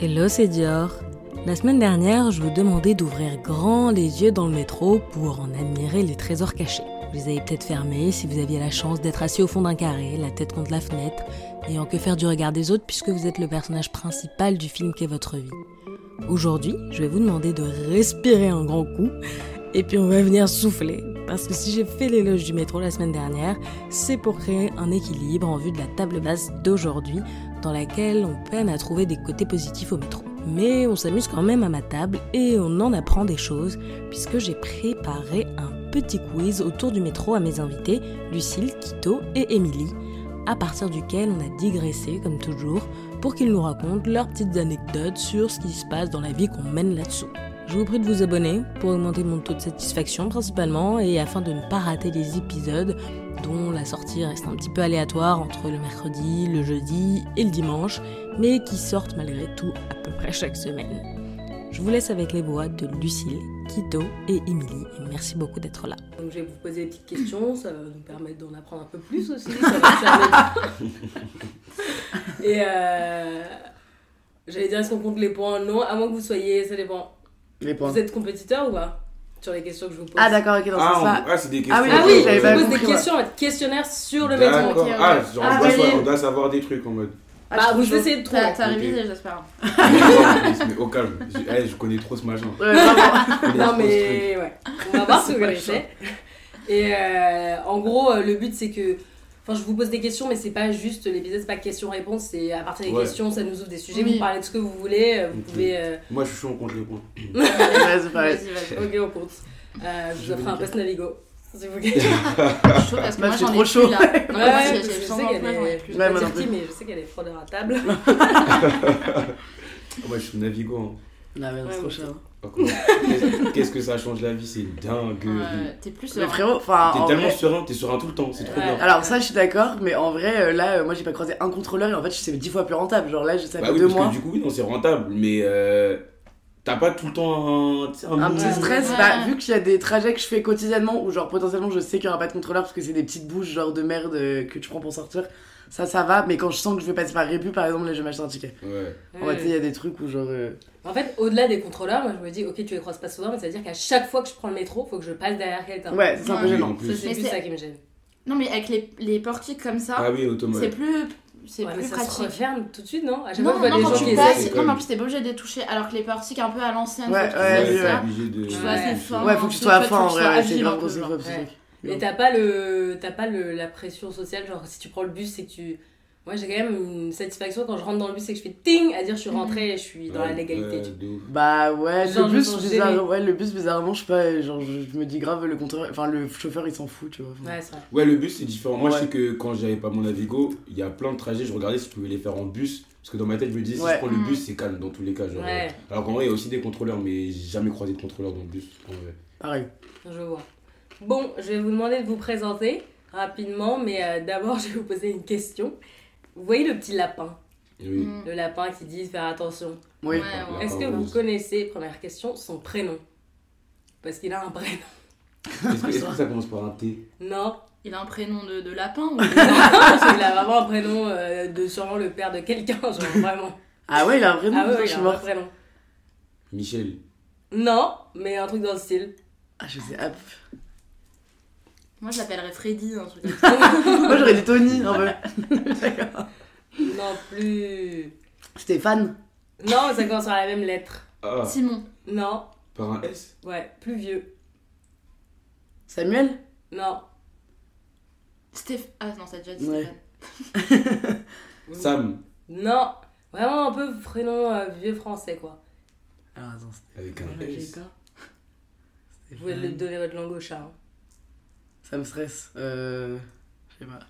Hello, c'est Dior. La semaine dernière, je vous demandais d'ouvrir grand les yeux dans le métro pour en admirer les trésors cachés. Vous les avez peut-être fermés si vous aviez la chance d'être assis au fond d'un carré, la tête contre la fenêtre, n'ayant que faire du regard des autres puisque vous êtes le personnage principal du film qu'est votre vie. Aujourd'hui, je vais vous demander de respirer un grand coup et puis on va venir souffler. Parce que si j'ai fait l'éloge du métro la semaine dernière, c'est pour créer un équilibre en vue de la table basse d'aujourd'hui, dans laquelle on peine à trouver des côtés positifs au métro. Mais on s'amuse quand même à ma table et on en apprend des choses, puisque j'ai préparé un petit quiz autour du métro à mes invités, Lucille, Quito et Émilie, à partir duquel on a digressé, comme toujours, pour qu'ils nous racontent leurs petites anecdotes sur ce qui se passe dans la vie qu'on mène là-dessous. Je vous prie de vous abonner pour augmenter mon taux de satisfaction principalement et afin de ne pas rater les épisodes dont la sortie reste un petit peu aléatoire entre le mercredi, le jeudi et le dimanche, mais qui sortent malgré tout à peu près chaque semaine. Je vous laisse avec les voix de Lucille, Quito et Émilie. Et merci beaucoup d'être là. Donc je vais vous poser des petites questions, ça va nous permettre d'en apprendre un peu plus aussi. ça va nous permettre- et euh, j'allais dire est-ce qu'on compte les points Non, à moins que vous soyez, ça dépend. Les points. Vous êtes compétiteur ou pas Sur les questions que je vous pose. Ah d'accord, ok, dans ce Ah, on- sens-là. ah, c'est des questions. Ah oui, Ah oui, j'avais je pas pose des compris, ouais. questions, un questionnaire sur le métro. D'accord. ok, ouais. Ah, genre, Ah, on, doit oui. savoir, on doit savoir des trucs en mode. Ah, Bah, je suis vous chaud. essayez de trouver. T'as t'as Ok. révisé, j'espère. mais au calme. Je, eh, je connais trop ce machin. Ouais, vraiment. Je connais trop Non ce truc. mais ouais, on va voir ce C'est que pas je sais. Et euh, en gros, euh, le but c'est que, enfin, je vous pose des questions, mais c'est pas juste l'épisode, c'est pas question-réponse, c'est à partir des Ouais. questions, ça nous ouvre des sujets, Oui. vous parlez de ce que vous voulez, euh, vous Ok. pouvez. euh, Moi, je suis chaud, on compte les points. Vas-y, pareil. Ah, Vas-y, vas-y. Ok, on compte. Euh, je vous Je offre un vais pass Navigo. si vous voulez. Ouais, Je suis chaud parce Meuf, que moi c'est j'en ai trop plus chaud. là. ouais, Non, moi, j'ai- parce que j'ai- je j'en sais ai qu'elle plus, j'en ai est. plus. Je vais Ouais, pas moi dire non qui, plus. mais je sais qu'elle est fraudeur à table. Moi, je suis Navigo. hein. Non, mais Ouais, c'est trop ouais. cher. Ah, comment- Qu'est-ce- Qu'est-ce que ça change la vie C'est dingue. Ouais, T'es plus Mais serein. frérot, enfin. T'es Ah, en tellement vrai- Ah, serein, t'es serein tout le temps. C'est trop Ouais. bien. Alors ça je suis d'accord mais en vrai euh, là euh, moi j'ai pas croisé un contrôleur et en fait c'est 10 fois plus rentable genre là je ça fait Bah oui, deux parce mois que du coup, oui, non, c'est rentable. Mais euh, t'as pas tout le temps un, tu sais, un bon- petit stress Ouais. bah vu qu'il y a des trajets que je fais quotidiennement ou genre potentiellement je sais qu'il y aura pas de contrôleur parce que c'est des petites bouches genre de merde euh, que tu prends pour sortir ça ça va mais quand je sens que je vais passer par Répu par exemple là je vais m'acheter un ticket Ouais. en fait il y a des trucs où genre euh, En fait, au-delà des contrôleurs, moi je me dis, ok, tu les croises pas souvent, mais ça veut dire qu'à chaque fois que je prends le métro, faut que je passe derrière quelqu'un. ouais c'est un peu Ouais. gênant en Ça, plus. C'est Mais plus c'est- ça qui me gêne. Non, mais avec les, les portiques comme ça, Ah oui, c'est automobile. plus, c'est Ouais, mais plus ça se pratique. referme tout de suite, non À chaque Non, fois, non, je vois les quand gens tu qui tu essayent, passes, essayent. quand non, mais en même. plus t'es pas obligé de les toucher, alors que les portiques un peu à l'ancienne, Ouais, faut que tu ouais, fasses ouais. ça. obligé de. Tu Ouais. vois, assez fort. ouais faut que tu sois à fond en vrai ouais, c'est grave grave grosse fois Ouais. Ouais. Et t'as pas, le, t'as pas le, la pression sociale, genre si tu prends le bus, c'est que tu. Moi j'ai quand même une satisfaction quand je rentre dans le bus et que je fais ting à dire je Mhm. suis rentrée et je suis dans la Ouais, légalité. ouais, tu de ouf. Bah ouais, Genre, le bus, ils sont bizarre- gênés. ouais, le bus bizarrement, je sais pas, genre je, je me dis grave le contrôleur, enfin le chauffeur il s'en fout, tu vois. vois. Ouais, c'est vrai. Ouais, le bus c'est différent. Moi, Ouais. je sais que quand j'avais pas mon Navigo, il y a plein de trajets, je regardais si je pouvais les faire en bus. Parce que dans ma tête, je me disais, si Ouais. je prends le Mm. bus, c'est calme dans tous les cas. Genre, Ouais. euh, Alors qu'en vrai, il y a aussi des contrôleurs, mais j'ai jamais croisé de contrôleur dans le bus. En vrai. Pareil. Je vois. Bon, je vais vous demander de vous présenter rapidement, mais euh, d'abord je vais vous poser une question. Vous voyez le petit lapin Oui. Le lapin qui dit faire attention. Oui. Mm. Ouais, ouais. Est-ce que Lapin vous rose. connaissez, première question, son prénom Parce qu'il a un prénom. Est-ce que, est-ce que ça commence par un T Non, Il a un prénom de, de lapin ou il a vraiment un prénom euh, de sûrement le père de quelqu'un, genre vraiment. Ah ouais, il a un vrai nom, Ah ouais, putain, ouais, je il a suis un vrai morte. prénom. Michel. Non, mais un truc dans le style. Ah je sais, ah, Moi je l'appellerais Freddy, un truc comme ça. moi j'aurais dit Tony un peu. Non plus. Stéphane. Non, ça commence par la même lettre. Ah, Simon. Non, par un S ouais, plus vieux. Samuel Non. Stéph... Ah non, ça déjà dit Ouais. Stéphane. Sam. Non, vraiment un peu prénom euh, vieux français quoi. Alors Ah, attends, Stéphane. Avec un J'ai S. peur. Vous pouvez Mm. le donner votre langue au chat. hein. Ça me stresse. Euh. Je sais pas.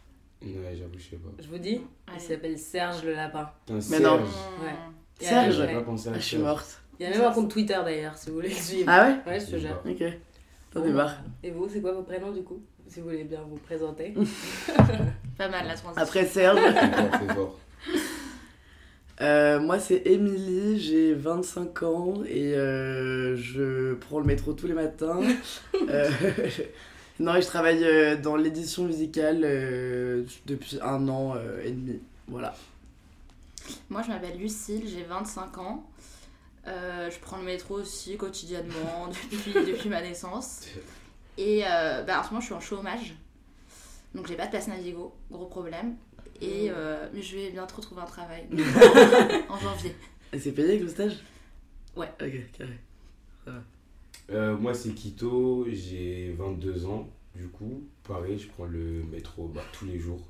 Ouais, j'avoue, je sais pas. Je vous dis, il Allez. s'appelle Serge le lapin. Putain, Mais non. Serge. Ouais. Il y a- Serge. J'avais ouais. pas pensé à Ah, ça. je suis morte. Il y a même un compte Twitter d'ailleurs si vous voulez le suivre. Ah ouais Ouais, je te jure. Ok. T'en es marre. Et vous, c'est quoi vos prénoms du coup Si vous voulez bien vous présenter. Pas mal la transition. Après Serge. C'est fort, c'est fort. Euh, moi c'est Émilie, j'ai 25 ans et euh, je prends le métro tous les matins. Euh, non, et je travaille euh, dans l'édition musicale euh, depuis un an euh, et demi. Voilà. Moi, je m'appelle Lucille, j'ai 25 ans. Euh, je prends le métro aussi quotidiennement depuis, depuis ma naissance. Et euh, bah, en ce moment, je suis en chômage. Donc, j'ai pas de place Navigo, gros problème. Et, Mm. euh, mais je vais bientôt trouver un travail en janvier. Et c'est payé avec le stage Ouais. Ok, carré. Euh, moi, c'est Quito, j'ai 22 ans, du coup. Pareil, je prends le métro bah, tous les jours.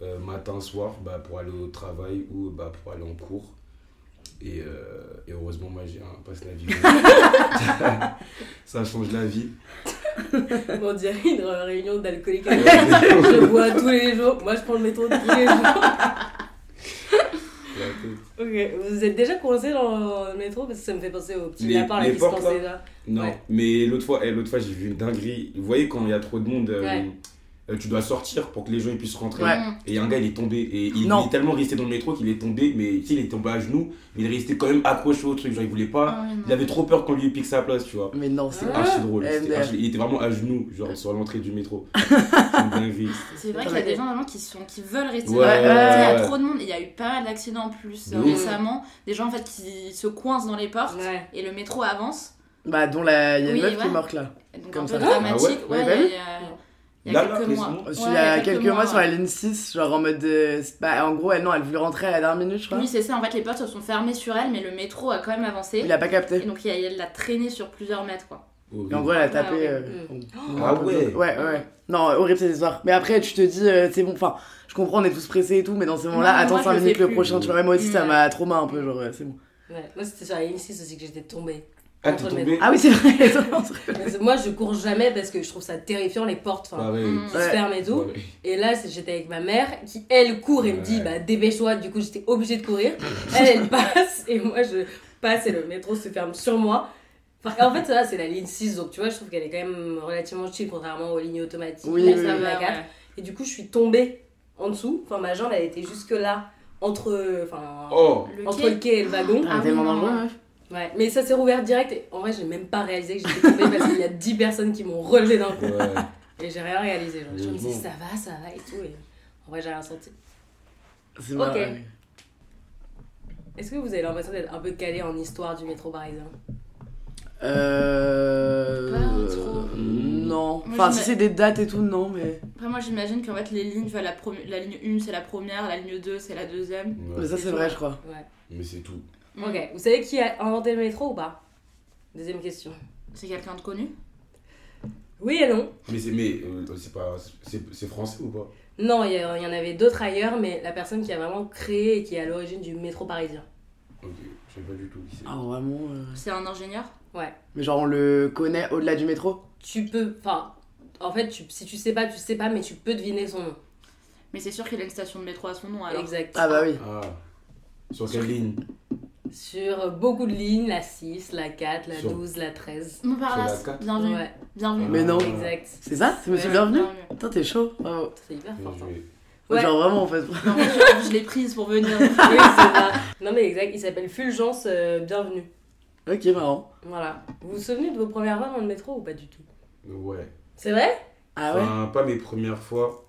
Euh, matin, soir, bah, pour aller au travail ou bah, pour aller en cours. Et, euh, et heureusement, moi, j'ai un passe Navigo. Ça change la vie. On dirait une euh, réunion d'alcooliques. anonymes. je bois tous les jours. Moi, je prends le métro tous les jours. Ok, vous êtes déjà coincé dans le métro parce que ça me fait penser au petit Les- lapin là, les qui se portes, coince là. déjà. Non, Ouais. mais l'autre fois, eh, l'autre fois j'ai vu une dinguerie. Vous voyez, quand il y a trop de monde, euh, Ouais. euh, tu dois sortir pour que les gens ils puissent rentrer. Ouais. Mmh. Et il y a un gars, il est tombé. Et il, Non. il est tellement resté dans le métro qu'il est tombé. Mais s'il est tombé à genoux, mais il restait quand même accroché au truc. Genre, il voulait pas. Ah ouais, non. Il avait trop peur qu'on lui pique sa place, tu vois. Mais non, c'est. Ah. Archi drôle. c'était MDR. archi- Il était vraiment à genoux, genre sur l'entrée du métro. C'est une dinguerie. C'est vrai qu'il y a des gens vraiment qui, sont, qui veulent rester. Ouais, dans le métro. Il y a ouais. trop de monde. Il y a eu pas mal d'accidents en plus De euh, ouf. récemment. Des gens en fait qui se coincent dans les portes Ouais. et le métro avance. Bah, dont la. Il y a une Oui, meuf qui ouais. est morte là. Et Donc Comme un ça. peu dramatique. Ah ouais, ouais, ouais, bah il y a- il y a, Là, là, quelques mois. récemment. Je suis Ouais, il y a quelques mois sur ouais. la ligne 6, genre en mode. euh, c'est pas- en gros, elle, non, elle voulait rentrer à la dernière minute, je crois. Oui, c'est ça. En fait, les portes se sont fermées sur elle, mais le métro a quand même avancé. Il a pas Et capté. donc, il y a- il l'a traîné sur plusieurs mètres, quoi. Et en gros, elle a tapé. Ah, ouais. euh, on- Ah on- ouais. Ouais, ouais. Non, horrible cette histoire. Mais après, tu te dis, euh, c'est bon, enfin, je comprends, on est tous pressés et tout, mais dans ces moments-là, Non, attends moi, 5 je le minutes fais le plus. prochain, tu vois. Moi aussi, ça Ouais. m'a trauma un peu, genre, ouais, c'est bon. Ouais. Moi, c'était sur la ligne 6 aussi que j'étais tombée. Ah, t'es tombé Ah oui, c'est vrai, c'est vrai. Parce que Moi, je cours jamais parce que je trouve ça terrifiant, les portes enfin, Ah ouais. Mmh. qui Ouais. se ferment et tout. Ouais, ouais. Et là, c'est- j'étais avec ma mère qui, elle, court et me dit Ouais. Bah, dépêche-toi. Du coup, j'étais obligée de courir. Elle, elle passe et moi, je passe et le métro se ferme sur moi. Enfin, en fait, ça, va, c'est la ligne 6, donc tu vois, je trouve qu'elle est quand même relativement chill, contrairement aux lignes automatiques. Oui, la oui, cinq, oui. Ah la Ouais, quatre. ouais. Et du coup, je suis tombée en dessous. Enfin, ma jambe, elle était jusque-là, entre, enfin, Oh Le entre quai. le quai et le wagon. Ah Ah, oui, tellement non, dangereux, ouais. ouais. Ouais. Mais ça s'est rouvert direct. Et en vrai, j'ai même pas réalisé que j'étais tombée parce qu'il y a 10 personnes qui m'ont relevé d'un coup. Ouais. Et j'ai rien réalisé. Genre, je me Heureusement. dis, ça va, ça va et tout. Et en vrai, j'ai rien senti. C'est marrant, Ok. ouais. Est-ce que vous avez l'impression d'être un peu calé en histoire du métro parisien Euh. Pas trop. Non. Moi, Enfin, je si mets- c'est des dates et tout, non, mais. Après, moi, j'imagine qu'en fait, les lignes, tu vois, la, pro- la ligne 1, c'est la première, la ligne 2, c'est la deuxième. Mmh. Ouais. Mais ça, c'est vrai, je crois. Ouais. Mais c'est tout. Mm. Ok. Vous savez qui a inventé le métro ou pas Deuxième question. C'est quelqu'un de connu Oui et non. Mais c'est mais, euh, c'est pas. C'est c'est français ou pas Non, il y, a- il y en avait d'autres ailleurs, mais la personne qui a vraiment créé et qui est à l'origine du métro parisien. Ok, je sais pas du tout qui c'est. Ah, vraiment. euh, C'est un ingénieur Ouais. Mais genre, on le connaît au-delà du métro Tu peux. Enfin, en fait, tu- si tu sais pas, tu sais pas, mais tu peux deviner son nom. Mais c'est sûr qu'il a une station de métro à son nom, alors. Exact. Ah, bah oui. Ah. Sur quelle ligne Sur beaucoup de lignes, la 6, la 4, la Sur- 12, la 13. Montparnasse, C'est la quatre. bienvenue. Ouais, Bienvenue. Mais Ah. non. exact. C'est ça C'est Monsieur Ouais, Bienvenu Bienvenue. Putain, t'es chaud. bravo. C'est hyper Bien fort. hein. joué. Ouais. Genre, vraiment, en fait. Non, mais je, je l'ai prise pour venir. Oui, c'est ça. Non mais exact, il s'appelle Fulgence euh, Bienvenue. ok, marrant. Voilà. Vous vous souvenez de vos premières fois dans le métro ou pas du tout Ouais. C'est vrai Ah ouais Enfin, pas mes premières fois,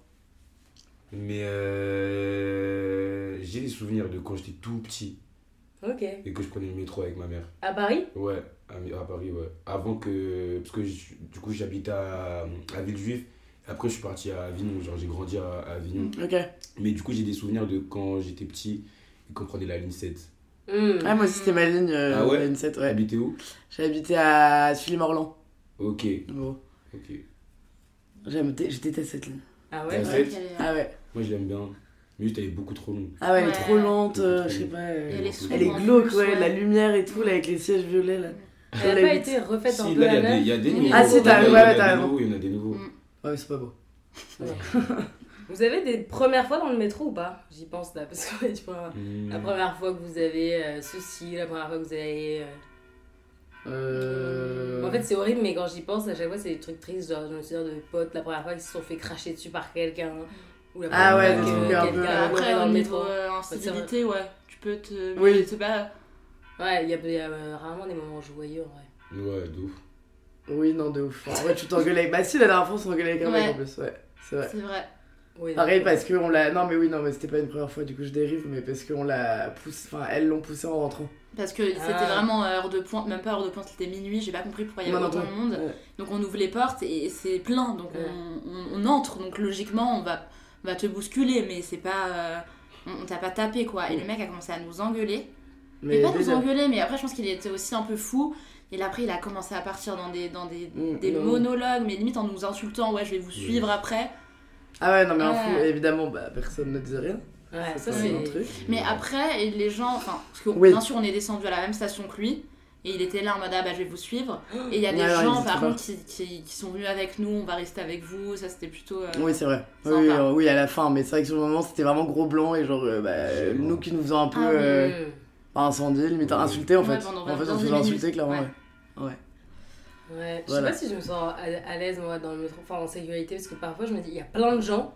mais euh, j'ai des souvenirs de quand j'étais tout petit Ok. et que je prenais le métro avec ma mère. À Paris Ouais, à, à Paris, ouais. Avant que. Parce que je- du coup, j'habitais à, à Villejuif. Après, je suis parti à Avignon. Genre, j'ai grandi à, à Avignon. Ok. Mais du coup, j'ai des souvenirs de quand j'étais petit et qu'on prenait la ligne 7. Hmm. Ah, moi aussi, c'était ma ligne. euh, Ah ouais la ligne 7, ouais. T'habitais où J'ai habité à Sully-Morlan. Ok, Bon. ok. J'aime- dé- Je déteste cette ligne. Ah ouais Ouais. Ouais, qu'elle est- Ah ouais. Moi, je l'aime bien. Mais juste, elle est beaucoup trop longue. Ah ouais, elle est Ouais. trop lente, euh, je sais pas. euh, Et Elle est Elle est souvent en glauque, plus, ouais, ouais. La lumière et tout, là, avec les sièges violets, là. Elle la n'a pas huit. été refaite en Si, deux là, à il y a des- neuf. il y a des Ah, nouveaux. si, t'as- Il y en ouais, a ouais, t'as des nouveaux, Il y en a des nouveaux. Ouais, c'est pas beau. Vous avez des premières fois dans le métro ou pas J'y pense là, parce que tu vois, Hmm. la première fois que vous avez euh, ceci, la première fois que vous avez... euh, Euh. En fait, c'est horrible, mais quand j'y pense, à chaque fois, c'est des trucs tristes. Genre, je me souviens de potes, la première fois qu'ils se sont fait cracher dessus par quelqu'un. Ou la Ah première ouais, fois des que trucs un quelqu'un peu- a Après, pleuré dans au le niveau métro. euh, c'est vrai. incivilité, ouais, tu peux te. mais Oui. je sais pas. Ouais, il y a, il y a, euh, rarement des moments joyeux, en vrai. Ouais, de ouf. Oui, non, de ouf. En vrai, tu t'engueules avec. Bah, si, la dernière fois, on s'engueulait avec un mec Ouais. en plus, ouais. C'est vrai. C'est vrai. Oui, Pareil d'accord. parce qu'on l'a. Non, mais oui, non, mais c'était pas une première fois, du coup je dérive, mais parce qu'on l'a poussé. Enfin, elles l'ont poussé en rentrant. Parce que c'était Ah. vraiment euh, heure de pointe, même pas heure de pointe, c'était minuit, j'ai pas compris pourquoi il y avait Moi non autant de plus. monde. Ouais. Donc on ouvre les portes et c'est plein, donc Ouais. on, on- on entre, donc logiquement on va, on va te bousculer, mais c'est pas. euh, on on t'a pas tapé quoi. Et le mec a commencé à nous engueuler. Mais pas nous déjà- engueuler, mais après je pense qu'il était aussi un peu fou. Et là, après il a commencé à partir dans des, dans des, Mm, des non. monologues, mais limite en nous insultant, ouais je vais vous suivre après. Ah ouais, non, mais en Ah. Bah, fou, évidemment, bah, personne ne disait rien. Ouais, ça pas c'est. un truc. Mais après, et les gens, enfin, parce que Oui. bien sûr, on est descendu à la même station que lui, et il était là en mode ah bah je vais vous suivre. Et il y a des Ouais, ouais, gens ils par étaient contre qui, qui, qui sont venus avec nous, on va rester avec vous, ça c'était plutôt. euh, Oui, c'est vrai. Oui, Sympa. oui, euh, oui, à la fin, mais c'est vrai que sur le moment, c'était vraiment gros blanc et genre, euh, bah, euh, Absolument. nous qui nous faisons un peu Ah, oui. euh, Mmh. pas incendier, limite Ouais. insulter en Ouais, fait. pendant En fait, on se vingt- dix faisait minutes. insulter clairement. Ouais. ouais. Ouais. Ouais, je Voilà. sais pas si je me sens à, à l'aise moi dans le métro, enfin en sécurité, parce que parfois je me dis, il y a plein de gens,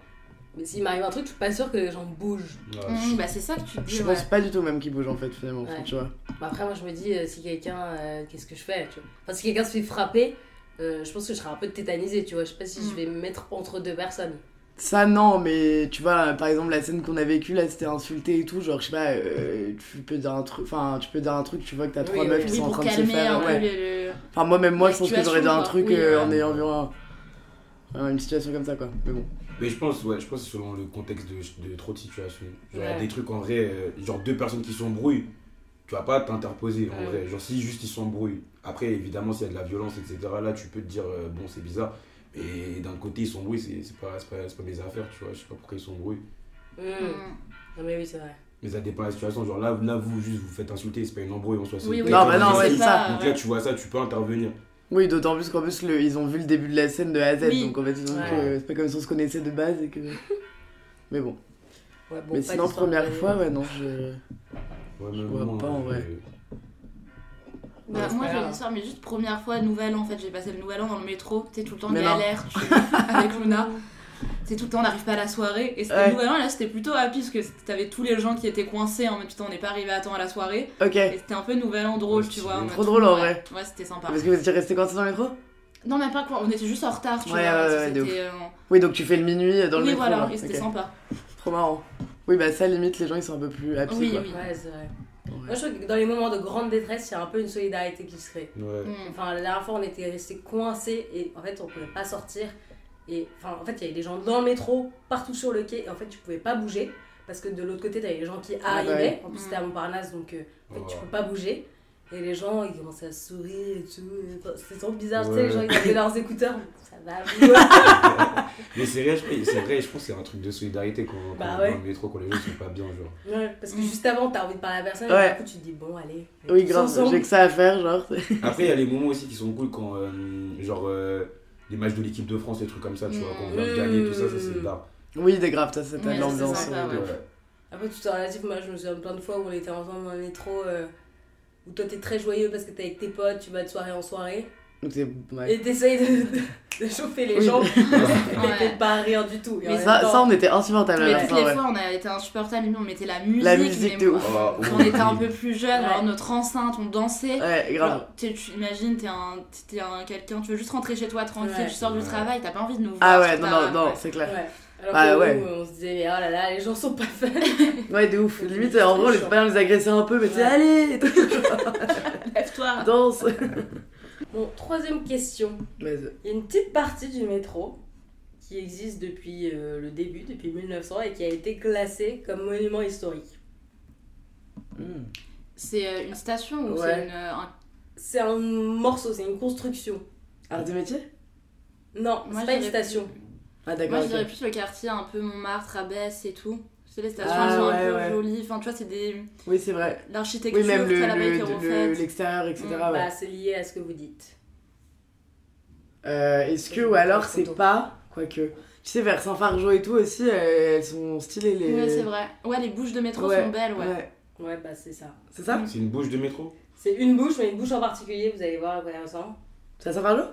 mais s'il m'arrive un truc, je suis pas sûre que les gens bougent. Ouais, Hum, bah c'est ça que tu te dis. Je ouais. pense pas du tout même qu'ils bougent en fait, finalement. Ouais. Tu vois. Bah, après, moi je me dis, euh, si quelqu'un, euh, qu'est-ce que je fais tu vois Enfin, si quelqu'un se fait frapper, euh, je pense que je serai un peu tétanisée, tu vois. Je sais pas si je Mm. vais me mettre entre deux personnes. Ça, non, mais tu vois, par exemple, la scène qu'on a vécue là, c'était insulté et tout. Genre, je sais pas, euh, tu peux dire un truc, enfin, tu peux dire un truc, tu vois que t'as Oui, trois oui, meufs oui, qui Oui, sont en pour train de se calmer faire. un peu ouais. le- le- Enfin, moi, même moi, La je pense que j'aurais dit un situation, truc quoi. Oui, euh, en ouais. ayant vu un- un- une situation comme ça, quoi. Mais bon. Mais je pense, ouais, je pense que c'est selon le contexte de, de trop de situations. Genre, il y a Ouais. des trucs en vrai, euh, genre deux personnes qui s'embrouillent, tu vas pas t'interposer en Ouais. vrai. Genre, si juste ils s'embrouillent, après, évidemment, s'il y a de la violence, etc., là, tu peux te dire, euh, bon, c'est bizarre. Et d'un côté, ils s'embrouillent, c'est c'est pas, c'est pas, c'est pas mes affaires, tu vois, je sais pas pourquoi ils s'embrouillent. Mm. Mmh. Hum. Non, mais oui, c'est vrai. Mais ça dépend de la situation. Genre, là, là vous, juste, vous faites insulter, c'est pas une embrouille en soi. c'est- Oui, oui, Non, bah oui, non, ouais, c'est pas- euh, Donc là, tu vois ça, tu peux intervenir. Oui, d'autant plus qu'en plus, le- ils ont vu le début de la scène de A à Z, Oui. donc en fait, ils ont vu Ouais. que c'est pas comme si on se connaissait de base et que. Mais bon. Ouais, bon, mais pas sinon, d'histoire première de- fois, ouais, non, je. Ouais, Je même vois moi, pas, en euh, vrai. Bah, Ouais, c'est moi pas j'ai une grave. histoire, mais juste première fois, nouvel an en fait, j'ai passé le nouvel an dans le métro, t'es tout le temps Mais non. galère tu- avec Luna. C'est tout le temps, on n'arrive pas à la soirée. Et c'était Ouais. le nouvel an, et là c'était plutôt happy parce que c'était- t'avais tous les gens qui étaient coincés en mode putain, on n'est pas arrivé à temps à la soirée. Ok. Et c'était un peu nouvel an drôle, Ouais, tu vois. en stylé. mode Trop tout- drôle, en ouais. vrai. Ouais, c'était sympa. Parce que vous étiez resté coincé dans le métro Non, même pas quoi, on était juste en retard, tu Ouais, ouais, vois. parce que ouais, de c'était, euh, Oui, donc tu fais le minuit dans le Oui, métro. voilà, là. et c'était Ok. sympa. Trop marrant. Oui, bah ça, limite, les gens ils sont un peu plus happy Oui, quoi. oui. Ouais, c'est vrai. Ouais. Moi, je trouve que dans les moments de grande détresse, il y a un peu une solidarité qui se crée. Ouais. Hum. Enfin, la dernière fois, on était restés coincés et en fait, on pouvait pas sortir. Et enfin, en fait, il y avait des gens dans le métro, partout sur le quai, et en fait, tu pouvais pas bouger parce que de l'autre côté, t'avais les gens qui Ah bah arrivaient. En plus, Mm. c'était à Montparnasse, donc euh, en fait, tu Oh. peux pas bouger. Et les gens, ils commençaient à sourire et tout. Enfin, C'était trop bizarre, Ouais. tu sais, les gens, ils avaient leurs écouteurs. Ça va, vous Mais c'est vrai, je- c'est vrai, je pense que c'est un truc de solidarité quand, quand Bah ouais. dans le métro, quand les gens sont pas bien, genre. Ouais, Parce que juste avant, t'as envie de parler à la personne, Mm. Ouais. et du coup, tu te dis, bon, allez. on est Oui, tous grave, ensemble. j'ai que ça à faire, genre. Après, il y a les moments aussi qui sont cool quand, euh, genre, euh, les matchs de l'équipe de France, les trucs comme ça, tu vois, quand on vient de gagner, tout ça, ça c'est d'art. Oui, des graves, ça, c'était Ouais, de ça, c'est l'ambiance. sympa, euh, ouais. Après, tout est relatif. Moi, je me souviens plein de fois où on était ensemble dans le métro, euh, où toi, t'es très joyeux parce que t'es avec tes potes, tu vas de soirée en soirée, Donc c'est. ouais. et t'essayes de, de- de chauffer les Oui. gens, Ouais. mais t'es pas à rire du tout. Et en Mais même Ça, temps, ça, on était insupportables à Mais la toutes fin, les Ah ouais. fois, on a été insupportables, nous, on mettait la musique. La musique mais de moi- ouf. Ah, Quand on était un peu horrible. plus jeune, Ouais. genre notre enceinte, on dansait. Ouais, grave. Genre, t'es- tu imagines, t'es un, t'es un quelqu'un, tu veux juste rentrer chez toi tranquille, Ouais. tu sors du Ouais. travail, t'as pas envie de nous voir. Ah parce ouais, que non, t'as- non, non, ouais. c'est clair. Ouais. Alors Ah que ouais. nous, on se disait, mais oh là là, les gens sont pas fans. Ouais, de ouf. C'est Limite, juste en vrai, on les chaud. fait pas les agresser un peu, mais tu sais, Ouais. allez, Lève-toi. danse. euh, Bon, troisième question. Vas-y. Il y a une petite partie du métro qui existe depuis euh, le début, depuis 1900, et qui a été classée comme monument historique. Hmm. C'est euh, une station ou Ouais. c'est une, euh, un- C'est un morceau, c'est une construction. Art des métiers Non, Moi, c'est pas une j'aurais station. Ah, Moi d'accord. je dirais ok. plus le quartier un peu Montmartre, Abbesse et tout. C'est les stations, Ah, elles sont ouais, un peu ouais. jolies. Enfin, tu vois, c'est des. Oui, c'est vrai. L'architecture, Oui, même tu le- vois, là-bas, qui est le- le- refaite. l'extérieur, etc. Mm, Ah ouais. Bah, c'est lié à ce que vous dites. Euh, Est-ce que, Je ou vais alors, faire c'est photo. pas. Quoique. Tu sais, vers Saint-Fargeau et tout aussi, euh, elles sont stylées les. Ouais, c'est vrai. Ouais, les bouches de métro Ouais, sont belles, ouais. Ouais. Ouais, bah c'est ça. C'est ça Mm. C'est une bouche de métro C'est une bouche, mais une bouche en particulier, vous allez voir à quoi elle ressemble. C'est à Saint-Fargeau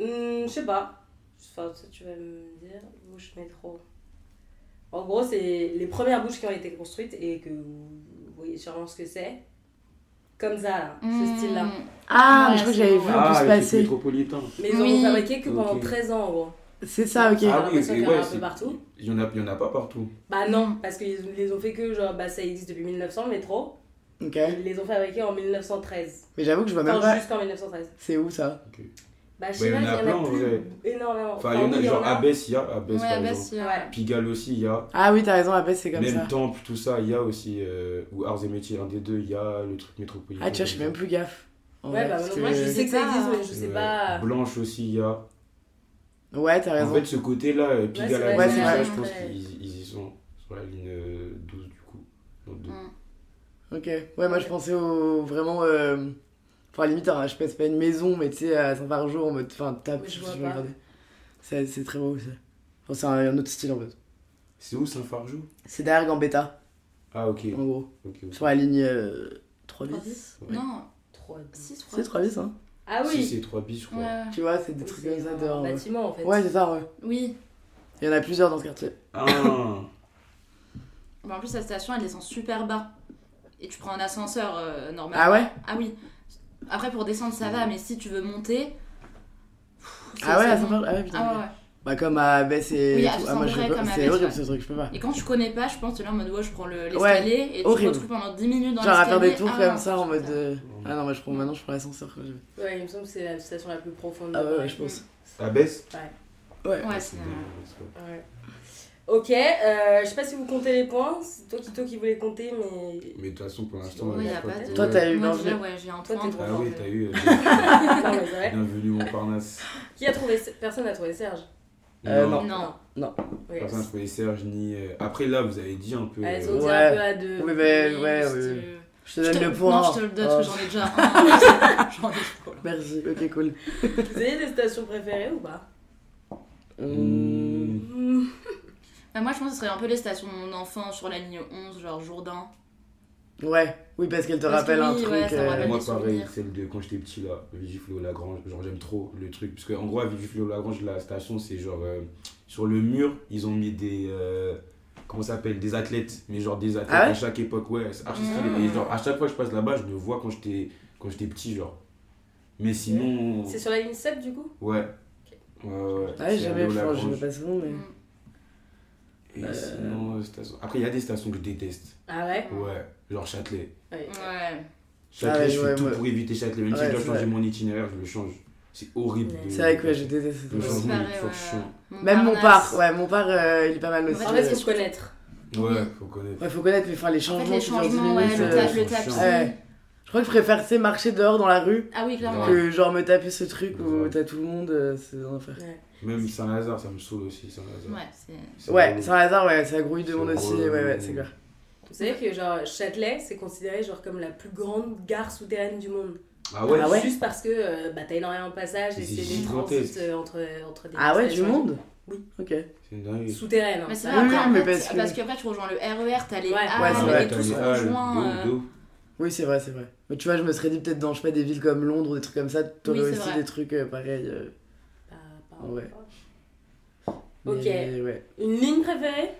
Hum, je sais pas. Enfin, ça, tu vas me dire. Bouche métro. En gros, c'est les premières bouches qui ont été construites et que vous voyez sûrement ce que c'est. Comme ça, là, ce Mm. style-là. Ah, mais je crois Ouais, que c'est j'avais bon, vu ouais. en Ah, plus avec le passer. métropolitain. Mais ils Oui. ont fabriqué que pendant Ok. 13 ans, en gros. C'est ça, ok. J'ai Ah oui, l'impression mais qu'il y en a ouais, un peu c'est- partout. Il n'y en, a- il y en a pas partout. Bah non, parce qu'ils les ont fait que, genre, bah ça existe depuis 1900 le métro. Ok. Ils les ont fabriqués en 1913. Mais j'avoue que je vois même Enfin, pas. jusqu'en 1913. C'est où ça Bah je Bah, sais il y pas, en a il y plein, en a en plus vrai. énormément. Enfin, il y en oui, a, genre Abbesse, il y a Abbesse Ouais, par exemple. Abbesse, euh, Ouais. Pigalle aussi, il y a. Ah oui, t'as raison, après c'est comme Même ça. Temple, tout ça, il y a aussi. euh, ou Arts et Métiers, un des deux, il y a le truc métropolitain. Ah, tu vois, je comme suis ça. même plus gaffe. En Ouais, vrai, bah parce non, que- moi je sais que ça Ouais. existe, mais je sais Ouais. pas. Blanche aussi, il y a. Ouais, t'as En raison. fait, ce côté-là, euh, Ouais, c'est Pigalle, vrai, Abbesse, c'est ça, vrai. je pense Ouais. qu'ils ils y sont. Sur la ligne euh, 12, du coup. Non, Mm. deux. Hum. Ok. Ouais, moi je pensais au. Vraiment. euh, Enfin, à la limite, hein, je sais pas, c'est pas une maison, mais tu sais, à Saint-Fargeau, en mode. Enfin, tape, Oui, je je vois vais pas. regarder. C'est c'est très beau, ça. Enfin, c'est un, un autre style en fait. C'est où Saint-Fargeau C'est derrière Gambetta, Ah, ok. en gros. ok, ok. Sur la ligne euh, 3 3 bis. bis Ouais. Non, 3 bis. 6 C'est 3 bis, hein. Ah Si, oui c'est 3 bis, je Ouais. crois. ouais. Tu vois, c'est des Oui, trucs c'est comme ça un dehors. Bah, Ouais, bâtiment en fait. Ouais, c'est ça, ouais. Oui. Il y en a plusieurs dans ce quartier. Ah Bah, en plus, la station, elle descend super bas. Et tu prends un ascenseur euh, normal. Ah ouais Ah oui. Après, pour descendre, ça Mm. va, mais si tu veux monter. pff, c'est- Ah ouais, c'est à long. Saint-Fargeau Ah ouais, putain. Ah ok. ouais, ouais. Bah comme à Bess et Oui, à tout. Ah moi je Saint-Bray, peux pas. comme à C'est Besse, horrible ouais. ce truc, je peux pas. Et quand tu connais pas, je pense, t'es là en mode ouais, je prends le- Ouais, l'escalier et tu te horrible. retrouves pendant 10 minutes dans Genre à faire l'escalier. des tours Ah, comme ça en putain. mode. euh, Ah non, moi je prends maintenant je prends l'ascenseur. quoi. Ouais, il me semble que c'est la station la plus profonde. Ah ouais, ouais, Paris. je pense. Abbesse Ouais. Ouais, c'est. euh, Ouais. Ok, euh, je sais pas si vous comptez les points, c'est toi Kito qui voulait compter, mais. Mais de toute façon, pour l'instant, Ouais, on est y a pas- pas de- Toi t'as eu Moi, l'envie. déjà, ouais, j'ai un Toi, point t'es de Ah oui, revanche. t'as eu. euh, non, mais c'est vrai. Bienvenue Montparnasse. Qui a trouvé. Personne n'a trouvé Serge. Euh, non. Non. Oui. Personne n'a trouvé Serge ni. euh, Après, là, vous avez dit un peu. Elles euh, ont dit Ouais. un peu à deux. Oui, mais ouais, parce oui. que- Je te Je donne te- le point. Non, je te le donne parce que Oh, j'en ai déjà un. J'en ai trop, là. Merci, ok, cool. Vous avez des stations préférées ou pas Mmh. Mmh. Bah, moi, je pense que ce serait un peu les stations d'enfants sur la ligne 11, genre Jourdain. Hmm, Ouais, oui, parce qu'elle te Parce que rappelle un oui, truc. ouais, ça me euh, rappelle. Moi, des pareil, souvenirs. celle de quand j'étais petit, là, Vigiflo Lagrange. Genre, j'aime trop le truc. Parce que, en gros, à Vigiflo Lagrange, la station, c'est genre. euh, sur le mur, ils ont mis des. euh, Comment ça s'appelle Des athlètes. Mais genre des athlètes Ah ouais Ah. à chaque époque, ouais. C'est archi stylé. Mmh. Et genre, à chaque fois que je passe là-bas, je me vois quand j'étais quand j'étais petit, genre. Mais sinon. C'est sur la ligne 7 du coup Ouais. Ouais, ouais. Ouais, c'est jamais, Allo je pense, je Lagrange. sais pas souvent, mais. Mm. Et Euh, sinon, euh, station- Après, il y a des stations que je déteste. Ah ouais Ouais, genre Châtelet. Ouais. Ouais. Châtelet, Ah ouais, je fais ouais, tout ouais. pour éviter Châtelet. Même si Ouais, je dois c'est changer vrai. mon itinéraire, je le change. C'est horrible. de- C'est vrai que ouais, je déteste cette Le Ouais, chose. c'est changement, il pareil, faut ouais. chiant. Même mon Montparnasse. parc, ouais, mon parc, euh, il est pas mal Ah, En aussi. En Ouais. fait, faut se connaître. Ouais, faut connaître. Ouais, faut connaître, mais enfin, les En changements fait, les qui durent 10 changements, ouais, minutes, le, euh, ta- le c'est taxi. chiant. Ouais. Je crois que je préfère, tu sais, marcher dehors dans la rue Ah oui, clairement. Ouais. que genre me taper ce truc où Ouais. t'as tout le monde, euh, c'est un enfer. Ouais. Même Saint-Lazare, ça me saoule aussi, Saint-Lazare. Ouais, c'est... C'est Ouais, relou. c'est un hasard, ouais, ça grouille de monde C'est aussi, ouais, ouais, relou. c'est clair. Vous savez que genre Châtelet, c'est considéré genre comme la plus grande gare souterraine du monde. Ah ouais Ah ouais Juste parce que euh, bah, t'as énormément de passages et C'est c'est des gigantesque. transits euh, entre, entre des Ah ouais, du stations. monde Oui. Ok. C'est une dinguerie. Souterraine. hein. Mais c'est Ah, vrai, Oui, après, oui, en mais fait, parce parce, que- que... après, tu rejoins le RER, t'as les Ouais. halles, Ouais, c'est Ah, mais vrai, les t'as ah, tous les se halles, rejoignent, de euh, ouf, Oui, c'est vrai, c'est vrai. Mais tu vois, je me serais dit peut-être dans, je sais pas, des villes comme Londres ou des trucs comme ça, t'aurais Oui, c'est aussi vrai. des trucs euh, pareils. euh, bah, bah, Ah Ouais. bah. Ok. mais ouais. Une ligne préférée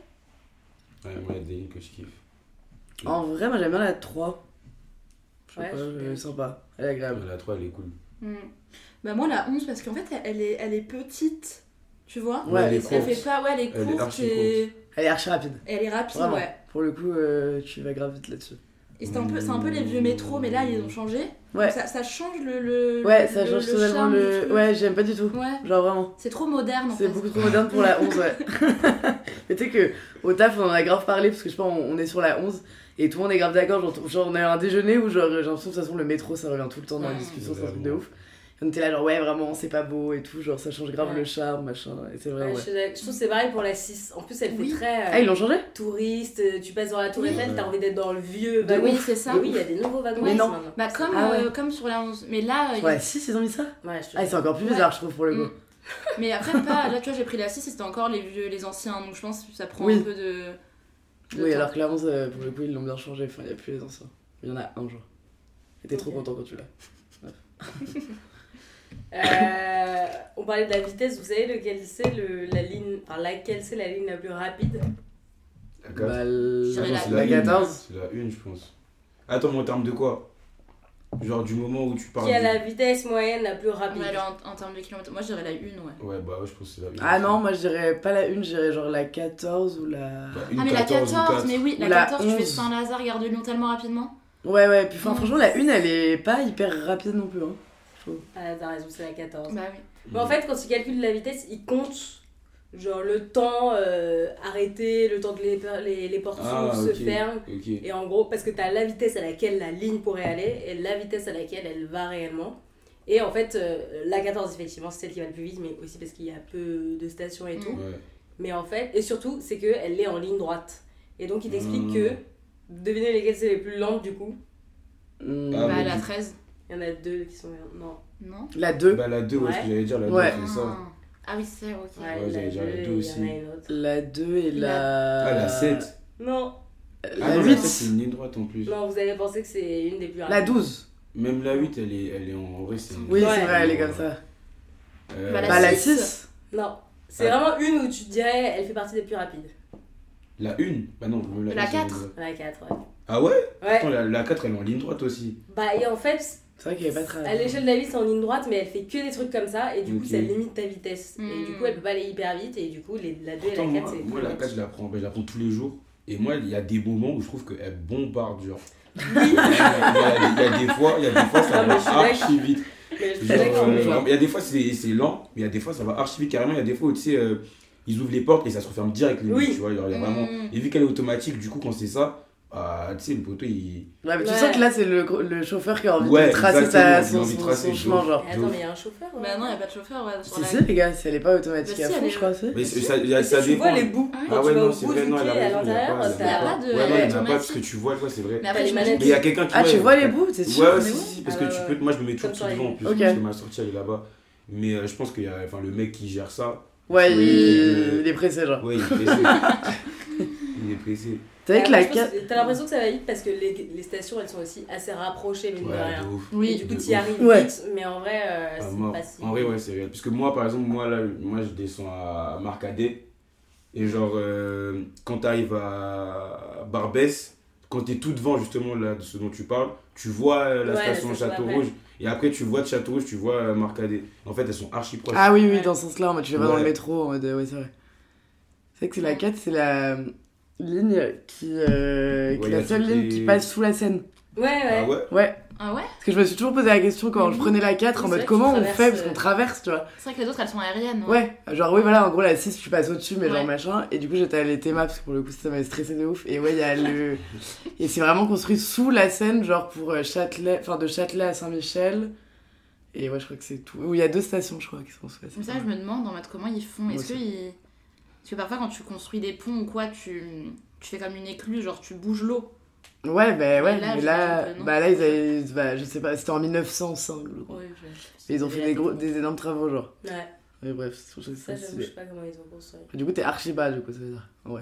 de ouf. Ouais, moi, il y a des lignes que je kiffe. En vrai, moi j'aime bien la 3. Je sais Ouais, pas, je- euh, sympa. Elle est agréable. La 3, elle est cool. Mm. Bah moi, la 11, parce qu'en fait, elle est, elle est petite, tu vois Ouais, elle est Elle courte. fait pas... Ouais, elle est Elle est courte archi et... Elle est archi rapide. et elle est rapide, Vraiment. ouais. Pour le coup, euh, tu vas grave vite là-dessus. Et c'est un, peu, c'est un peu les vieux métros, mais là, ils ont changé. Ouais. Ça, ça change le... le Ouais, ça le- change le totalement charme du le. truc. Ouais, j'aime pas du tout. Ouais. Genre vraiment. C'est trop moderne, en C'est fait. beaucoup trop moderne pour la 11, ouais. Mais tu sais que au taf, on en a grave parlé parce que je pense on est sur la 11 et tout le monde est grave d'accord. Genre, genre, on a eu un déjeuner où genre, j'ai l'impression que de toute façon le métro ça revient tout le temps dans les Ouais. discussions, c'est un truc de Vraiment. ouf. Et on était là, genre ouais, vraiment, c'est pas beau et tout, genre ça change grave Ouais. le charme, machin. Et c'est vrai, Ouais, ouais. je, suis d'accord. Je trouve que c'est pareil pour la 6. En plus, elle Oui. fait très euh, Ah, ils l'ont changé touriste. euh, Tu passes dans la Tour Oui. Eiffel, t'as envie d'être dans le vieux Bah wagon. oui, c'est ça. Mais oui, il y a des nouveaux wagons Mais non. maintenant. Bah comme, Ah ouais. euh, comme sur la 11. Mais là, euh, il y a- Ouais, si, ils ont mis ça Ouais, je te Ah, c'est encore plus bizarre, je trouve, pour le coup. Mm. mais après pas. Là, tu vois, j'ai pris la 6 et c'était encore les vieux, les anciens. Donc je pense que ça prend Oui. un peu de. de Oui, temps. alors que la 11, euh, pour le coup, ils l'ont bien changé. Enfin, il n'y a plus les anciens. Il y en a un jour. Et t'es trop Ok. content quand tu l'as. Euh, on parlait de la vitesse, vous savez lequel c'est le, la ligne, enfin laquelle c'est la ligne la plus rapide La 4. Bah, Je dirais la, la- c'est la une. 14 C'est la 1, je pense. Attends, mais en termes de quoi Genre du moment où tu parles. Qui a de- la vitesse moyenne la plus On rapide va aller Ah, en, en termes de kilomètres. Moi, je dirais la une, ouais. Ouais, bah ouais, je pense que c'est la une. Ah non, moi je dirais pas la 1, je dirais genre la 14 ou la. Bah, une ah, mais la 14, mais oui, Ou la la 14, tu fais 11. Saint-Lazare, garde de Lyon tellement rapidement. Ouais, ouais, puis enfin, Mm. franchement, la 1 elle est pas hyper rapide non plus. Hein. Ah, t'as raison, c'est la 14. Bah oui. Mais Mm. en fait, quand il calcule la vitesse, il compte genre le temps euh, arrêté, le temps que les, les, les portes Ah, s'ouvrent, ok. se ferment. Ok. Et en gros, parce que t'as la vitesse à laquelle la ligne pourrait aller et la vitesse à laquelle elle va réellement. Et en fait, euh, la 14, effectivement, c'est celle qui va le plus vite, mais aussi parce qu'il y a peu de stations et Mm. tout. Ouais. Mais en fait, et surtout, c'est qu'elle est en ligne droite. Et donc, il t'explique Mm. que, devinez lesquelles c'est les plus lentes du coup. Mm. Ah, bah mais la du- 13, Il y en a deux qui sont. Non. non La 2. Bah la 2, ouais, ce que Ouais. j'allais dire, la 2, Ouais. c'est ça. Ah. Ah oui, c'est ok. Ouais, la j'allais dire les deux, deux et aussi. Il y en a une autre. La 2 et La- la. Ah, la 7. Non, Ah Euh, La non, la 7, c'est 8. une ligne droite en plus. non, vous avez pensé que c'est une des plus La rapides. 12. Même la 8, elle est, elle est en, en vrai, c'est une- Oui, Ouais. c'est vrai, elle est comme ça. Euh, Bah, La Bah, la six. 6. Non. C'est Ah. vraiment une où tu te dirais, elle fait partie des plus rapides. La 1 Bah non, même la La une, c'est quatre. une ligne droite. La 4, ouais. Ah ouais Attends, Ouais. la, la 4, elle est en ligne droite aussi. Bah, et en fait, C'est vrai qu'elle est pas très à l'échelle de la vie, c'est en ligne droite, mais elle fait que des trucs comme ça, et du coup, Ok. ça limite ta vitesse. Et Mm. du coup, elle peut pas aller hyper vite, et du coup, les, la 2 et Pourtant, la 4, moi, c'est les moi, plus la 4, lentes. je la prends, bah, je la prends tous les jours. Et moi, il y a des moments où je trouve qu'elle bombarde, genre. il, y a, il y a des fois, il y a des fois, ça Non, mais va je suis archi vite. Mais je suis Genre, d'accord, euh, mais- genre, il y a des fois c'est c'est lent, mais il y a des fois ça va archi vite carrément. Il y a des fois où tu sais, euh, ils ouvrent les portes et ça se referme direct. les Oui. mecs, Tu vois, genre, il y a vraiment... Mm. Et vu qu'elle est automatique, du coup, quand c'est ça, bah, tu sais, le poteau il. Ouais, mais tu Ouais. sens que là, c'est le, le chauffeur qui a envie Ouais, de tracer exactement, sa, il a son, envie de son- tracer son le chemin, jeu. genre. Mais Attends, mais il y a un chauffeur. hein. Bah non, il a pas de chauffeur, ouais. sur Si, la- si, les gars, si elle est pas automatique Bah, à si, fond, elle je est- crois, c'est. Mais c'est- ça, il y a- Bah, ça tu vois dépend. les bouts. Ah Quand ouais, tu vas non, au c'est bout vrai, du non, elle a clé à raison, il y a l'intérieur, pas, t'as- il y a pas de- Ouais, non, bah, il y en a pas automatique. parce que tu vois, toi, c'est vrai. Mais Mais après, les j'imagine- il y a quelqu'un qui. Ah, tu ouais, vois les bouts, c'est sûr. Ouais, ouais, mais si, oui. si, parce Ah, que ouais, tu ouais. peux. Moi, je me mets toujours Comme sur tout les devant en plus, Ok. parce que ma sortie elle est là-bas. Mais euh, je pense qu'il y a. Enfin, le mec qui gère ça. Ouais, Oui, il euh, il est pressé, genre. Ouais, il est pressé. il est pressé. T'as vu que la Bah, je pense 4. que T'as l'impression que ça va vite parce que les, les stations elles sont aussi assez rapprochées mine de Ouais, de rien. ouf. Et Oui. du coup de t'y ouf. arrives Ouais. vite, mais en vrai euh, Ah, c'est mort. pas si. En vrai, ouais, c'est réel. Parce que moi, par exemple, moi, là, moi je descends à Marcadet. Et genre, euh, quand t'arrives à Barbès, quand t'es tout devant, justement, là, de ce dont tu parles, tu vois euh, la Ouais, la station station Château après. Rouge. Et après, tu vois de Château Rouge, tu vois euh, Marcadet. En fait, elles sont archi proches. Ah oui, oui, Ouais. dans ce sens-là, en mode tu vas pas dans le Ouais. métro, en mode euh, ouais, c'est vrai. C'est vrai que c'est la 4, c'est la euh, ligne qui. euh, qui Ouais, est y la a seule toutes ligne les- qui passe sous la Seine. Ouais ouais. Ah ouais Ouais, Ah ouais parce que je me suis toujours posé la question quand Mhm. je prenais la 4, Oui, en c'est mode vrai que comment tu on fait, traverses, parce qu'on euh, traverse, tu vois. C'est vrai que les autres, elles sont aériennes. hein. Ouais, genre, oui, voilà, en gros, la 6, tu passes au-dessus, mais genre Ouais. machin. Et du coup, j'étais à l'ETMA, parce que pour le coup, ça m'avait stressé de ouf. Et ouais, il y a le. Et c'est vraiment construit sous la Seine, genre pour euh, Châtelet, enfin de Châtelet à Saint-Michel. Et ouais, je crois que c'est tout. Ou il y a deux stations, je crois, qui sont sous la Comme Seine. ça, je me demande en mode comment ils font. Moi Est-ce que aussi. ils- Parce que parfois, quand tu construis des ponts ou quoi, tu, tu fais comme une écluse, genre tu bouges l'eau. Ouais, bah ouais, Et là, mais je là, pense que non. bah, là ils avaient, bah, je sais pas, c'était en 1905, le groupe. Et ils ont fait des, gros, des énormes travaux, genre. Ouais. Mais bref, je trouve Ça ça j'avoue, je stylé. sais pas comment ils ont construit. Du coup, t'es archi bas, du coup, ça veut dire. Ouais.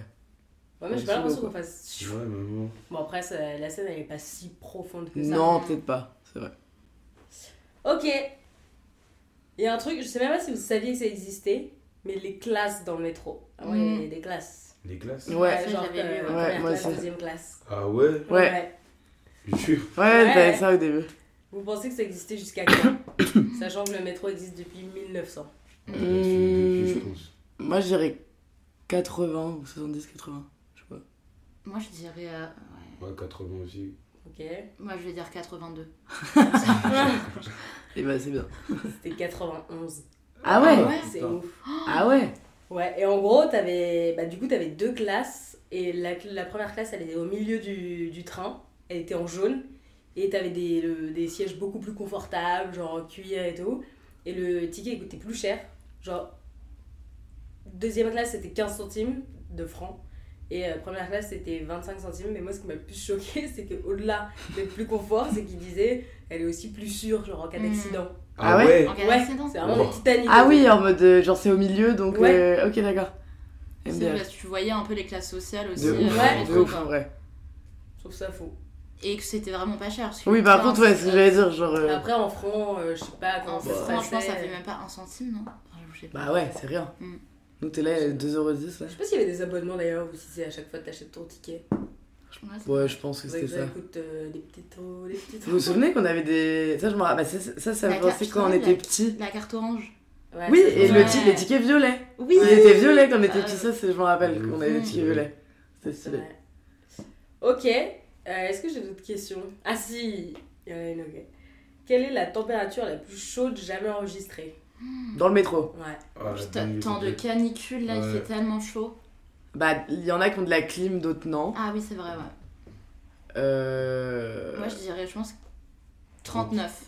Ouais, mais j'ai pas l'impression qu'on fasse. Ouais, maman. Bon après ça- la scène elle est pas si profonde que ça. Non, peut-être pas, c'est vrai. Ok. Il y a un truc, je sais même pas si vous saviez que ça existait, mais les classes dans le métro. Ah ouais, il y a Mm. des classes. Les classes Ouais, Ça, genre j'avais euh, lu, ouais. première Ouais, moi classe, aussi. deuxième classe. Ah ouais Ouais. Je suis sûr. Ouais, t'avais ça au début. Vous pensez que ça existait jusqu'à quand Sachant que le métro existe depuis 1900. Ouais, depuis- depuis, je pense. Moi, je dirais 80 ou 70, 80. Je sais pas. Moi, je dirais. euh, ouais. Ouais, 80 aussi. Ok. Moi, je vais dire 82. Ah. Et bah, c'est bien. C'était 91. Ah ouais ouais C'est Putain. ouf. Ah ouais Ouais, et en gros, t'avais, bah, du coup, t'avais deux classes. Et la, la première classe, elle était au milieu du, du train. Elle était en jaune. Et t'avais des, le- des sièges beaucoup plus confortables, genre en cuir et tout. Et le ticket coûtait plus cher. Genre, deuxième classe, c'était 15 centimes de francs. Et euh, première classe, c'était 25 centimes. Mais moi, ce qui m'a le plus choqué, c'est qu'au-delà d'être plus confort, c'est qu'ils disaient, elle est aussi plus sûre, genre en cas Mm. d'accident. Ah ouais En cas Ouais. d'accident. C'est vraiment Oh. des Titanic. Ah oui, en mode, euh, genre, c'est au milieu, donc. Ouais. euh, ok, d'accord. C'est MDR. parce que tu voyais un peu les classes sociales aussi. De euh, ouf, dans les Ouais. de trucs, ouf, en hein. vrai. Je trouve ça fou. Et que c'était vraiment pas cher. parce que Oui, le par train, contre, ouais, c'est- ce que j'allais dire, genre. euh, Après, en franc, euh, je sais pas comment En ça se francs, je pense, passait. ça fait même pas un centime, non Enfin, je sais pas. Bah, ouais, c'est rien. Mm. Nous, t'es là, euh, 2,10€ là. Je sais pas s'il y avait des abonnements d'ailleurs ou si c'est à chaque fois que t'achètes ton ticket. Ouais, c'est- Ouais, je pense que Faudrait c'était que ça. j'écoute euh, des petits tons, des petits Vous vous souvenez qu'on avait des. Ça, je me rappelle. Bah, Ça, ça, ça La me pensait quand on capitale. était petit. La carte orange. Ouais, Oui, c'est et ça. le ti- les tickets violets. Oui Ils étaient violets quand on était Ah, petits, ça, c'est- je me rappelle qu'on avait des Mm. tickets violets. C'était C'est stylé. vrai. Ok, euh, est-ce que j'ai d'autres questions Ah si, il y en a une, ok. Quelle est la température la plus chaude jamais enregistrée Dans le métro. Ouais. Ah, Oh, Putain, dingue, temps de dingue. canicule là, il Ouais. fait tellement chaud. Bah, il y en a qui ont de la clim, d'autres non. Ah oui, c'est vrai, ouais. Euh... Moi je dirais, je pense 39.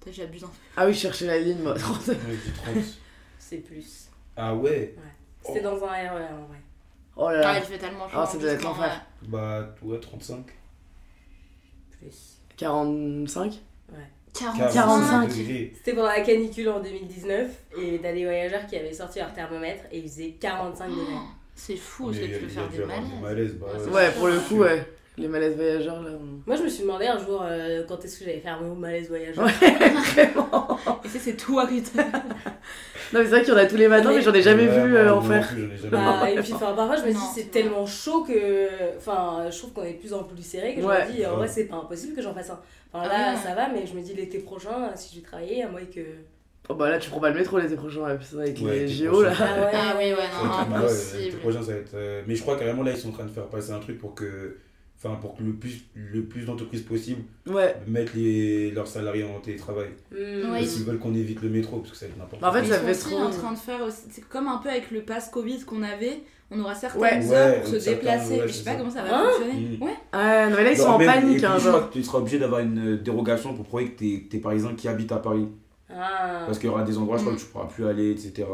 Peut-être que J'abuse un peu. Ah oui, je cherchais la ligne, moi. Ouais, du 30. C'est plus. Ah ouais C'était Oh. dans un RER en vrai. oh là Ah, là, il fait tellement chaud. Ah, ça en doit plus, être quand, l'enfer. Bah, ouais, 35. Plus. 45 ouais. 45. 45. degrés. C'était pendant la canicule en 2019 et t'as des voyageurs qui avaient sorti leur thermomètre et ils faisaient 45 degrés. Oh, C'est fou, Mais j'ai il y a- pu il y a faire dû des avoir malaises. bah Ouais, ouais. c'est Ouais, pour le coup, ouais. Les malaises voyageurs, là. on- Moi je me suis demandé un jour euh, quand est-ce que j'allais faire mon malaise voyageur. Ouais, vraiment. Et ça, c'est toi qui t'as- Non, mais c'est vrai qu'il y en a tous les matins, mais j'en ai jamais Ouais, vu bah, euh, moi en non faire. plus, j'en ai jamais Bah, et puis enfin, parfois je me dis Non, c'est c'est tellement chaud que enfin je trouve qu'on est de plus en plus serré que je Ouais. me dis en vrai Ouais. c'est pas impossible que j'en fasse un. Enfin Ah là ouais. ça va mais je me dis l'été prochain si je vais travailler à moins que Oh, bah là, tu prends pas le métro l'été prochain, ouais, putain, avec Ouais, les t'es JO, là. prochain. Ah ouais. Ah oui, ouais, Ouais, non, bah ouais, l'été impossible. prochain, ça va être, euh, Mais je crois carrément là, ils sont en train de faire passer un truc pour que. Enfin, pour que le plus, le plus d'entreprises possible Ouais. mettent les, leurs salariés en télétravail. Hmm. Ouais, Et ils- S'ils veulent qu'on évite le métro, parce que ça va être n'importe Bah, en fait, Ils ça sont fait aussi trop- en train de faire aussi. C'est comme un peu avec le pass Covid qu'on avait. On aura certaines Ouais. heures Ouais, pour se certains, déplacer. ouais, je sais c'est pas ça. comment ça va Hein fonctionner. Mm. Ouais. Ah, non, mais là, ils sont Non, en même- et panique, puis, hein, je genre. crois que tu seras obligé d'avoir une euh, dérogation pour prouver que t'es, que t'es parisien qui habite à Paris. Ah. Parce qu'il y aura des endroits, je Mmh. crois, que tu pourras plus aller, etc.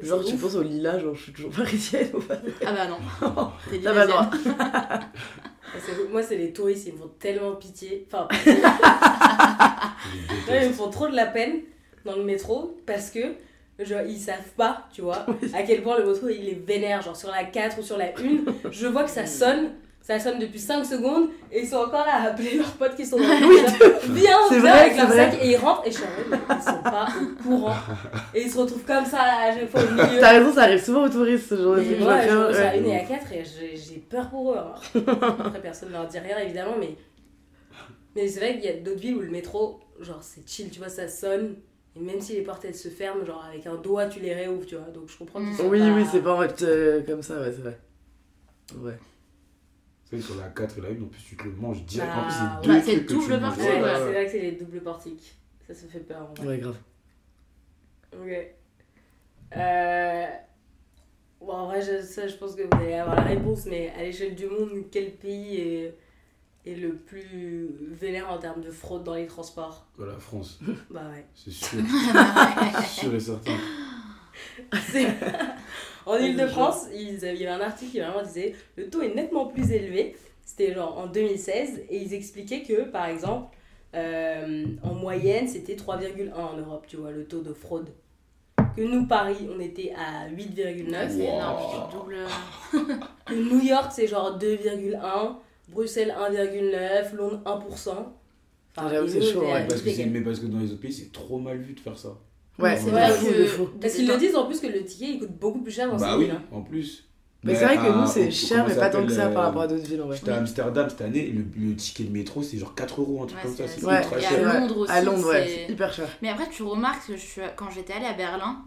Genre, tu Ouf. penses au lilas, genre, je suis toujours parisienne ou pas Ah bah non. T'es T'as pas le Lilasienne. droit. Parce que moi c'est les touristes ils me font tellement pitié. Enfin Ouais, ils me font trop de la peine dans le métro parce que genre, ils savent pas, tu vois, à quel point le métro il est vénère. Genre sur la 4 ou sur la 1, je vois que Mm. ça sonne, ça sonne depuis 5 secondes et ils sont encore là à appeler leurs potes qui sont dans le métro. Viens, viens C'est vrai, avec c'est leur vrai. sac et ils rentrent et je suis en mode, mais ils sont pas au courant. Et ils se retrouvent comme ça à chaque fois au milieu. T'as raison, ça arrive souvent aux touristes, ce genre de Et truc. moi, genre, je vois ouais. sur la 1 et à 4 et j'ai j'ai peur pour eux. hein. Après, personne ne leur dit rien, évidemment, mais, mais c'est vrai qu'il y a d'autres villes où le métro, genre, c'est chill, tu vois, ça sonne. Et même si les portes, elles se ferment, genre, avec un doigt, tu les réouvres, tu vois. Donc, je comprends qu'ils Mm. soient Oui, oui, c'est pas en mode euh, comme ça, ouais, c'est vrai. Ouais. C'est vrai que sur la 4 et la 1, en plus, tu te le manges direct. en plus, Ah, ouais. c'est deux Bah, c'est trucs que tu double manges. partie, Ouais, ouais, Ouais, ouais, c'est ouais. vrai que c'est les doubles portiques. Ça, ça fait peur, en vrai. Ouais, grave. Ok. Euh... Bon, en vrai, je, ça, je pense que vous allez avoir la réponse, mais à l'échelle du monde, quel pays est, est le plus vénère en termes de fraude dans les transports Bah, la France, Bah ouais. c'est sûr. sûr et certain. C'est- en Ile-de-France, ils avaient- il y avait un article qui vraiment disait le taux est nettement plus élevé. C'était genre en 2016 et ils expliquaient que par exemple euh, en moyenne c'était 3,1 en Europe, tu vois, le taux de fraude. Que nous Paris, on était à 8,9. Ouais, c'est énorme. Wow. tu doubles- Que New York, c'est genre 2,1. Bruxelles, 1,9. Londres, 1%. Ah, j'avoue, et c'est nous, chaud, on est à ouais, Parce que c'est- 8,9. mais parce que dans les autres pays, c'est trop mal vu de faire ça. Ouais, c'est de vrai fou, que- de fou. Parce qu'ils le disent en plus que le ticket il coûte beaucoup plus Ah, cher dans Bah ces oui, villes. hein. en plus. Mais c'est vrai que à- nous, au- c'est cher, comment mais ça pas tant que ça s'appelle, par euh, rapport à d'autres villes, en vrai. J'étais à Amsterdam cette année, le, le ticket de métro c'est genre 4 euros, un truc Ouais, comme ça, c'est- c'est Ouais. ultra Et à cher. ouais. Londres aussi, À Londres, ouais, c'est- c'est hyper cher. Mais après, tu remarques que je suis... quand j'étais allée à Berlin,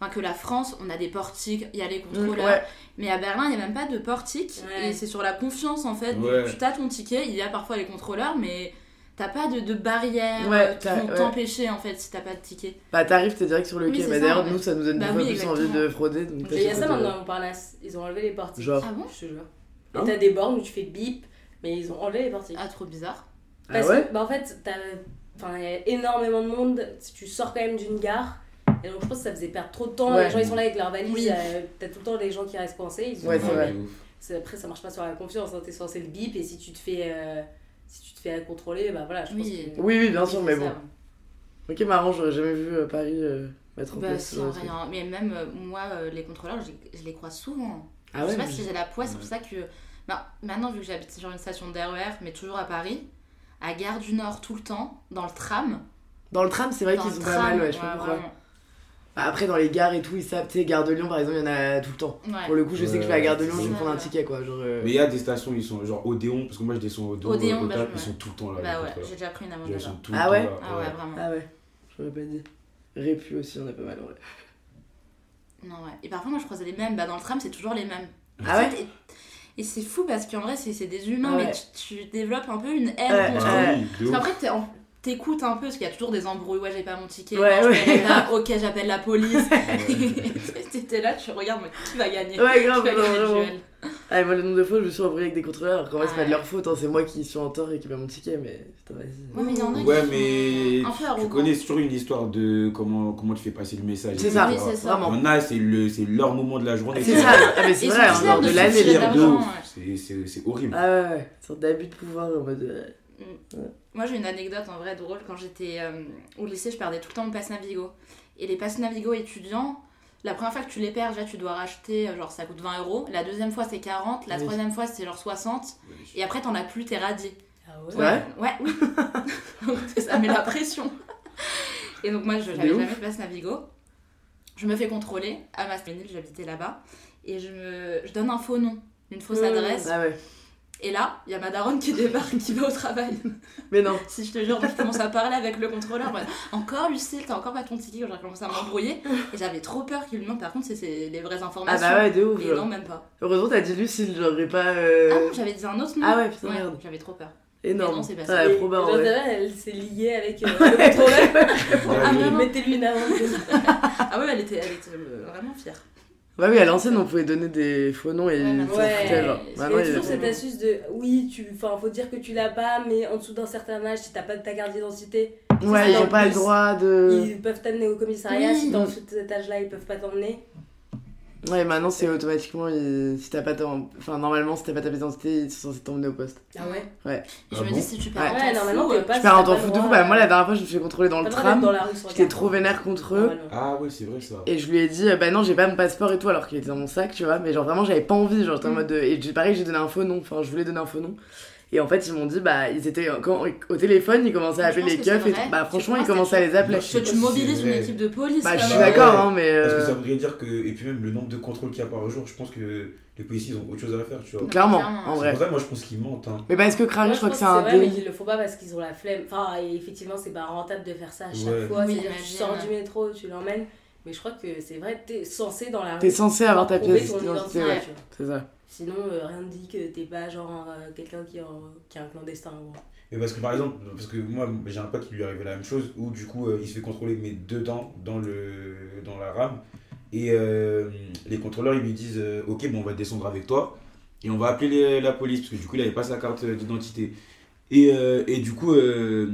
enfin, que la France, on a des portiques, il y a les Mm, contrôleurs. Ouais, Mais à Berlin, il n'y a même pas de portique. Ouais. Et c'est sur la confiance, en fait. Ouais. Tu t'as ton ticket, il y a parfois les contrôleurs, mais t'as pas de, de barrière Ouais, euh, qui t'as- vont ouais. t'empêcher, en fait, si t'as pas de ticket. bah t'arrives, t'es direct sur le Oui, quai. c'est Bah ça, d'ailleurs, ouais. nous, ça nous donne Bah une fois oui, plus envie exactement. de frauder. donc Mais il y a t'achètes ça pas de- maintenant à Montparnasse. Ils ont enlevé les portiques. euh, Genre, Ah bon Je te jure. Ah. Hein Et t'as des bornes où tu fais bip, mais ils ont enlevé les portiques. Ah, trop bizarre. ah Parce ouais que, bah, en fait, t'as. Enfin, il y a énormément de monde, tu sors quand même d'une gare, et donc je pense que ça faisait perdre trop de temps. Ouais. Les gens ils sont là avec leurs valises, Oui. euh, t'as tout le temps les gens qui restent coincés. Ils Ouais, ont- c'est vrai. de ouf. c'est- Après, ça marche pas sur la confiance, hein. t'es censé le bip, et si tu te fais. euh, Si tu te fais contrôler, bah voilà, je pense Oui. que. Oui, oui, bien sûr, mais C'est bon. ça. Ok, marrant, j'aurais jamais vu euh, Paris euh, mettre en Bah, place. ce si, genre en de truc. rien. Mais même, euh, moi, euh, les contrôleurs, je, je les croise souvent. Ah je ouais sais pas si j'ai la poisse, c'est Ouais. pour ça que. Bah, maintenant, vu que j'habite sur une station d'RER, mais toujours à Paris, à Gare du Nord tout le temps, dans le tram. Dans le tram, c'est vrai dans qu'ils le sont tram, pas mal, ouais, je sais ouais, pas pourquoi. vraiment. Bah, après, dans les gares et tout, ils savent, tu sais, gare de Lyon par exemple, il y en a tout le temps. Ouais. Pour le coup, je sais que je vais à Ouais, gare de Lyon, c'est je vais ça. prendre un ticket quoi. Genre, euh, Mais il y a des stations, ils sont genre Odéon, parce que moi je descends au Odéon, Odéon, au bah, Total, je- ils sont tout le temps là. Bah les ouais, contrôleurs. j'ai déjà pris une amende Ils là-bas. sont tout Ah le ouais temps là. Ah ouais, vraiment. Ah ouais, j'aurais pas dit. Répu aussi, on a pas mal en vrai. Non, ouais. Et parfois, moi, je croisais les mêmes. Bah, dans le tram, c'est toujours les mêmes. Ah ouais Tu sais, t'es- Et c'est fou parce qu'en vrai, c'est c'est des humains, Ouais. mais tu, tu développes un peu une haine Ouais, contre ouais. eux. Ah oui, de Parce ouf. qu'après, t'es en- t'écoutes un peu, parce qu'il y a toujours des embrouilles. Ouais, j'ai pas mon ticket. Ouais, non, je ouais. paierai pas. ok, j'appelle la police. Ouais. T'étais là, tu regardes, mais qui va gagner Ouais, Qui grave, va non, gagner le vraiment. duel Ah, et moi, le nombre de fois, je me suis embrouillée avec des contrôleurs. Alors qu'en vrai, c'est pas de Ouais. leur faute, hein, c'est moi qui suis en tort et qui paie mon ticket, mais putain, vas-y. Ouais, mais il y en a Ouais, qui mais sont un peu tu arrogants. connais toujours une histoire de comment, comment tu fais passer le message. C'est etc. ça, Oui, c'est ça. Il y vraiment. en a, c'est le- c'est leur moment de la journée. C'est ça, ah, mais c'est Ils vrai, sont hein, fiers genre de de se C'est l'année. filer fiers fier de d'argent, ouf. ouais. C'est- c'est- c'est horrible. Ah ouais, ouais, une sorte d'abus de pouvoir en mode. euh, Moi, j'ai une anecdote en vrai drôle. Quand j'étais euh, au lycée, je perdais tout le temps mon passe Navigo. Et les passes Navigo étudiants, la première fois que tu les perds, déjà, tu dois racheter, euh, genre ça coûte 20 euros. La deuxième fois, c'est 40. La Oui. troisième fois, c'est genre 60. Et après, t'en as plus, t'es radié. Ah ouais. Ouais. Ouais, oui. Donc, ça met la pression. Et donc, moi, je De n'avais ouf. jamais de passe Navigo. Je me fais contrôler à Masténil, j'habitais là-bas. Et je, me... je donne un faux nom, une fausse Mmh. adresse. Ah ouais, Et là, il y a ma daronne qui débarque, qui va au travail. mais non. Si je te jure, donc je commence à parler avec le contrôleur. en mode, Encore Lucille, t'as encore pas ton ticket. J'aurais commencé à m'embrouiller. Et j'avais trop peur qu'il me demande. Par contre, c'est- c'est les vraies Ah informations. bah ouais, de ouf. Et non, genre. même pas. Heureusement, t'as dit Lucille, j'aurais pas. Ah euh, non, j'avais dit un autre nom. Ah ouais, putain, Ouais, merde. J'avais trop peur. Énorme. mais non, c'est pas Ah, ça. ouais, Et trop bien, Jean en vrai. Zara, elle s'est liée avec euh, le contrôleur. Ah, Ouais, vraiment Mettez-lui une amende. Ah ouais, elle était, elle était euh, vraiment fière. Ouais, oui, à l'ancienne, on pouvait donner des faux noms et Ouais, ils s'en ouais. foutaient, genre. Il y Il y Maintenant, a il y a- toujours cette astuce de oui, tu, enfin, faut dire que tu l'as pas, mais en dessous d'un certain âge, si t'as pas de ta carte d'identité, ça, Ouais, ils dans ont le pas le bus, droit de. ils peuvent t'amener au commissariat. Oui. Si t'es Mm. en dessous de cet âge-là, ils peuvent pas t'emmener. Ouais, maintenant, c'est automatiquement. ils- Si t'as pas ta- Enfin, normalement, si t'as pas ta pièce d'identité, ils sont censés t'emmener au poste. Ah ouais. Et Ah je me bon dis, si tu Ouais. perds Ouais, ton normalement, fou, t'es euh, pas. Je perds un temps t'as pas fou de le fou. droit, Bah, moi, la dernière fois, je me suis fait contrôler dans t'as le pas droit d'être dans tram. la rue. sans J'étais carte. trop vénère contre eux. Normalement. Ah ouais, c'est vrai ça. Et je lui ai dit, euh, bah non, j'ai pas mon passeport et tout, alors qu'il était dans mon sac, tu vois. Mais genre vraiment, j'avais pas envie. Genre, j'étais en Mm. mode. de- Et j'ai- pareil, j'ai donné un faux nom. Enfin, je voulais donner un faux nom. Et en fait, ils m'ont dit, bah, ils étaient. Quand, au téléphone, ils commençaient à Je appeler pense les que c'est keufs et vrai. tout. Bah, Tu franchement, ils commences commençaient à à les appeler. Je Parce que sais tu pas si mobilises c'est une vrai. équipe de police. Bah, je quand suis même. Ouais. d'accord, hein, mais. Parce que ça euh, voudrait dire que. Et puis même le nombre de contrôles qu'il y a par jour, je pense que les policiers ils ont autre chose à faire, tu vois. Non, Clairement, clairement. en C'est vrai. pour ça que moi je pense qu'ils mentent. hein. Mais parce que cramer, Moi, je crois que c'est pense un vrai, mais délit. ils le font pas parce qu'ils ont la flemme. Enfin, et effectivement, c'est pas rentable de faire ça à chaque Ouais. fois. Oui, C'est-à-dire, tu j'imagine. sors du métro, tu l'emmènes. Mais je crois que c'est vrai, t'es censé dans la rue. T'es censé avoir ta prouver pièce ton d'identité, identité, ouais. tu vois. C'est ça. Sinon, euh, rien ne dit que t'es pas genre euh, quelqu'un qui, est en- qui est un clandestin. en gros. Mais parce que par exemple, parce que moi j'ai un pote qui lui arrivait la même chose où du coup euh, il se fait contrôler mais dedans dans le dans la rame et euh, les contrôleurs ils lui disent euh, ok bon on va descendre avec toi et on va appeler les- la police parce que du coup il avait pas sa carte euh, d'identité et, euh, et du coup euh,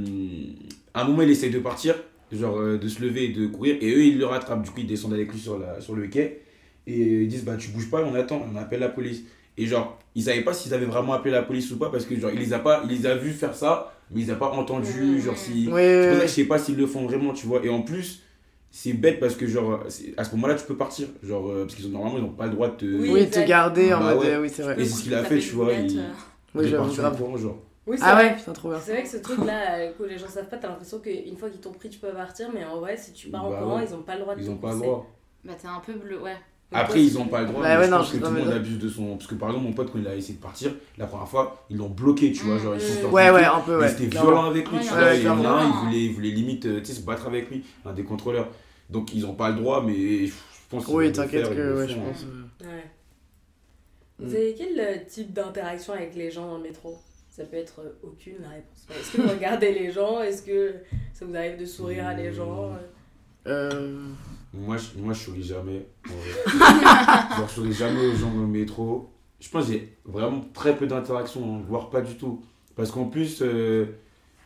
à un moment il essaye de partir genre euh, de se lever et de courir et eux ils le rattrapent du coup ils descendent avec lui sur la sur le quai et ils disent bah tu bouges pas on attend on appelle la police et genre, ils savaient pas s'ils avaient vraiment appelé la police ou pas parce que genre, il les a pas, il les a vus faire ça, mais ils a pas entendu, Mmh. genre Ouais, si. ouais, C'est pour ça ouais. que je sais pas s'ils le font vraiment, tu vois. Et en plus, c'est bête parce que genre, c'est- à ce moment-là, tu peux partir, genre euh, parce qu'ils ont normalement ils ont pas le droit de. te- Oui, Oui, te exact. garder en Bah mode. ouais. euh, Oui, c'est vrai. Et c'est ce qu'il a fait, tu vois, Taper une il- boulette, Oui, de j'avoue, partir grave. au courant, genre. Oui, c'est Ah vrai. ouais, putain, trop bien. C'est vrai que ce truc-là, euh, que les gens savent pas, t'as l'impression qu'une fois qu'ils t'ont pris, tu peux partir, mais en vrai, si tu pars en Bah courant, ouais. ils ont pas le droit de Ils te ont pas le pousser. droit. Bah, t'es un peu bleu, ouais. Donc, Après, toi, ils si ont tu- pas le droit, Bah mais ouais, je non, pense je que suis tout dans le le monde même- abuse de son. Parce que par exemple, mon pote, quand il a essayé de partir, la première fois, ils l'ont bloqué, tu vois, genre ils sont Mmh. sortis Ouais, et ouais, tout. un peu, Mais ouais. c'était Clairement. violent avec lui, Ouais, tu ouais, vois. ouais, il y en a un, clairement. il voulait, il voulait limite euh, tu sais, se battre avec lui, un des contrôleurs. Donc ils n'ont pas le droit, mais je pense qu'ils vont Oui, le t'inquiète faire, ils que. le Ouais, font, je hein. pense. euh. Ouais. Mm. Vous avez quel euh, type d'interaction avec les gens dans le métro Ça peut être euh, aucune la réponse. Mais Est-ce que vous regardez les gens Est-ce que ça vous arrive de sourire à Mm. les gens Euh, Moi, je, moi, je souris jamais. en vrai. Genre, je souris jamais aux gens dans le métro. Je pense que j'ai vraiment très peu d'interactions, hein, voire pas du tout. Parce qu'en plus, euh,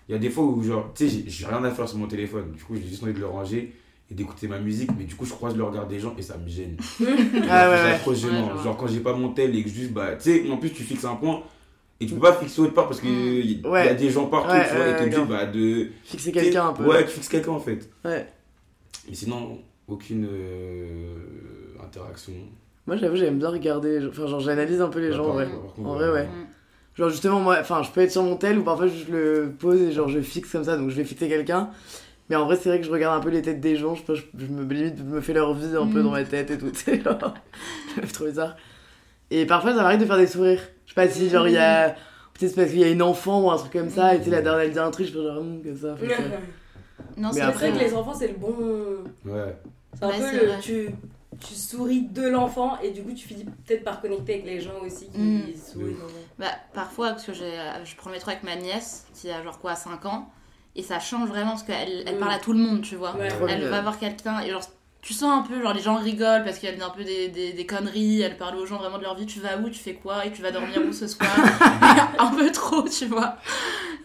il y a des fois où, genre, tu sais, j'ai- j'ai rien à faire sur mon téléphone. Du coup, j'ai juste envie de le ranger et d'écouter ma musique. Mais du coup, je croise le regard des gens et ça me gêne. Ah ouais, C'est ouais. trop gênant. Ouais, je vois. genre, quand j'ai pas mon tel et que juste, bah, tu sais, en plus, tu fixes un point. Et tu peux pas fixer autre part parce que Mm. y- il y Ouais. a des gens partout, Ouais, tu vois, ouais, et t'es obligé grave. bah, de, Fixer quelqu'un un peu. Ouais, tu fixes quelqu'un en fait. Ouais. Mais sinon, aucune euh, interaction. Moi, j'avoue, j'aime bien regarder. les gens. Enfin, genre, j'analyse un peu les Bah, gens, par- ouais. par contre, En vrai, ouais. Mm. Genre, justement, moi, enfin, je peux être sur mon tel ou parfois je le pose et genre, je fixe comme ça, donc je vais fixer quelqu'un. Mais en vrai, c'est vrai que je regarde un peu les têtes des gens. Je, pense que je, je me limite, je me fais leur vie un peu Mm. dans ma tête et tout. C'est genre, c'est trop bizarre. Et parfois, ça m'arrive de faire des sourires. Je sais pas si, genre, il y a. Peut-être parce qu'il y a une enfant ou un truc comme ça. Et tu sais, la dernière, elle dit un truc, je fais genre, hum, comme ça. fait ça. Mais Non, c'est C'est après, vrai vrai que ouais. euh, les enfants, c'est le bon. Ouais. C'est un Ouais, peu c'est le. vrai. Tu, tu souris de l'enfant et du coup, tu finis peut-être par connecter avec les gens aussi qui Mm. sourient. dans le- Bah, parfois, parce que j'ai, euh, je prends le métro avec ma nièce, qui a genre quoi, 5 ans, et ça change vraiment parce qu'elle elle Mm. parle à tout le monde, tu vois. Ouais. Trop Elle bien. va voir quelqu'un, et genre, tu sens un peu, genre, les gens rigolent parce qu'elle dit un peu des, des, des conneries, elle parle aux gens vraiment de leur vie, tu vas où, tu fais quoi, et tu vas dormir où ce soir. un peu trop, tu vois.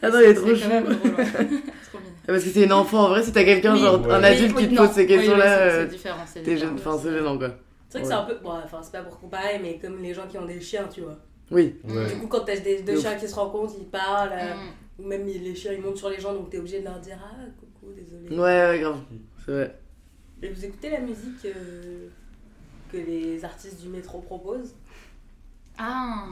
Ah non, il est trop C'est chou. quand même drôle, ouais. Trop mignon. Ah, Parce que c'est une enfant, en vrai, si t'as quelqu'un, Oui. genre, un Ouais. adulte Oui, qui te non. pose ces Oui, oui, questions-là, c'est- euh, c'est différent, c'est t'es différent. jeune. Enfin, c'est gênant, quoi. C'est vrai que c'est un peu. Bon, enfin, c'est pas pour comparer, mais comme les gens qui ont des chiens, tu vois. Oui. Du Ouais. coup, quand t'as des De deux ouf. chiens qui se rencontrent, ils parlent. euh, Mm. Ou même ils- les chiens, ils montent sur les gens, donc t'es obligé de leur dire Ah, coucou, désolé. Ouais, ouais, grave. C'est vrai. Et vous écoutez la musique euh, que les artistes du métro proposent Ah,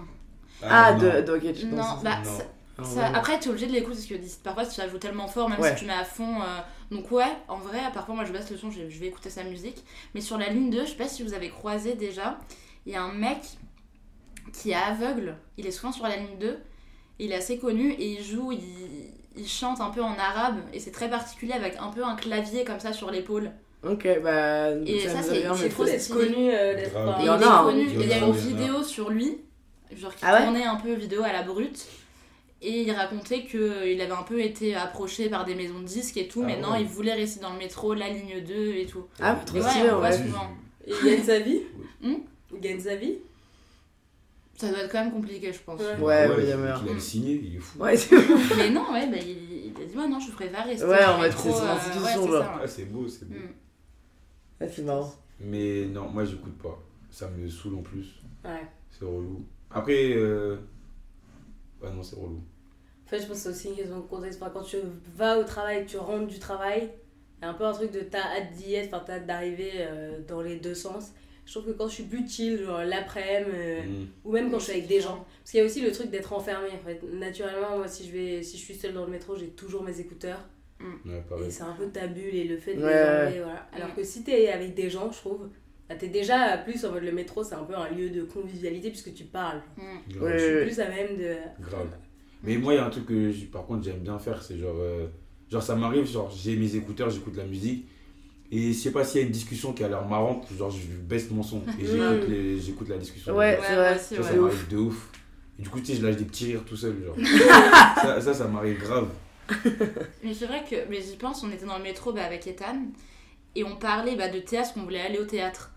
Ah, non. de, de, ok, tu non, penses. bah, non. ça- Ah, Ça- ouais. après, tu es obligé de l'écouter parce que dis- parfois ça joue tellement fort, même Ouais. si tu mets à fond. euh, Donc, ouais, en vrai, parfois moi je baisse le son, je, je vais écouter sa musique. Mais sur la ligne 2, je sais pas si vous avez croisé déjà, il y a un mec qui est aveugle, il est souvent sur la ligne 2, il est assez connu et il joue, il, il chante un peu en arabe et c'est très particulier avec un peu un clavier comme ça sur l'épaule. Ok, bah. Et ça, me c'est- vient, c'est C'est mais trop trop d'être stylé. connu, euh, d'être Grave. pas- Et y en il est a un. connu, Il y et il y a en a, une il y en a. vidéo sur lui, genre qui Ah ouais tournait un peu vidéo à la brute, et il racontait qu'il avait un peu été approché par des maisons de disques et tout, Ah mais non, ouais. il voulait rester dans le métro, la ligne 2 et tout. Ah, trop Et ouais, stylé, on voit ouais. souvent. Et il gagne sa vie Hmm Il gagne sa vie Ça doit être quand même compliqué, je pense. Ouais. Ouais, ouais, il y a a meilleur. signé, il est fou. Ouais, c'est ouf. mais non, ouais, bah, il, il a dit, ouais, non, je préfère rester Ouais, dans en le mode, métro. c'est son euh, ouais, institution, c'est genre. ça. Ah, c'est beau, c'est beau. Mm. Ah, c'est marrant. Mais non, moi j'écoute pas. Ça me saoule en plus. Ouais. C'est relou. Après, euh... ouais, non, c'est relou. En fait, je pense que c'est aussi une question de contexte. Enfin, quand tu vas au travail et que tu rentres du travail, il y a un peu un truc de t'as hâte d'y être, enfin, t'as hâte d'arriver euh, dans les deux sens. Je trouve que quand je suis plus chill, genre l'après-midi, euh, Mm. ou même quand je suis avec des gens. Parce qu'il y a aussi le truc d'être enfermé. En fait, naturellement, moi, si je, vais, si je suis seule dans le métro, j'ai toujours mes écouteurs. Ah Ouais, Et pareil. c'est un peu ta bulle et le fait de Ouais, les enlever, ouais. voilà. Alors Mm. que si t'es avec des gens, je trouve, bah, t'es déjà plus en mode le métro, c'est un peu un lieu de convivialité puisque tu parles. Mm. Grave. Ouais, ouais, ouais. Plus à même de. Grave. Mais moi, il y a un truc que je- par contre j'aime bien faire, c'est genre, euh, genre ça m'arrive, genre j'ai mes écouteurs, j'écoute la musique, et je sais pas s'il y a une discussion qui a l'air marrante, genre je baisse mon son et j'écoute les- j'écoute la discussion. Ouais, Ouais, c'est moi vrai. aussi, ça, ça ouais. m'arrive de ouf. Et du coup, tu sais, je lâche des petits rires tout seul, genre. ça, ça, ça m'arrive grave. Mais c'est vrai que, mais j'y pense, on était dans le métro bah, avec Ethan et on parlait bah, de théâtre, parce qu'on voulait aller au théâtre.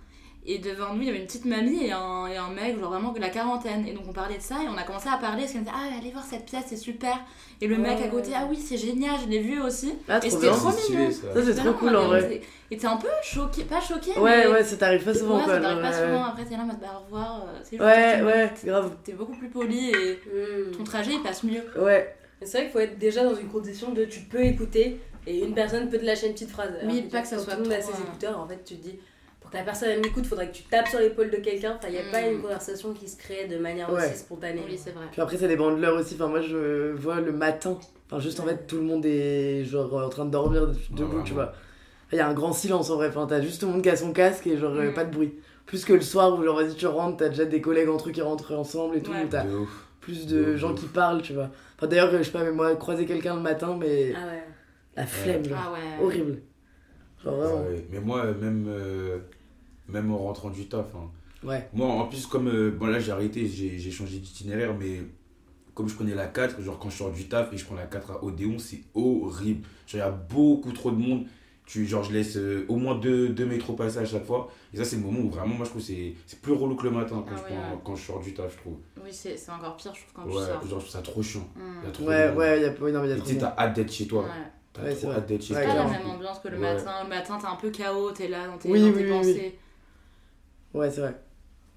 Et devant nous, il y avait une petite mamie et un, et un mec, genre vraiment de la quarantaine. Et donc on parlait de ça et on a commencé à parler. Parce qu'on disait, ah, allez voir cette pièce, c'est super. Et le mec à côté, ah oui, c'est génial, je l'ai vu aussi. Ah, Et trop c'était bien. trop C'est stylé, mignon. ça. Ça, c'est trop Vraiment, cool en on a- vrai. Et t'es un peu choqué, pas choqué, Ouais, mais- ouais, ça t'arrive pas souvent ouais, quoi. ça t'arrive pas genre, souvent. Après, t'es là, en mode, bah, au revoir. euh, c'est juste que Ouais, tu- ouais, grave. T'es beaucoup plus poli et Mm. ton trajet il passe mieux. Ouais, Mais C'est vrai qu'il faut être déjà dans une condition de tu peux écouter et une personne peut te lâcher une petite phrase. Alors Oui, pas que ça quand soit Tout le monde a trop, ses euh, écouteurs, en fait, tu te dis. Pour que la personne elle m'écoute, faudrait que tu tapes sur l'épaule de quelqu'un. Enfin, il n'y a Mm. pas une conversation qui se crée de manière Ouais. aussi spontanée. Oui, c'est vrai. Puis après, ça dépend de l'heure aussi. Enfin, moi, je vois le matin. Enfin, juste en fait, tout le monde est genre en train de dormir debout, Ouais, tu vraiment. vois. Il y a un grand silence en vrai. Enfin, t'as juste tout le monde qui a son casque et genre euh, Mm. pas de bruit. Plus que le soir où, genre, vas-y, tu rentres, t'as déjà des collègues entre eux qui rentrent ensemble et tout. Ouais. T'as De ouf. plus de De gens ouf. qui parlent, tu vois. Enfin, d'ailleurs, euh, je sais pas, mais moi, croiser quelqu'un le matin, mais Ah ouais. la flemme, genre. Ah ouais. Horrible. Genre vraiment. Ouais, Mais moi, euh, même, euh, même en rentrant du taf, hein, Ouais. Moi, en plus, comme euh, bon, là, j'ai arrêté, j'ai j'ai changé d'itinéraire, mais comme je connais la 4, genre quand je sors du taf et je prends la 4 à Odéon, c'est horrible. Genre, il y a beaucoup trop de monde. Tu, genre, je laisse euh, au moins deux, deux métros passer à chaque fois. Et ça, c'est le moment où vraiment, moi, je trouve que c'est c'est plus relou que le matin quand, Ah je, ouais, prends- ouais. hein. quand je sors du taf, je trouve. Oui, c'est c'est encore pire, je trouve, quand ouais, tu sors. genre, je trouve ça trop chiant. Mm. Il y a trop Ouais, de monde. ouais, y a, ouais, non, mais y a Et trop tu sais, de monde. t'as hâte d'être chez toi. Ouais. T'as Ouais, c'est trop vrai. hâte d'être chez Ouais, C'est toi. pas Ah, la clairement. même ambiance que le Ouais. matin. Le matin, t'es un peu KO, t'es là dans tes, Oui, dans tes oui, oui, pensées. Ouais, c'est vrai.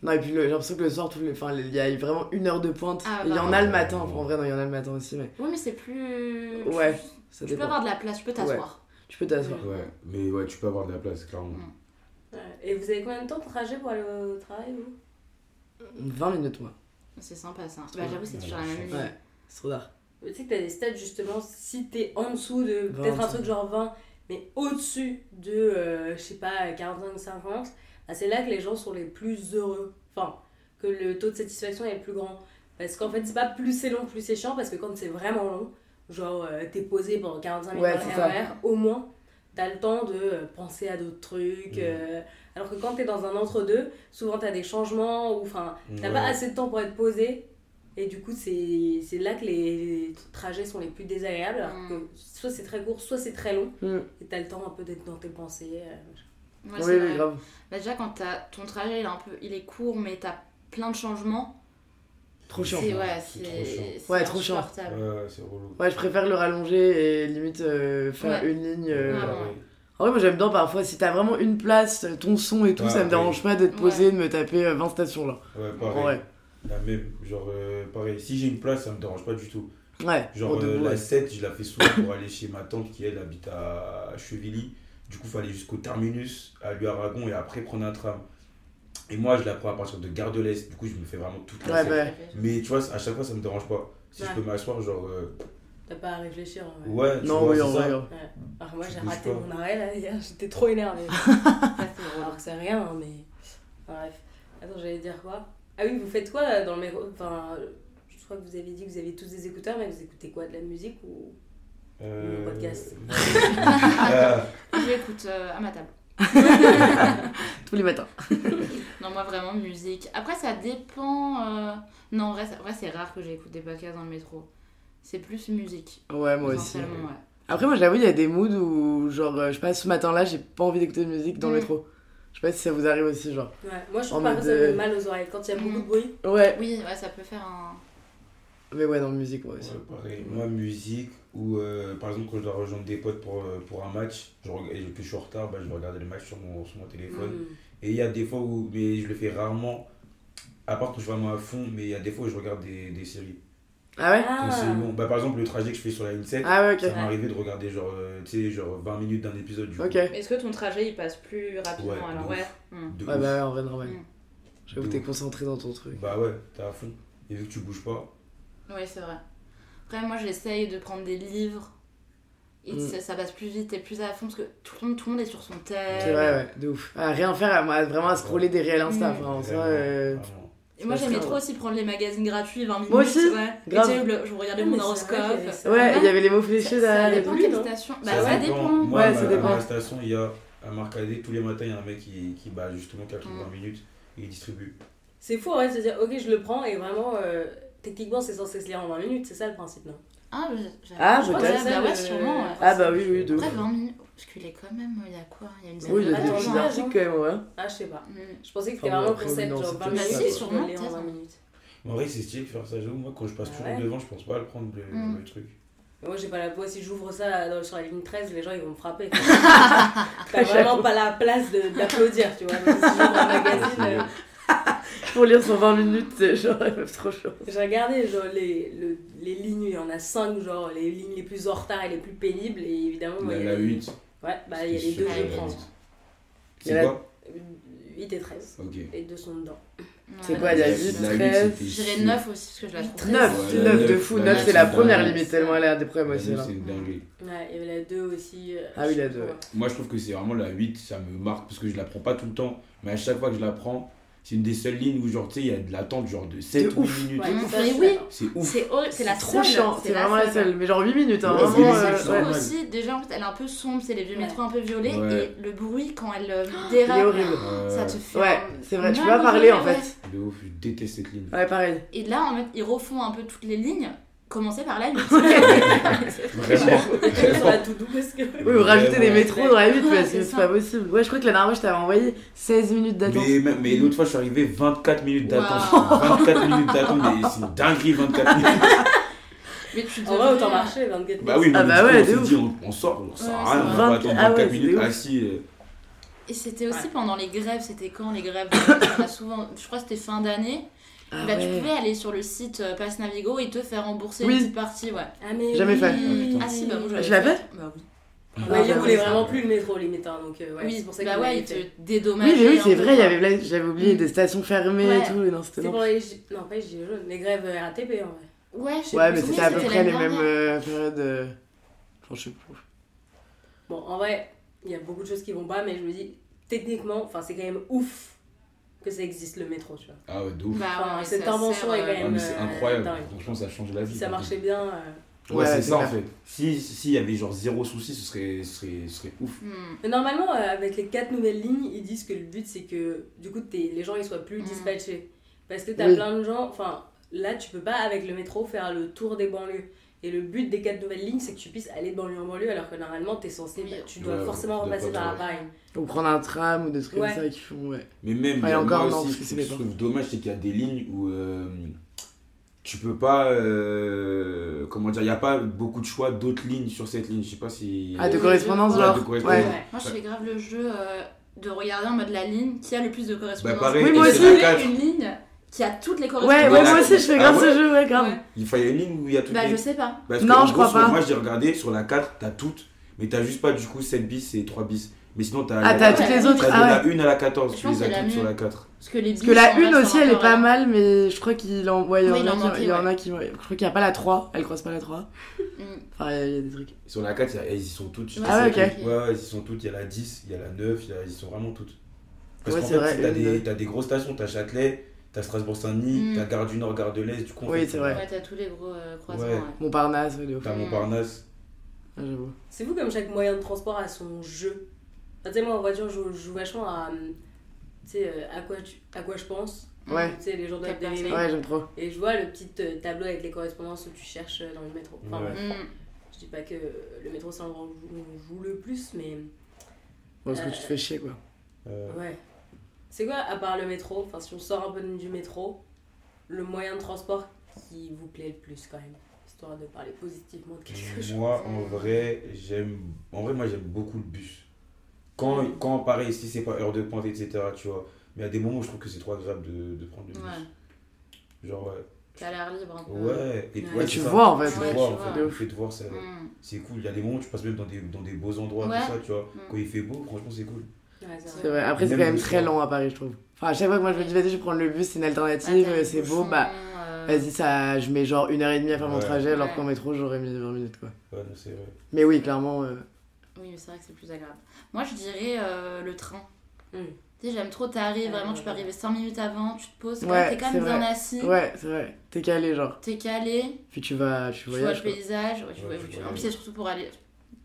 Non, et puis le- j'ai l'impression que le soir, tout le... enfin, il y a vraiment une heure de pointe. Ah, il y bah. en a le matin, enfin, en vrai, non, il y en a le matin aussi, mais Oui, mais c'est plus. Ouais, tu- ça Tu peux dépend. avoir de la place, tu peux t'asseoir. Tu peux t'asseoir. Ouais, mais ouais, tu peux avoir de la place, clairement. Mm. Ouais. Et vous avez combien de temps de trajet pour aller au travail vous 20 minutes, moi. C'est sympa ça. Bah, j'avoue, c'est Ouais, toujours la je même sais ligne. pas. C'est trop tard. Mais Tu sais que t'as des stats justement, si t'es en dessous de. 20, Peut-être un truc genre 20, Mais au-dessus de, euh, je sais pas, 45-50, bah, c'est là que les gens sont les plus heureux. Enfin, que le taux de satisfaction est le plus grand. Parce qu'en fait, c'est pas plus c'est long, plus c'est chiant, parce que quand c'est vraiment long, genre euh, t'es posé pendant 45 minutes Ouais, dans c'est le ça. RER, au moins, t'as le temps de euh, penser à d'autres trucs. Mmh. Mhm. euh, alors que quand t'es dans un entre-deux, souvent t'as des changements, ou enfin, t'as Ouais. pas assez de temps pour être posé. Et du coup, c'est c'est là que les trajets sont les plus désagréables. alors Mm. que soit c'est très court, soit c'est très long. Mm. Et t'as le temps un peu d'être dans tes pensées. euh, machin. Oui, Ouais, c'est oui, vrai. grave. Bah, déjà, quand t'as- ton trajet il est, un peu... il est court, mais t'as plein de changements, Trop chiant. c'est ouais, C'est c'est trop chiant. c'est Ouais, trop chiant. insupportable. Ouais, c'est relou. Ouais, je préfère le rallonger et limite euh, faire Ouais. une ligne. Ouais, euh, Ouais. pareil. En vrai, moi j'aime bien parfois, si t'as vraiment une place, ton son et tout, Ouais, ça me ouais. dérange pas d'être Ouais. posé et de me taper euh, 20 stations là. Ouais, En pareil. vrai. La même, genre, euh, pareil, si j'ai une place, ça me dérange pas du tout. Ouais, Genre, pour de euh, vrai. la 7, je la fais souvent pour aller chez ma tante qui, elle, habite à Chevilly. Du coup, fallait jusqu'au terminus, à lui Aragon, et après prendre un tram. Et moi, je la prends à partir de Gare de l'Est. Du coup, je me fais vraiment toute la Ouais, Seine. bah, Mais tu vois, à chaque fois, ça me dérange pas. Si je Ouais. peux m'asseoir, genre, euh, T'as pas à réfléchir. en vrai. ouais, tu Non, vois, oui, c'est en ça. vrai. hein. grave. Alors moi Tu j'ai bouges raté pas. mon arrêt là hier, j'étais trop énervée. Ça, c'est drôle. Alors que c'est rien, hein, mais. Enfin, bref. Attends, j'allais dire quoi Ah oui, vous faites quoi euh, dans le métro Enfin, je crois que vous avez dit que vous avez tous des écouteurs, mais vous écoutez quoi De la musique ou. Euh, podcast. Ah, J'écoute euh, à ma table. Tous les matins. Non, moi vraiment musique. Après, ça dépend. euh, Non, en vrai, ça- en vrai, c'est rare que j'écoute des podcasts dans le métro. C'est plus musique. Ouais, moi aussi. essentiellement, ouais. Après, moi j'avoue, il y a des moods où, genre, euh, je sais pas, ce matin là, j'ai pas envie d'écouter de musique dans Mm. le métro. Je sais pas si ça vous arrive aussi, genre. Ouais, moi je En trouve parfois mode, ça me fait euh, mal aux oreilles quand il y a beaucoup Mhm. de bruit. Ouais, Oui, ouais, ça peut faire un. mais ouais, dans la musique, moi aussi. ouais, pareil. Moi, musique, ou euh, par exemple, quand je dois rejoindre des potes pour, euh, pour un match, je reg- et que je suis en retard, bah, je vais regarder le match sur mon, sur mon Mm. téléphone. Mhm. Et il y a des fois où, mais je le fais rarement, à part quand je suis vraiment à fond, mais il y a des fois où je regarde des, des séries. Ah ouais Quand Ah. c'est long. Bah, par exemple, le trajet que je fais sur la ligne 7, Ah ouais, ok. ça m'est arrivé de regarder genre, euh, tu sais, genre 20 minutes d'un épisode du Ok. coup. Ouais, Est-ce que ton trajet il passe plus rapidement Ouais, alors de Ouais. ouf. Hmm. De ouf. bah ouais, en vrai, normal. Mm. J'avoue, De t'es ouf. concentré dans ton truc. Bah ouais, t'es à fond. Et vu que tu bouges pas, Oui, c'est vrai. Après, moi j'essaye de prendre des livres. Et Mm. ça, ça passe plus vite, t'es plus à fond parce que tout le monde, tout le monde est sur son C'est thème. vrai, ouais, de ouf. À rien faire, à, à vraiment à scroller des réels Insta. Mm. Enfin, en soi, vraiment, euh, vraiment. Et moi C'est j'aimais ça, trop aussi prendre les magazines gratuits 20 minutes. Moi aussi, ouais. Et grave. tu sais, le- je regardais Ah, mon mais c'est horoscope. vrai qu'il y avait ça. Ouais, il y avait les mots Ça, fléchés ça derrière. les dépend plus, quelle non station. Bah, ça dépend. Moi, Ouais, ma- ça dépend. à ma station, il y a à Marcadet, tous les matins, il y a un mec qui, qui bat justement 80 Mm. minutes et il distribue. C'est fou en vrai de se dire, ok, je le prends et vraiment, euh, techniquement c'est censé se lire en 20 minutes, c'est ça le principe, non Ah, j'ai- Ah, je crois que peut-être. c'est- Bah ouais, Euh, sûrement. ouais. Ah bah oui, oui, de ouf. Après, 20 minutes. Parce qu'il est quand même. Il y a quoi Il y a une Oui, il y a Ah, des non, petits non. articles quand même, ouais. Ah, je sais pas. hein. Hmm. Je pensais que c'était Enfin, bon, vraiment après, concept, oui, non, genre c'est 20 plus minutes, ça, je quoi. peux le lire en Peut-être. 20 minutes. Mais en vrai, c'est stylé de faire ça. J'avoue, moi, quand je passe Ah toujours ouais. devant, je pense pas à le prendre le, Mm. le truc. Mais Moi, j'ai pas la voix. Si j'ouvre ça dans- sur la ligne 13, les gens ils vont me frapper. T'as vraiment pas la place de- d'applaudir, tu vois. Donc, si j'ouvre un magazine, euh, Pour lire sur 20 minutes, c'est genre, c'est trop chaud. j'ai regardé genre, les, le- les lignes, il y en a 5, genre les lignes les plus en retard et les plus pénibles. Et évidemment, moi, il y a la les- 8. Ouais, bah il y a les deux que je prends. Il y a C'est la- quoi 8 et 13. Ok. Les deux sont dedans. C'est Ouais. quoi, il y a 8, La 13 c'était J'irais chier. 9 aussi parce que je la trouve. très Ouais, 9, la 9 de neuf, fou, la 9 neuf, c'est la c'est première dingue. limite, tellement elle a des problèmes La aussi neuf, là. c'est une dinguerie. Ouais, il y avait la 2 aussi. euh, Ah oui, la je- deux, ouais. Moi, je trouve que c'est vraiment la 8, ça me marque parce que je la prends pas tout le temps, mais à chaque fois que je la prends, c'est une des seules lignes où, genre, tu sais, il y a de l'attente, genre de 7 De ou ouf. 8 minutes. Ouais, Mais ça, je suis oui. d'accord. C'est ouf. C'est horrible, c'est la trop seule. chiant, c'est vraiment la seule. Mais genre 8 minutes, hein, Ouais, vraiment. c'est euh, bizarre, Je ouais. trouve aussi, déjà en fait, elle est un peu sombre, c'est les vieux Ouais. métros un peu violets Ouais. et le bruit quand elle euh, Il est dérape, horrible. Euh, ça te fait. Ouais, un- c'est vrai, tu peux pas mal au parler en oreille, fait. De ouf, je déteste cette ligne. Ouais, pareil. ouais. Et là, en fait, ils refont un peu toutes les lignes, commencer par la 8. Vraiment. Sur la to-do parce que. Oui, ou rajouter des Vraiment. métros dans la 8 Ouais, parce que c'est c'est ça. pas possible. Ouais, je crois que la dernière fois je t'avais envoyé 16 minutes d'attente. Mais, même- mais l'autre fois, je suis arrivé 24 minutes d'attente. Waouh. 24 minutes d'attente, mais c'est une dinguerie, 24 minutes. Mais tu En vrai, autant devrais- marcher, 24 Bah oui, Ah mais bah du coup, ouais, on s'est de dit, on, on sort, on sert à Ouais, c'est rien, on vrai. va pas attendre 24 ah ouais, 24 c'est minutes ouf. assis. euh, Et c'était aussi Ouais. pendant les grèves, c'était quand les grèves euh, on a souvent, Je crois que c'était fin d'année. Ah Bah, Tu ouais. pouvais aller sur le site euh, Pass Navigo et te faire rembourser Oui. une petite partie, ouais. Ah, mais. Jamais oui. fait. putain. Ah si, bah moi Tu j'avais l'as fait. Bah oui. Ouais, il Ah, roulait bah, vraiment plus le métro limite, hein, donc euh, ouais, oui, c'est pour ça bah qu'il ouais, l'avait il fait. te dédommageait. Oui, mais oui, c'est un peu, vrai, il y quoi. avait là- j'avais oublié des stations fermées et Ouais. tout. et Non, c'était C'était non. pour les, gi- non, pas les gilets jaunes, les grèves euh, RATP en vrai. Ouais, je sais Ouais, plus. mais Oui, c'était à peu près les euh, l'année mêmes dernière. euh, périodes. euh, Enfin, je sais plus. Bon, en vrai, il y a beaucoup de choses qui vont pas, mais je me dis, techniquement, enfin, c'est quand même ouf que ça existe le métro, tu vois. Ah ouais, de ouf. Enfin, Bah ouais, cette ça invention sert, est euh, quand même Ah, mais c'est euh, incroyable. dingue. Franchement, ça change la vie. Si ça quoi. marchait bien, euh, Ouais, Ouais, c'est c'est ça en clair. fait. Si- S'il y avait genre zéro souci, ce serait, ce serait, ce serait ouf. Hmm. Mais normalement, euh, avec les quatre nouvelles lignes, ils disent que le but c'est que du coup t'es- les gens ils soient plus Mm. dispatchés. Parce que t'as Oui. plein de gens, enfin là tu peux pas avec le métro faire le tour des banlieues. Et le but des quatre nouvelles lignes c'est que tu puisses aller de banlieue en banlieue alors que normalement t'es censé, Oui. bah, tu dois Ouais, forcément ouais, repasser ouais, par ouais. Paris. Ou prendre un tram ou des trucs Ouais. comme ça qui font. Ouais. Mais même, Ouais, il y a- encore, moi non, aussi, parce que ce c'est que les je trouve dommage, c'est qu'il y a des lignes où euh, tu peux pas. euh, comment dire Il n'y a pas beaucoup de choix d'autres lignes sur cette ligne. Je sais pas si. Ah, de Oui, correspondance, je vois. genre. Ouais, de correspondance. Ouais. Ouais. Moi, je fais grave le jeu euh, de regarder en mode la ligne qui a le plus de correspondances. Bah, pareil, Oui, moi Et aussi. trouver quatre. une ligne qui a toutes les correspondances. Ouais, ouais, moi aussi, je fais Ah grave ouais ce jeu, ouais, grave. Ouais. Il fallait une ligne où il y a toutes Bah, les. je sais pas. Parce Non, en je gros, crois sur- pas. Moi, j'ai regardé sur la 4, t'as toutes, mais t'as juste pas du coup 7 bis et 3 bis. Mais sinon, t'as. Ah, t'as toutes les autres. t'as Ah ouais. de la 1 à la 14, Je tu pense les que as la toutes sur mienne- la 4. Parce que les Parce que la une aussi, elle est pas mal, mais je crois qu'il en. Ouais, il y en Oui, il a en qui- manquait, il y en ouais. a qui. ouais. Je crois qu'il n'y a pas la 3, elle croise pas la 3. Hmm. Enfin, il y a des trucs. Sur la 4, il y a- ils y sont toutes. je Ouais, Ah ouais, sais ok. plus. Ouais, ouais, ils y sont toutes. Il y a la 10, il y a la 9, il y a- ils sont vraiment toutes. Parce Ouais, qu'en c'est vrai, fait, t'as une, des, deux. t'as des grosses stations, t'as Châtelet, t'as Strasbourg-Saint-Denis, Mm. t'as Gare du Nord, Gare de l'Est, du coup. en Oui, fait, c'est vrai. Ouais, t'as tous les gros euh, croisements. Ouais. ouais. Montparnasse, ouais, de ouf. T'as Mm. Montparnasse. Ah, J'avoue. C'est fou comme chaque moyen de transport a son jeu. Enfin, tu sais, moi en voiture, je joue, je joue vachement à. euh, Tu sais, euh, à quoi, tu- à quoi je pense. Ouais. Tu sais, les gens doivent Quatre dériver. Ouais, j'aime trop. Et je vois le petit euh, tableau avec les correspondances où tu cherches euh, dans le métro. Enfin, Ouais. Hmm. Je dis pas que le métro c'est l'endroit où on joue le plus, mais Bon, parce que tu te fais chier, quoi. Euh, ouais. C'est quoi, à part le métro, enfin si on sort un peu du métro, le moyen de transport qui vous plaît le plus quand même Histoire de parler positivement de Mmh. quelque chose. Moi, en vrai, j'aime. En vrai, moi, j'aime beaucoup le bus. Quand, quand pareil, si c'est pas heure de pointe, etc., tu vois. Mais à des moments où je trouve que c'est trop agréable de, de prendre le bus. Ouais. Genre, ouais. T'as l'air libre un peu. Ouais. Et, Ouais. ouais, Et tu c'est ça. vois, en fait. Tu Ouais, vois, tu en fait, vois. le fait de voir, ça, Hmm. c'est cool. Il y a des moments où tu passes même dans des, dans des beaux endroits, Ouais. tout ça, tu vois. Mm. Quand il fait beau, franchement, c'est cool. Ouais, c'est C'est vrai. vrai. Après, c'est Même quand même le très soir. long à Paris, je trouve. Enfin, à chaque fois que moi je me dis, vas-y, je prends le bus, c'est une alternative, Ah, t'as c'est les beau, bouchons, bah euh, vas-y, ça, je mets genre une heure et demie à faire mon Ouais. trajet, alors Ouais. qu'en métro, j'aurais mis 20 minutes, quoi. Ouais, non, c'est vrai. Mais oui, clairement. euh, Oui, mais c'est vrai que c'est plus agréable. Moi, je dirais euh, le train. Mm. Tu sais, j'aime trop, t'arrives, Ouais, vraiment, ouais, tu peux ouais. arriver 5 minutes avant, tu te poses, Ouais, t'es quand c'est même bien vrai. assis, Ouais, c'est vrai. T'es calé, genre. t'es calé, Puis tu vas, tu tu vois le voyages. quoi. paysage. ouais, tu vois- Ouais, tu tu- En voyages. plus, c'est surtout pour aller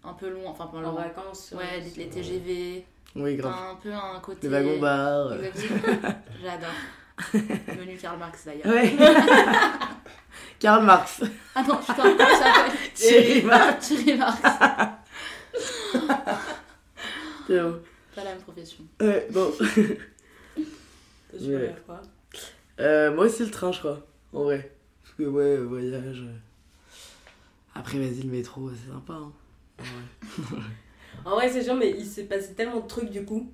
un peu loin, enfin, pas En loin. vacances. euh, Ouais, les TGV, Oui, t'as grave. un peu un côté. Les wagons bars. euh. Exactement. J'adore. Menu Karl Marx d'ailleurs. Ouais. Karl Marx. Ah non, putain, comment ça s'appelle Thierry Marx. Thierry Marx. C'est bon. Pas la même profession. Ouais, bon. je Ouais. préfères quoi Euh, moi aussi, le train, je crois. En vrai. Parce que, ouais, euh, voyage. euh. Après, vas-y, le métro, c'est sympa. Hein. En vrai, c'est chiant, mais il s'est passé tellement de trucs du coup.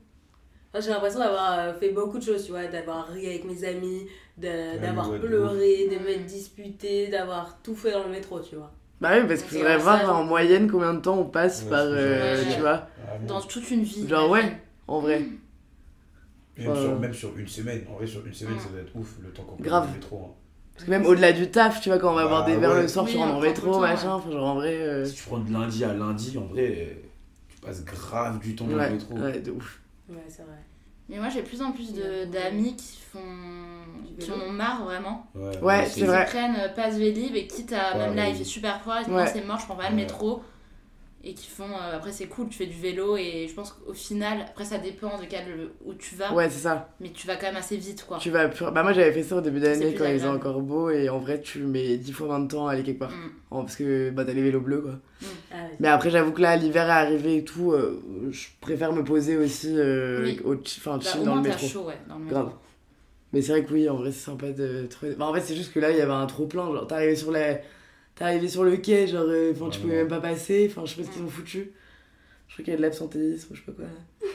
Enfin, j'ai l'impression d'avoir euh, fait beaucoup de choses, tu vois, d'avoir ri avec mes amis, de- d'avoir ouais, de pleuré, de Mm. m'être disputé, d'avoir tout fait dans le métro, tu vois. Bah oui, parce que C'est faudrait vrai, voir ça, en je- moyenne combien de temps on passe Ouais, par. c'est euh, vrai. tu vois, Ah, bon. Dans toute une vie. Genre, ouais. imagine. en vrai. Mm. même, euh, sur, même sur une semaine. En vrai, sur une semaine, Mm. ça doit être ouf le temps qu'on Grave. le métro. hein. Parce que même au-delà du taf, tu vois, quand on va Bah, boire des verres ouais. le soir, tu Oui, rentres on en prend tout métro, le temps, machin. Enfin, genre, en vrai. euh, Si tu prends de lundi à lundi, en vrai, euh, tu passes grave du temps dans Ouais, le métro. ouais, de ouf. Ouais, c'est vrai. Mais moi, j'ai plus en plus de- d'amis qui font. Du qui en vélo. ont marre vraiment. Ouais, Ouais, mais c'est Qui vrai. prennent euh, passe Vélib et quitte à. Ouais, même là, ouais. il fait super froid, ils se Ouais. disent, c'est mort, je prends pas le Ouais. métro. Et qui font. euh, après, c'est cool, tu fais du vélo et je pense qu'au final, après, ça dépend de quel, où tu vas. Ouais, c'est ça. Mais tu vas quand même assez vite quoi. Tu vas plus- Bah, moi, j'avais fait ça au début d'année Ah. plus quand il faisait agréable. encore beau, et en vrai, tu mets 10 fois 20 de temps à aller quelque part. Mm. En- parce que bah, t'as les vélos bleus, quoi. Ah, ouais. Mais après, j'avoue que là, l'hiver est arrivé et tout, euh, je préfère me poser aussi euh, Oui. au chi- enfin, Bah, chill au dans le moins, t'as métro. chaud, ouais, dans le métro. Grave. Mais c'est vrai que oui, en vrai, c'est sympa de trouver. Bah, en fait, c'est juste que là, il y avait un trop-plein. Genre, t'arrivais sur, la... t'arrivais sur le quai, genre, euh, enfin, tu Ouais, pouvais ouais. même pas passer. Enfin, je sais pas ce qu'ils ont foutu. Je crois qu'il y a de l'absentéisme, je sais pas quoi.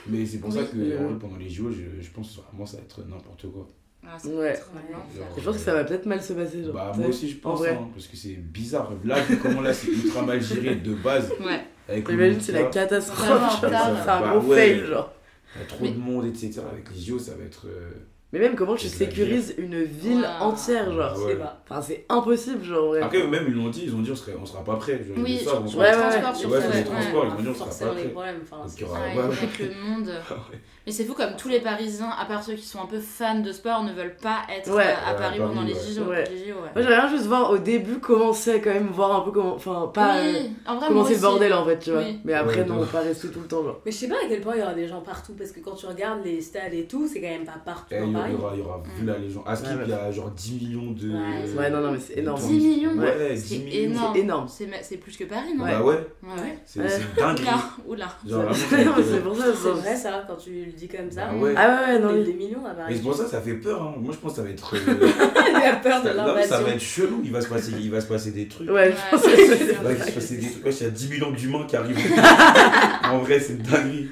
Mais c'est pour ça que Oui. en vrai, pendant les JO, je, je pense vraiment ça va être n'importe quoi. Ah, ça peut Ouais. être vraiment Ouais. faire. Et je pense que ça va peut-être mal se passer, genre. Bah tu moi sais. aussi je pense, en vrai. hein, parce que c'est bizarre. Là, vu comment là c'est ultra mal géré de base. Ouais. Avec T'imagines, c'est la Olympia, catastrophe. Vraiment en genre. retard. C'est un Bah, gros ouais. fail, genre. il y a trop de monde, etc. Avec les JO, ça va être... euh, Mais même comment tu C'est de la sécurises une ville Ouais. entière, genre Ah Je ouais. sais pas. Enfin, c'est impossible, genre. ouais. Après, eux-mêmes, ils l'ont dit, ils ont dit, on, serait, on sera pas prêts. Genre, ils Oui, disent ça, sur, on sur sera- les ouais, ouais. transports, sur Ouais, ça, sur les ouais. transports, ils vont dire, on sera forcément pas des prêt. problèmes. Enfin, Parce c'est- qu'il y aura- Ouais, ouais, Ah ouais. avec le monde. Mais c'est fou comme tous les Parisiens, à part ceux qui sont un peu fans de sport, ne veulent pas être Ouais. euh, à Ouais, Paris Paris, pendant les ouais. JO. Ouais. les JO, ouais. Moi, j'aimerais bien juste voir au début comment c'est, quand même, voir un peu comment. Enfin, pas. euh, oui, en vrai, Comment moi c'est le aussi. bordel en fait, tu vois. Oui. Mais après, Ouais, non, de on pas rester tout le temps, genre. Mais je sais pas à quel point il y aura des gens partout parce que quand tu regardes les stades et tout, c'est quand même pas partout Eh, dans Il y aura- Paris. il y aura, il y aura vu là les gens. À Skip, Ouais, ouais. il y a genre 10 millions de. Ouais, Ouais, non, non, mais c'est énorme. 10 millions Ouais, C'est 10 millions. énorme. C'est énorme. C'est ma- C'est plus que Paris, non Bah ouais, Ouais, ouais. c'est c'est dingue. Oula, oula. Genre, vraiment, c'est- non, mais c'est pour ça, C'est ça- vrai ça, quand tu le dis comme ça. Bah euh, ouais. Ah ouais, ouais, non, On est oui. des millions à Et Paris. c'est pour ça que ça fait peur. hein. Moi, je pense que ça va être. euh, Il a peur de ça- non, mais ça va l'invasion. être chelou. Il va se passer, il va se passer des trucs. Ouais, Ouais, je pense c'est que c'est- sûr. Il va se passer des trucs. Wesh, il y a 10 millions d'humains qui arrivent. en vrai, c'est dingue.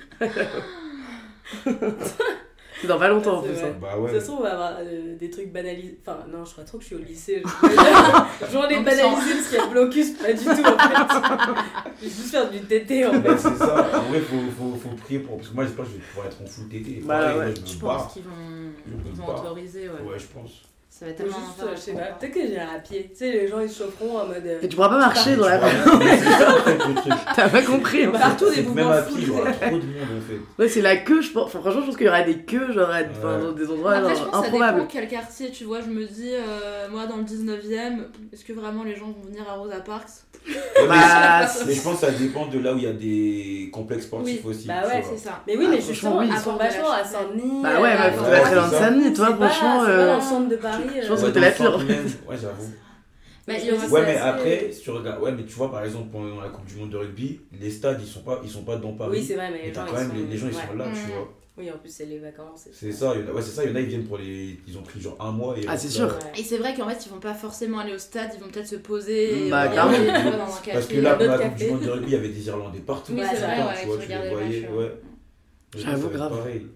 c'est dans pas longtemps en C'est plus. vrai. hein. Bah De ouais. toute façon, on va avoir euh, des trucs banalisés. Enfin, non, je crois trop que je suis au lycée. Je Genre les On banaliser parce qu'il y a blocus, pas du tout en fait. Je vais juste faire du TT en Ouais, fait. c'est ça. En vrai, faut, faut, faut prier pour. Parce que moi, j'espère que je vais pouvoir être en full TT. Bah Pareil, ouais, moi, je me Je barre. pense qu'ils vont, Je me ils vont barre. autoriser, ouais. Ouais, je pense. Ça va être Ou tellement Juste, enfer. euh, je sais pas, peut-être que j'irai à pied. Tu sais, les gens ils se chaufferont en mode. euh, Et tu pourras pas marcher Tu dans la vois, rue. C'est ça, en fait, le truc. T'as pas compris. hein. Partout C'est des que mouvements Même à de pied, il y foule. aura trop de monde en fait. Ouais, c'est la queue, je pense. Enfin, franchement, je pense qu'il y aura des queues, genre, à- enfin, Ouais. dans des endroits Après, je genre, pense que ça improbables. dépend quel quartier, tu vois. Je me dis, euh, moi, dans le 19ème, est-ce que vraiment les gens vont venir à Rosa Parks Ouais, Bah, mais, mais je pense que ça dépend de là où il y a des complexes sportifs aussi. Bah tu ouais, vois. C'est ça. Mais oui, Ah, mais franchement, justement, oui. ils sont vachement à Saint-Denis. Bah ouais, euh, bah, à faut Ouais, pas c'est être dans ça. Saint-Denis, C'est toi, pas- franchement. c'est pas euh, dans le centre de Paris. je euh, pense que Ouais, t'es dans la le centre pire. même. Ouais, j'avoue. Bah, Je il y aura sais ça, Ouais, mais c'est- après, si tu regardes- ouais, mais tu vois, par exemple, pendant la Coupe du Monde de rugby, les stades, ils sont pas, ils sont pas dans Paris. Oui, c'est vrai, mais Mais les gens t'as ils quand même, sont. les, les gens, ils ouais. Mm. sont là, Mhm. tu vois. Oui, en plus, c'est les vacances. et tout. C'est ça, il y en a- ouais, c'est ça, il y en a, ils viennent pour les. Ils ont pris genre un mois et. Ah, c'est là, sûr. Ouais. Et c'est vrai qu'en fait, ils vont pas forcément aller au stade, ils vont peut-être se poser et Bah, regarder, clairement. tu vois, dans un café. Parce que là, pendant la D'autres Coupe du cafés. Monde de rugby, il y avait des Irlandais partout. Oui, tout c'est le vrai, temps, ouais, tu qui vois, tu les regardaient le voyais, match, ouais. ouais. Mais ça J'avoue, va être grave. Pareil.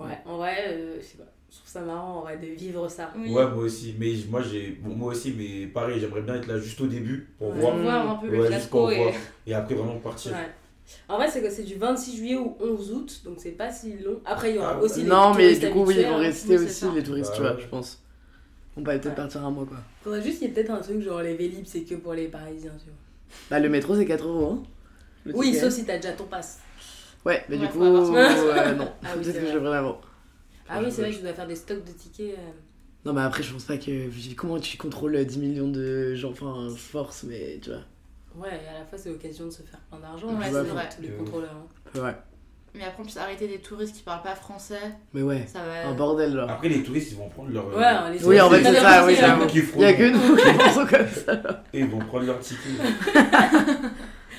Ouais, en vrai, euh, je sais pas. Je trouve ça marrant en vrai de vivre ça. Oui. Ouais, moi aussi. Mais moi, j'ai. bon, moi aussi, mais pareil, j'aimerais bien être là juste au début pour Ouais. voir. Pour voir un peu le Ouais, juste fiasco pour et... voir. Et après, vraiment partir. Ouais. En vrai, c'est que c'est du 26 juillet au 11 août, donc c'est pas si long. Après, il y aura Ah, aussi les Non, mais touristes du coup, oui, ils habituels, vont hein. rester Oui, c'est aussi, ça. les touristes, Bah, tu vois, ouais. je pense. On va peut-être Ouais. partir un mois, quoi. Faudrait juste qu'il y ait peut-être un truc genre les Vélib, c'est que pour les Parisiens, tu vois. Bah, le métro, c'est 4 euros, hein. Le Oui, ticket. sauf si t'as déjà ton pass. Ouais, mais Ouais, du faut coup, avoir son passe. euh, non. Ah oui, Peut-être c'est que vrai. je devrais l'avoir. Ah oui, c'est vrai que je dois faire des stocks de tickets. euh. Non, mais après, je pense pas que. Comment tu contrôles 10 millions de gens Enfin, force, mais tu vois. Ouais, et à la fois, c'est l'occasion de se faire plein d'argent. Ouais, hein, c'est pour vrai. Tous les Ouais. contrôleurs. hein. Ouais. Mais après, on peut arrêter des touristes qui parlent pas français. Mais ouais, Ça va... un bordel, genre. Après, les touristes, ils vont prendre leur. euh, Ouais, on les Oui, en fait, T'as bien c'est ça, compris, oui, là. C'est j'avoue. nous qui Il y a ferons. que nous qui pensons comme ça. Et ils vont prendre leur ticket. Bah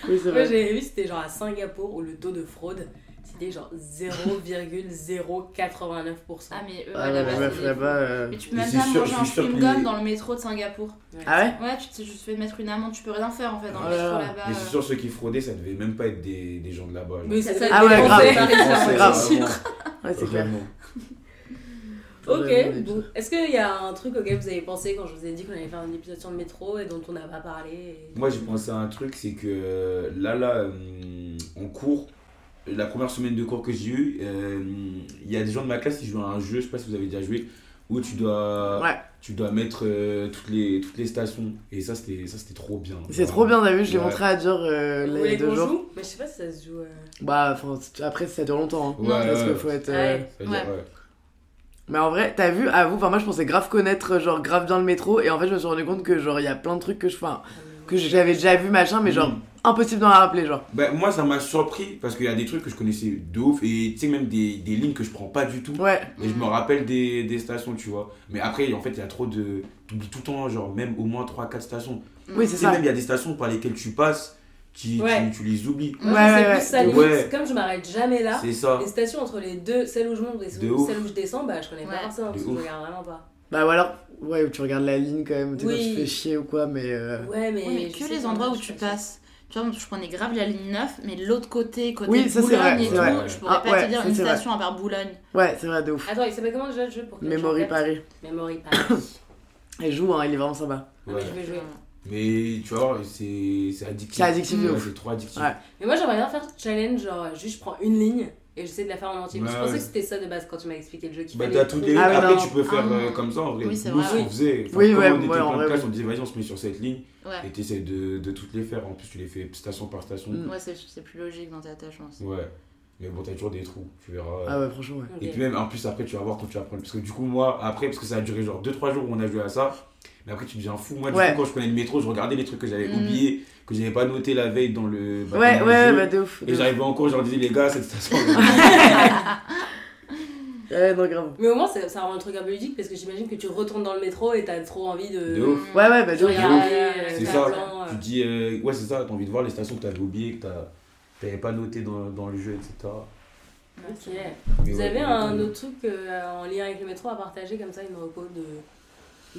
Oui, c'est Moi vrai. j'ai vu, c'était genre à Singapour où le taux de fraude c'était genre 0,089%. Ah, mais eux, Ah, à la ouais, base, ouais, c'est des là-bas. fous. euh, Mais tu peux Mais même c'est pas sûr, manger je un suis sûr que chewing-gum les- dans le métro de Singapour. Ah ouais Ouais, tu t'es juste fait mettre une amende, tu peux rien faire en fait dans Oh le là métro là. là-bas. Mais c'est euh. sûr, ceux qui fraudaient, ça devait même pas être des, des gens de là-bas. genre. Mais ça, ça Ah dépend ouais, des grave. Parisiens, Français, ouais, grave. c'est sûr. Ouais, c'est clair. Vraiment. J'aurais aimé Ok, bon. Est-ce qu'il y a un truc auquel vous avez pensé quand je vous ai dit qu'on allait faire un épisode sur le métro et dont on n'a pas parlé et- Moi, j'ai pensé à un truc, c'est que euh, là, là, euh, en cours, la première semaine de cours que j'ai eu, euh, il y a des gens de ma classe qui jouent à un jeu, je sais pas si vous avez déjà joué, où tu dois, Ouais. tu dois mettre euh, toutes, les, toutes les stations. Et ça, c'était ça, c'était trop bien. C'est trop bien, t'as vu, je l'ai Ouais. montré à Dior euh, Vous là, il y voulez a deux qu'on jours. joue Mais je sais pas si ça se joue. euh, Bah, enfin, c'est- après, ça dure longtemps. hein. Ouais, Parce ouais. qu'il faut être. euh, Ouais. Ça veut dire, ouais. Mais en vrai, t'as vu, à vous, enfin, moi, je pensais grave connaître, genre, grave bien le métro. Et en fait, je me suis rendu compte que, genre, il y a plein de trucs que je fais. Que j'avais déjà vu, machin, mais genre, Mm. impossible d'en rappeler, genre. Bah, moi, ça m'a surpris parce qu'il y a des trucs que je connaissais de ouf et tu sais, même des, des lignes que je prends pas du tout. Ouais. Et je me rappelle des, des stations, tu vois. Mais après, en fait, il y a trop de. T'oublies tout le temps, genre, même au moins 3-4 stations. Oui, c'est Tu sais, ça. même il y a des stations par lesquelles tu passes, tu, Ouais. tu, tu les oublies. Moi, Ouais, je sais ouais, plus ça, ouais. limite. Ouais. Comme je m'arrête jamais là, C'est ça. les stations entre les deux, celle où je monte et celle De où ouf. celle où je descends, bah je connais Ouais. pas forcément De parce que je ouf. regarde vraiment pas. Bah, ou alors, ouais, tu regardes la ligne quand même, tu sais, quand Oui. tu te fais chier ou quoi, mais. euh, Ouais, mais. Oui, mais je que sais les pas, endroits où je tu suis pas sûre. passes. Tu vois, je prenais grave la ligne 9, mais de l'autre côté, côté Oui, ça, c'est Boulogne vrai, et c'est tout, vrai. je pourrais Ah, pas ouais, te dire ça, une c'est vrai. station à part Boulogne. Ouais, c'est vrai, de ouf. Attends, il s'appelle comment déjà le jeu pour que les gens Memory captent Paris. Memory Paris. Elle joue, hein, il est vraiment sympa. Non, Ouais. mais je vais jouer. Mais tu vois, c'est c'est addictif. C'est addictif de Ouais, ouf. C'est trop addictif. Ouais. Mais moi j'aimerais bien faire challenge, genre juste je prends une ligne Et j'essaie de la faire en entier. Ouais, je pensais ouais. que c'était ça de base quand tu m'as expliqué le jeu. qu'il Bah, fallait t'as toutes les trouver. Ah ouais, Après, non. tu peux faire Ah. euh, comme ça en vrai. Oui, c'est Nous, vrai, ce oui. qu'on faisait, enfin, Oui, ouais, quand on était ouais, en plein de vrai, classes, oui. on disait vas-y, on se met sur cette ligne Ouais, et t'essaies de, de toutes les faire. En plus, tu les fais station par station. Mm. ouais c'est c'est plus logique dans ta tête, je pense. Ouais. Mais bon, t'as toujours des trous, tu verras. Ah ouais, franchement, ouais. Ok. Et puis même, en plus, après, tu vas voir quand tu vas prendre. Parce que du coup, moi, après, parce que ça a duré genre 2-3 jours où on a joué à ça. Mais après, tu deviens fou. Moi, du Ouais. coup, quand je prenais le métro, je regardais les trucs que j'avais Mm. oubliés, que j'avais pas noté la veille dans le. bah, Ouais, dans ouais, le ouais, jeu. bah de ouf. de Et ouf. j'arrivais encore, je leur disais, les gars, cette station. Ouais, non, grave. Mais au moins, ça, ça rend le truc un peu ludique parce que j'imagine que tu retournes dans le métro et t'as trop envie de. De ouf. Ouais, ouais, bah de de ouf. regarder, euh, C'est faire ça. plan, euh. tu dis, euh, ouais, c'est ça, t'as envie de voir les stations que t'avais oubliées, que t'as- t'avais pas noté dans, dans le jeu, etc. Ouais, c'est euh. Ok. vrai. Mais Vous ouais, avez ouais, un ouais. autre truc euh, en lien avec le métro à partager comme ça, une reco de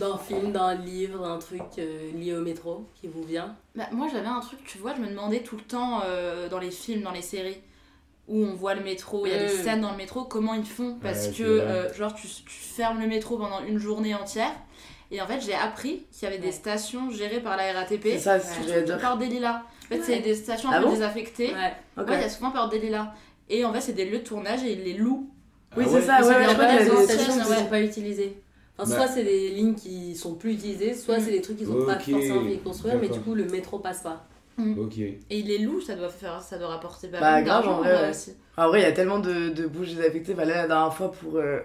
d'un film, d'un livre, d'un truc euh, lié au métro qui vous vient Bah, moi j'avais un truc, tu vois, je me demandais tout le temps euh, dans les films, dans les séries, où on voit le métro, il y a des Mm. scènes dans le métro, comment ils font Parce Ouais, que, c'est vrai. euh, genre, tu, tu fermes le métro pendant une journée entière. Et en fait, j'ai appris qu'il y avait Ouais. des stations gérées par la RATP. C'est ça, ce que surtout j'allais dire. par Delila. En fait, c'est Ouais. des stations un Ah peu bon désaffectées. Ouais, Ouais. il Ok. y a souvent par Delila. Et en fait, c'est des lieux de tournage et ils les louent. Oui, Ah c'est ouais. ça, Mais ouais, c'est ouais, bien je crois qu'il y a raison, des c'est stations ça, qui qui ouais. sont pas utilisées. Enfin, Bah. soit c'est des lignes qui sont plus utilisées, Mm. soit c'est des trucs qu'ils ont pas Ok, forcément envie de construire, mais du d'accord. coup le métro passe pas. Ok. Et ils les louent, ça doit, faire, ça doit rapporter pas Bah, mal grave, d'argent en vrai, euh, ouais. si- Ah, En vrai, il y a tellement de, de bouches désaffectées. Enfin, là, la dernière fois, pour. euh,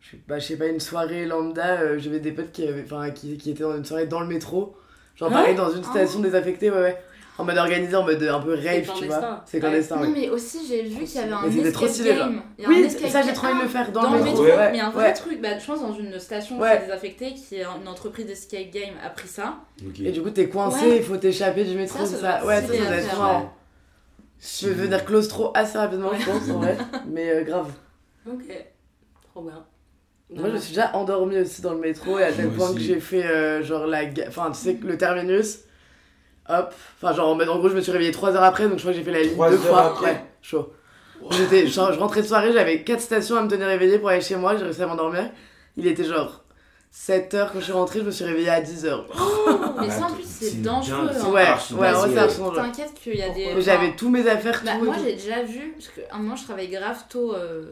je, sais pas, je sais pas, une soirée lambda, euh, j'avais des potes qui, avaient, enfin, qui, qui étaient dans une soirée dans le métro. Genre, Hein pareil, dans une station désaffectée, ouais, ouais. En mode organisé, en mode euh, un peu rave, tu clandestin. vois. C'est Ouais. clandestin, Non, ouais. mais aussi, j'ai vu qu'il y avait un Mais c'était trop escape stylé, genre. game. Il y a un Oui, escape ça, j'ai game. trop envie de le faire dans, dans le métro, Ouais. mais un vrai ouais. truc, bah, je pense dans une station Ouais. qui est désaffectée, qui est une entreprise d'escape game, a pris ça. Ok. Et du coup, t'es coincé, il Ouais. faut t'échapper du métro, Ça, c'est ça ça. doit Ouais, être ça, ça doit stylé à être faire, trop marrant. Je veux devenir claustro assez rapidement, je pense, en vrai. Mais euh, grave. Ok, trop bien. Moi, je me suis déjà endormie aussi dans le métro et à tel Moi point que aussi. j'ai fait euh, genre la. ga- Enfin, tu sais, que le terminus. Hop. Enfin, genre en mode, en gros, je me suis réveillée 3 heures après, donc je crois que j'ai fait la ligne Trois deux heures fois. après Ouais, chaud. J'étais, je, je rentrais de soirée, j'avais 4 stations à me tenir réveillée pour aller chez moi, j'ai réussi à m'endormir. Il était genre 7 heures quand je suis rentrée, je me suis réveillée à 10 heures. Mais Ah, ça, en attends, plus, c'est c'est une dangereux. hein. dingue, c'est Ouais, archi ouais, dangereux. ouais, c'est archi dangereux. T'inquiètes qu'il y a des. Mais J'avais tous mes affaires, Bah, tout. moi, et tout. j'ai déjà vu, parce qu'à un moment, je travaillais grave tôt euh,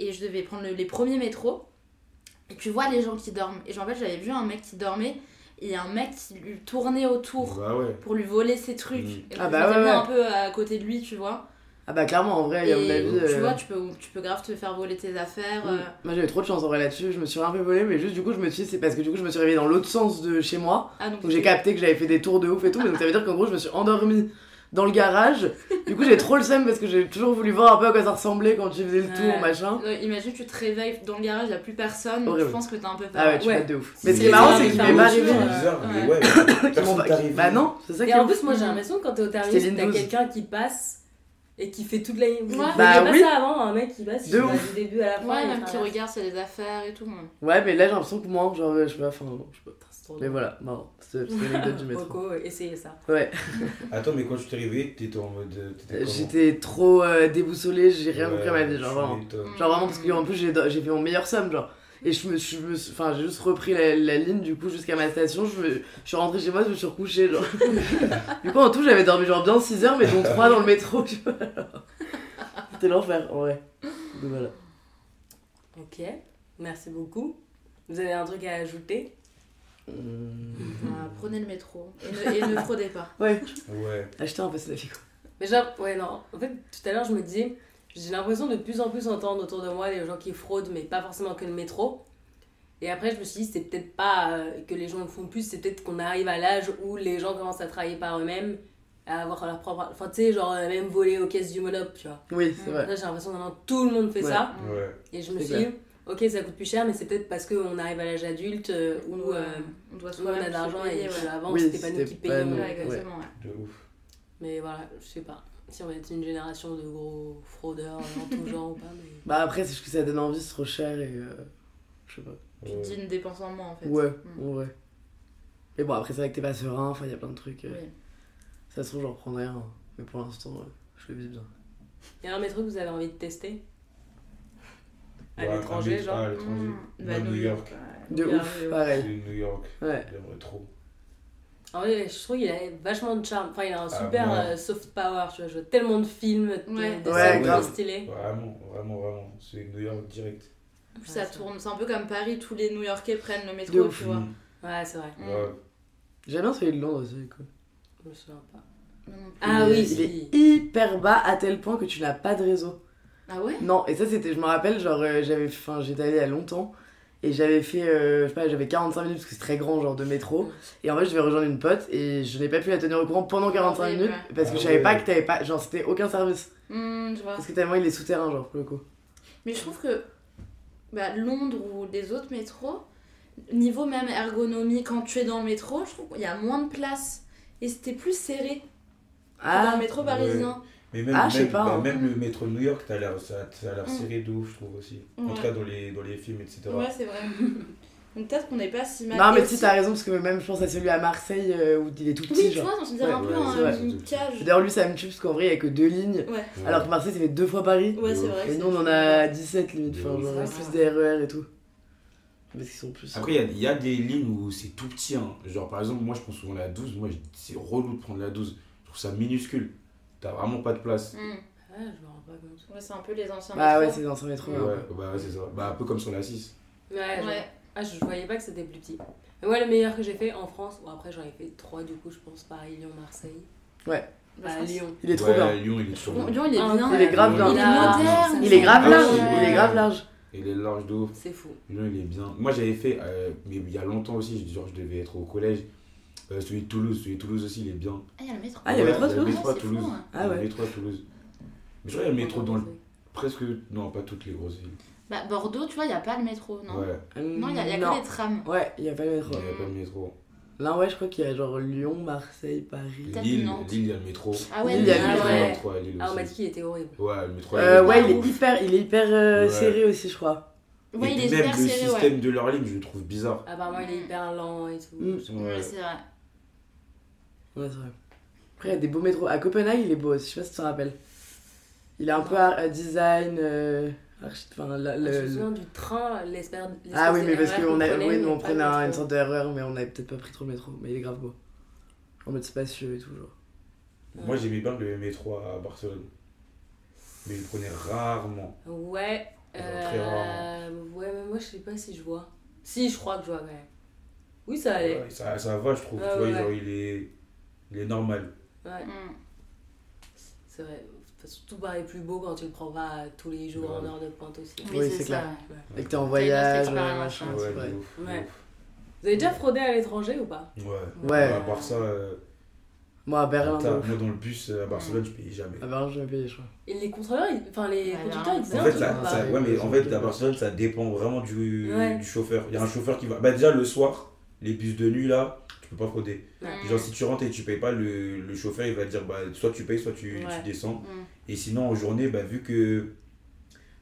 et je devais prendre le- les premiers métros. Et tu vois les gens qui dorment. Et genre, en fait, j'avais vu un mec qui dormait et un mec qui lui tournait autour Bah ouais. pour lui voler ses trucs. Mm. Et Ah donc, bah je m'étais ouais, mis ouais. un peu à côté de lui, tu vois. Ah, bah, clairement, en vrai, à mon Et avis. tu euh, vois, tu peux, tu peux grave te faire voler tes affaires. Mm. euh, Moi j'avais trop de chance en vrai là-dessus, je me suis un peu volée, mais juste du coup je me suis dit c'est parce que du coup je me suis réveillée dans l'autre sens de chez moi, Ah, donc donc j'ai capté que j'avais fait des tours de ouf et tout, mais donc ça veut dire qu'en gros je me suis endormie dans le garage, du coup j'ai trop le seum parce que j'ai toujours voulu voir un peu à quoi ça ressemblait quand tu faisais le tour Ouais. machin. Ouais, Euh, Imagine, tu te réveilles dans le garage, il n'y a plus personne. Horrible. Je pense que t'es un peu peur. Ah ouais, tu Ouais. fais de ouf. Mais ce qui C'est est bizarre, marrant c'est mais qu'il ça m'est marche, pas C'est arrivé. euh, bizarre, mais Ouais. ouais. mais Qui m'ont- personne qui- t'arrive. Bah non, c'est ça qui Et est en ouf. plus, moi j'ai Mm. l'impression que quand t'es au C'était terminus, t'as Windows. quelqu'un qui passe et qui fait toute la ligne. Vous Ouais. voyez Bah pas oui. ça avant, un mec qui passe il De va ouf. du début à la fin. Ouais, il même traverse. qui regarde, c'est les affaires et tout. moi. Ouais, mais là j'ai l'impression que moi, genre euh, je sais pas, enfin bon, je sais pas. Putain, c'est trop Mais drôle. voilà, marrant, c'est c'est l'anecdote du métro. Coco, essayez ça. Ouais, Attends, mais quand tu t'es réveillé, t'étais en mode. euh, t'étais comment j'étais trop euh, déboussolée, j'ai rien Ouais, compris à ma vie, genre tu vraiment. m'étonnes. Genre vraiment parce que en plus j'ai j'ai fait mon meilleur somme genre et je me suis je me suis- enfin j'ai juste repris la, la ligne du coup jusqu'à ma station je, me- je suis rentrée chez moi je me suis recouchée genre du coup en tout j'avais dormi genre bien 6 heures mais dont 3 dans le métro tu vois alors. c'était l'enfer en vrai donc voilà Ok, merci beaucoup. Vous avez un truc à ajouter Hum, Ah, prenez le métro et ne, et ne fraudez pas. ouais Ouais. acheter un passe la vie quoi. Mais genre, ouais, non. En fait, tout à l'heure, je me disais, j'ai l'impression de plus en plus entendre autour de moi les gens qui fraudent, mais pas forcément que le métro. Et après, je me suis dit, c'est peut-être pas euh, que les gens le font plus, c'est peut-être qu'on arrive à l'âge où les gens commencent à travailler par eux-mêmes, à avoir leur propre. Enfin, tu sais, genre, euh, même voler aux caisses du monop, tu vois. oui c'est vrai Là, j'ai l'impression que maintenant tout le monde fait Ouais. Ah. ça. Ouais. Et je me C'est suis dit, ok, ça coûte plus cher, mais c'est peut-être parce qu'on arrive à l'âge adulte euh, où. euh, on doit tout le monde soi-même a de l'argent se et payer, ouais. voilà, avant Oui, c'était pas nous c'était qui pas payions. euh, nous. Ouais, exactement. ouais. De ouf. Mais voilà, je sais pas si on est une génération de gros fraudeurs euh, en tout genre ou pas. Mais... bah après c'est juste que ça donne envie c'est trop cher et euh, je sais pas Tu te dis une dépense en moins en fait. ouais Mm. ouais mais bon après c'est vrai que t'es pas serein enfin il y a plein de trucs euh, Oui. ça se trouve j'en prendrai un mais pour l'instant euh, je le vis bien Il y a un métro que vous avez envie de tester À Ouais, l'étranger, ah, genre À l'étranger. Mm. Bah, Moi, New York. ouais. de Bien ouf vu. pareil New York. Ouais. J'aimerais trop. Ah ouais, je trouve qu'il a vachement de charme. Enfin, il a un Ah, super ouais. euh, soft power, tu vois. Je vois tellement de films, de- Ouais. de Ouais, scènes grave. trop stylées. Vraiment, vraiment, vraiment. C'est New York direct. En plus, Ouais, ça c'est tourne. C'est un peu comme Paris, tous les New Yorkais prennent le De métro, ouf. tu vois. Mm. Ouais, c'est vrai. Ouais. J'aime bien celui de Londres aussi, quoi. Je me souviens pas. Non, Mm. non plus. Ah Il- oui, il si. est hyper bas à tel point que tu n'as pas de réseau. Ah ouais Non, et ça c'était, je me rappelle, genre euh, j'avais, enfin j'étais allée il y a longtemps et j'avais fait, euh, je sais pas, j'avais 45 minutes parce que c'est très grand genre de métro et en fait je vais rejoindre une pote et je n'ai pas pu la tenir au courant pendant 45 Horrible. minutes parce que Ah je savais ouais. pas que t'avais pas, genre c'était aucun service Hmm, je vois. parce que tellement il est souterrain genre pour le coup. Mais je trouve que bah, Londres ou les autres métros, niveau même ergonomie, quand tu es dans le métro, je trouve qu'il y a moins de place. Et c'était plus serré que dans le Ah, métro parisien. Mais même, Ah, je sais même- pas, bah, hein. même le métro de New York, t'as l'air- ça, ça a l'air Mm. serré de ouf, je trouve aussi. En Ouais. tout cas, dans les, dans les films, etc. Ouais, c'est vrai. Donc peut-être qu'on n'est pas si mal. non Et mais si aussi- t'as raison parce que même je pense à celui à Marseille euh, où il est tout petit Oui, tu genre. vois, on se dirait Ouais, un peu ouais, un- c'est vrai, une surtout. cage. D'ailleurs lui ça me tue parce qu'en vrai il y a que deux lignes Ouais, Ouais. alors que Marseille ça fait deux fois Paris. ouais c'est vrai. Et c'est- nous, on en a 17 limite, enfin, genre, Ouais. plus des RER et tout. Parce qu'ils sont plus. Après, il y a- il y, a des lignes où c'est tout petit. hein. Genre, par exemple, moi, je prends souvent la 12. Moi, je- c'est relou de prendre la 12. Je trouve ça minuscule. T'as vraiment pas de place. Hmm. Ouais, je me rends pas compte. Ouais, c'est un peu les anciens Bah ouais, métros. c'est dans son métro. Ouais, ouais. bah ouais, c'est ça. Bah, un peu comme sur la 6. Ouais, genre- Ouais. Ah, je voyais pas que c'était plus petit. Mais ouais, le meilleur que j'ai fait en France, bon après j'en ai fait trois du coup, je pense Paris, Lyon, Marseille. Bah, Bah, France. Lyon. Il est trop ouais, bien. Lyon, il est trop Bon, bien. Lyon, il est Ah, bien. Il est grave Il large. Il est Ah, moderne. Il est grave Ah, large. ouais. Il est grave large. Il est large de ouf. C'est fou. Lyon, il est bien. Moi, j'avais fait, euh, mais il y a longtemps aussi, je- genre, je devais être au collège. Euh, celui de Toulouse, celui de Toulouse aussi, il est bien. Ah, il y a le métro. Ah, il y a le Ouais, métro à Toulouse métro à C'est Toulouse. fou, hein. Ah Il y a le ouais. métro à Toulouse. Mais je crois qu'il y a le métro dans le- presque. Non, pas toutes les grosses villes. Bah, Bordeaux, tu vois, il n'y a pas le métro, non Ouais, Non, il n'y a, il y a Non. que les trams. Ouais, il y a pas le métro. il n'y a pas de métro. Là, ouais, je crois qu'il y a genre Lyon, Marseille, Paris. Peut-être Lille, Nantes. Lille, il y a le métro. Ah ouais, Il mais- y a ah le métro. ouais. Le métro à Lille Ah, on m'a aussi. dit qu'il était horrible. Ouais, le métro à Euh, Lille. ouais, il ouf. est hyper, il est hyper euh, Ouais. serré aussi, je crois. Ouais, Et il est puis hyper même le serré, ouais. système de leur ligne, je le trouve bizarre. Apparemment, il est hyper lent et tout. Mm. Ouais, Ouais. c'est vrai. Ouais, c'est vrai. Après, il y a des beaux métros. À Copenhague, il est beau aussi, je sais pas si tu te rappelles. Il est un peu ar- euh, design, euh, archi- enfin, la- Je Ah, le- me le- souviens du train, l'espère. Ah oui, mais parce qu'on qu'on a, prenait, oui, nous, mais on pas prenait le un- une métro. sorte d'erreur, mais on avait peut-être pas pris trop le métro, mais il est grave beau. En mode spacieux et tout, genre. Moi, j'aimais bien le métro à Barcelone. Mais je le prenais rarement. Ouais. Ils ont très Euh... Ouais, mais moi je sais pas si je vois. Si, je crois que je vois quand même. Oui, ça allait. Ouais, ça, ça va, je trouve. Ouais, tu vois, ouais. genre, il est, il est normal. Ouais, Mm. c'est vrai. Parce que tout paraît plus beau quand tu le prends pas tous les jours en Grave. heure de pointe aussi. Oui, c'est c'est ça. clair. ouais. Et que t'es en T'as une autre voyage, euh, expérience, machin, hein. c'est Ouais, vrai. de ouf, de Ouais. ouf. Vous avez déjà fraudé à l'étranger ou pas Ouais. Ouais. À part ça, euh, Moi, à Berlin, putain, de ouf. Ah, moi dans le bus euh, à Barcelone, je payais jamais. à Berlin, je vais payer, je crois. Et les contrôleurs, ils- enfin les Alors, conducteurs, ils disaient En un fait, truc ou ça, pas ça- ouais, mais en fait, à Barcelone, ça dépend vraiment du, Ouais. du chauffeur. Il y a un chauffeur qui va. Bah, déjà, le soir, les bus de nuit, là, tu peux pas frauder. Ouais. Genre, si tu rentres et tu payes pas, le, le chauffeur, il va te dire, bah, soit tu payes, soit tu, tu Ouais. descends. Mm. Et sinon, en journée, bah, vu que.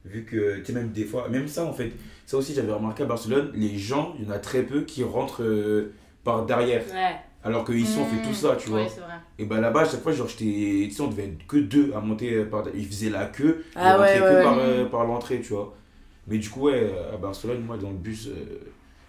Vu que, tu sais, même des fois, même ça, en fait, ça aussi, j'avais remarqué à Barcelone, les gens, il y en a très peu qui rentrent euh, par derrière. Ouais. Alors qu'ici, on fait tout ça, tu Mmh, Ouais, vois. c'est vrai. Et bah, là-bas, à chaque fois, genre, j'étais. Tu sais, on devait être que deux à monter euh, par derrière. Ils faisaient la queue Ah il ouais, rentrait que ouais, par, ouais. euh, par l'entrée, tu vois. Mais du coup, ouais, euh, à Barcelone, moi, dans le bus, euh,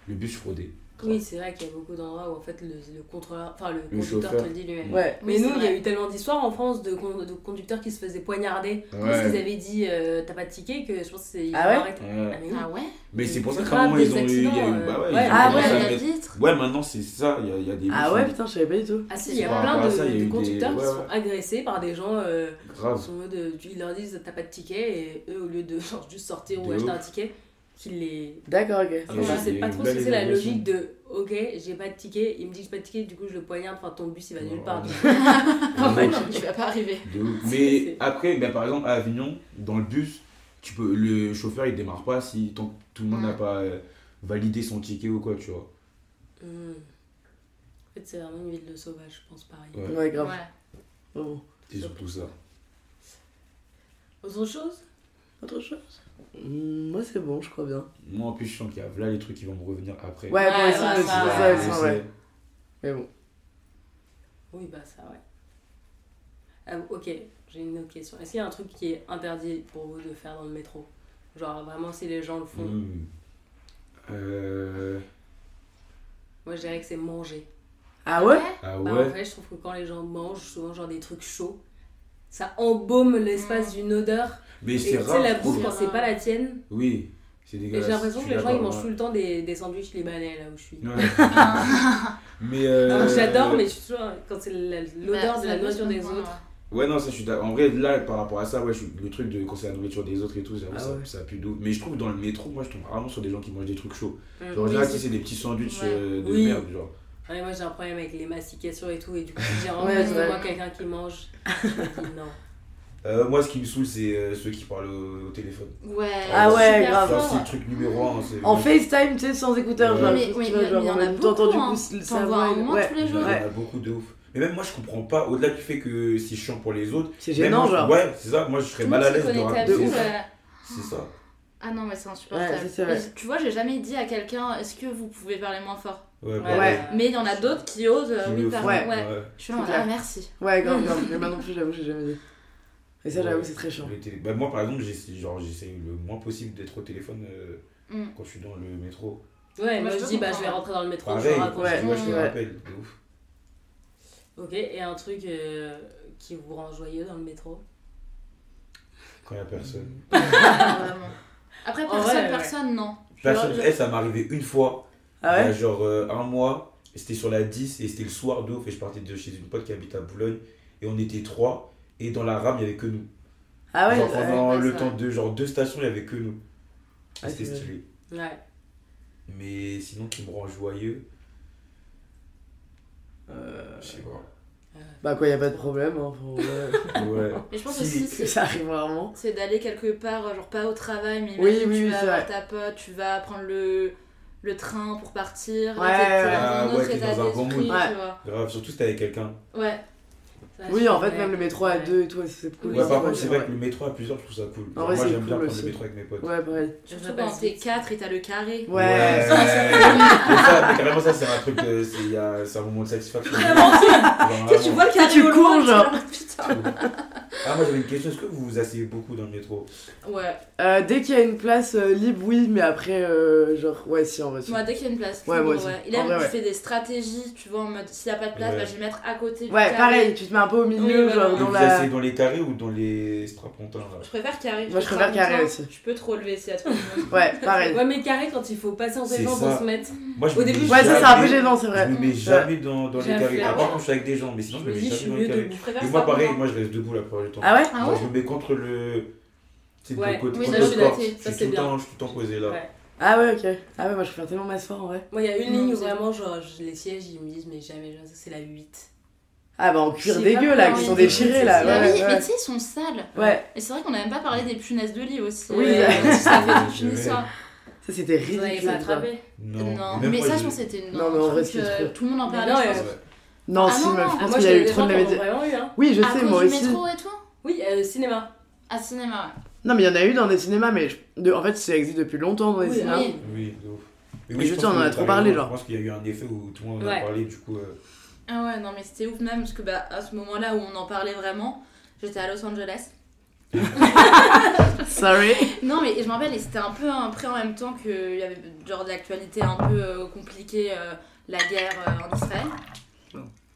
le bus fraudé. Oui, c'est vrai qu'il y a beaucoup d'endroits où en fait le, le contrôleur, enfin le conducteur chauffeur. te le dit lui-même. Ouais. Mais Oui, nous, c'est il y a vrai. eu tellement d'histoires en France de, con- de conducteurs qui se faisaient poignarder parce qu'ils Ouais. avaient dit euh, t'as pas de ticket que je pense que c'est. Ah ouais Ah, Ouais. mais oui. Ah ouais Mais c'est pour ça qu'à un Grave moment, ils des ont eu. il y a accidents, eu- bah ouais, euh, ils ouais. ont Ah Ah, ouais, commencé à la mettre- vitre Ouais, maintenant, c'est ça, il y a, il y a des Ah bus, ouais, euh, putain, je savais pas du tout. Ah si, il y a Par plein rapport de, à ça, il y a de eu des- conducteurs qui ouais, se font agresser par des gens euh, qui grave. sont en mode, euh, ils leur disent t'as pas de ticket et eux au lieu de genre, juste sortir ou De acheter ouf. un ticket, qu'ils les... D'accord, ok. Enfin, Ouais, je sais il y a pas une trop belle si c'est la évolution. logique de ok j'ai pas de ticket, il me dit que j'ai pas de ticket, du coup je le poignarde, enfin ton bus il va nulle part. Ah ouais, Ouais. non, tu vas pas arriver. De ouf. C'est- Mais après, bah, par exemple, à Avignon, dans le bus, tu peux, le chauffeur, il démarre pas si tant que tout le monde n'a Mm. pas euh, validé son ticket ou quoi, tu vois. Hmm. En fait c'est vraiment une ville de sauvage je pense pareil. Ouais. Ouais, grave. Ouais. Oh, bon. C'est surtout ça. Autre chose Autre chose Hmm, Moi, c'est bon, je crois bien. Moi, en plus, je sens qu'il y a là les trucs qui vont me revenir après. Ouais, moi ouais, aussi, ouais, mais c'est ça, pour ouais. ça, ils sont, ouais. Mais bon. Oui bah ça ouais. Ah, ok, j'ai une autre question. Est-ce qu'il y a un truc qui est interdit pour vous de faire dans le métro Genre vraiment si les gens le font. Mm. Euh, Moi je dirais que c'est manger. Ah ouais Ah Bah, en ouais vrai, je trouve que quand les gens mangent souvent genre des trucs chauds, ça embaume Mm. l'espace d'une odeur. Mais Et tu c'est sais, rare. la je trouve. bouffe, quand c'est pas la tienne. Oui, c'est Et dégueulasse. j'ai l'impression je que suis les gens ils d'accord, mangent ouais. tout le temps des, des sandwichs libanais là où je suis. Ouais. mais Alors, euh, J'adore, mais je suis toujours quand c'est la- l'odeur Bah, de ça la peut se nourriture des comprendre, autres. Ouais, non, ça, je suis d'accord. En vrai, là, par rapport à ça, ouais, je suis- le truc de quand c'est la nourriture des autres et tout, j'avoue, Ah ça, ouais. ça pue de ouf. Mais je trouve que dans le métro, moi, je tombe rarement sur des gens qui mangent des trucs chauds. Mm. Genre, Oui, là, tu sais, c'est- c'est des petits sandwichs Ouais. euh, de Oui. merde, genre. Ouais, moi j'ai un problème avec les mastications et tout, et du coup, si j'ai en Ouais, face de ouais. moi quelqu'un qui mange, je me dis non. Euh, moi, ce qui me saoule, c'est euh, ceux qui parlent au, au téléphone. ouais. Ouais. Ah ouais, super grave. Genre, fort. c'est le truc numéro un. c'est- En FaceTime, tu sais, sans écouteur, Ouais. genre, Mais- tu oui, vois, mais genre, il y en a même temps, beaucoup, t'entends hein. le T'en vois cerveau, un il- moins tous les Il y en jours. a beaucoup de ouf. Mais même moi, je comprends pas, au-delà du fait que c'est chiant pour les autres. C'est même gênant, moi, je- genre. Ouais, c'est ça, moi, je serais Tout le mal monde à se l'aise de connecte à raconter de vous, ouf. euh, C'est ça. Ah non, mais c'est insupportable. Ouais, ça, c'est vrai. Et tu vois, j'ai jamais dit à quelqu'un est-ce que vous pouvez parler moins fort Ouais, Ouais. ouais. Mais il y en a d'autres qui osent euh, Qui oui, le parler. font, Ouais. ouais. Je suis là, en C'est mode, ah clair. merci. Ouais, grave, grave. Mais moi non plus, j'avoue, j'ai jamais dit. Et ça, j'avoue, c'est très chiant. Le télé- bah, moi, par exemple, j'essaie genre, j'essaie le moins possible d'être au téléphone euh, Mm. quand je suis dans le métro. Ouais, Moi, moi je je peux dis bah je vais comprendre. rentrer dans le métro, je Pareil, vais raconter. tu vois, je te Ouais. rappelle, de ouf. Ok, et un truc euh, qui vous rend joyeux dans le métro Quand il n'y a personne. Vraiment. Après, En personne, vrai, ouais. personne, non. personne Mm. je- Eh, ça m'est arrivé une fois, Ah il y a ouais genre euh, un mois, et c'était sur la 10 et c'était le soir de ouf. Et je partais de chez une pote qui habite à Boulogne et on était trois. Et dans la rame, il n'y avait que nous. Ah ouais genre ouais. pendant ouais, le ça. temps de genre deux stations, il n'y avait que nous. Et Ah, c'était c'est vrai. stylé. Ouais. Mais sinon, qui me rend joyeux, Euh, je sais pas. Bah quoi, y a pas de problème, hein. faut- ouais. Ouais. Mais je pense Si. aussi, c'est ça arrive rarement. c'est d'aller quelque part, euh, genre pas au travail, mais Oui, imagine, oui, tu oui, vas c'est voir vrai. ta pote, tu vas prendre le, le train pour partir, Ouais, t'es- t'es ouais. Ah, dans un ouais, autre t'es état dans un bon mood. d'esprit, tu Ouais. vois. Grave, surtout si t'es avec quelqu'un. Ouais, Ça, Oui, Ah, je en fait, trouve, même ouais. le métro à Ouais. deux et tout, c'est cool. Ouais, ça, par contre, c'est vrai ouais. que le métro à plusieurs, je trouve ça cool. En moi, vrai, c'est j'aime bien cool prendre aussi. le métro avec mes potes. Ouais, pareil. surtout Ça quand passe t'es vite. 4 et t'as le carré. Ouais. Mais ça, mais carrément, ça, c'est un truc, euh, c'est il y a- c'est un moment de satisfaction. Genre, Tu sais, tu vois le carré Ah, tu au loin, cours, tu genre. vois, putain. vraiment. Ah, moi, j'avais une question. Est-ce que vous vous asseyez beaucoup dans le métro Ouais, Euh, dès qu'il y a une place euh, libre, oui, mais après, euh, genre, ouais, si, en vrai. si. moi dès qu'il y a une place, Ouais, moi toujours, aussi. Il a En vrai, tu ouais. fais des stratégies, tu vois, en mode s'il y a pas de place, Ouais. bah, je vais mettre à côté du Ouais, carré. pareil, tu te mets un peu au milieu, Oui, voilà. genre, Et dans Vous la. asseyez dans les carrés ou dans les strapontins là Je préfère carré. Moi, je trouve préfère ça carré longtemps. aussi. Tu peux te relever si à tout moment. Ouais, pareil. Ouais, mais carré quand il faut passer en C'est téléphone ça. pour se mettre. Moi, je Au me mets début, Ouais, ça, c'est un peu jamais- gênant, c'est vrai. Je me mets jamais dans, dans les J'avoue. carrés. À part quand je suis avec des gens, mais sinon, je me mets dis, je suis jamais mieux dans les carrés. debout. Je préfère Et moi, ça, pareil, moi. moi, je reste debout la plupart du temps. Ah ouais Ah Genre, ouais je me mets contre le. C'est Ouais. le côté Oui, ça, contre le je suis corps. d'accord. Je Ça, suis c'est tout le bien. temps- je suis tout le temps posé là. Ouais. Ah ouais, ok. Ah ouais, moi, je préfère tellement m'asseoir, en vrai. Moi, il y a une Non, ligne où c'est- vraiment, genre, je- les sièges, ils me disent, mais jamais, genre, ça, c'est la 8. Ah bah, en cuir J'ai dégueu, pas là, peur, qui oui, sont oui, déchirés, oui, là. c'est Bah Ouais, oui, mais ouais. tu sais, ils sont sales. Ouais, Et c'est vrai qu'on a même pas parlé des punaises de lit aussi. Oui. Euh, ça fait toute une Ouais. histoire. ça, c'était Vous n'avez ridicule. pas ça. attrapé Non, Non, Et mais, même moi, ça, je- je pense que c'était une. Non, mais en vrai, c'était trop. Tout le monde en Mais parlait. non, je et- pense. Ouais. Non, Ah si, non, meuf, non, je pense moi, qu'il y je a eu connais trop de des la gens qui en médi- ont vraiment eu, hein. Oui, je à sais, cause moi du aussi. métro et tout Oui, euh, cinéma. À cinéma, Non, mais il y en a eu dans des cinémas, mais je- de- en fait, ça existe depuis longtemps dans les Oui, ouais. cinémas. Oui. Oui, de ouf. Mais Mais je pense tiens, on en que a t'as trop parlé, raison, genre. Je pense qu'il y a eu un effet où tout le monde en a Ouais. parlé, du coup. euh, Ah ouais, non, mais c'était ouf, même parce que bah, à ce moment-là où on en parlait vraiment, j'étais à Los Angeles. Sorry. Non, mais et je me rappelle, et c'était un peu un prêt en même temps qu'il y avait genre de l'actualité un peu euh, compliquée, euh, la guerre euh, en Israël.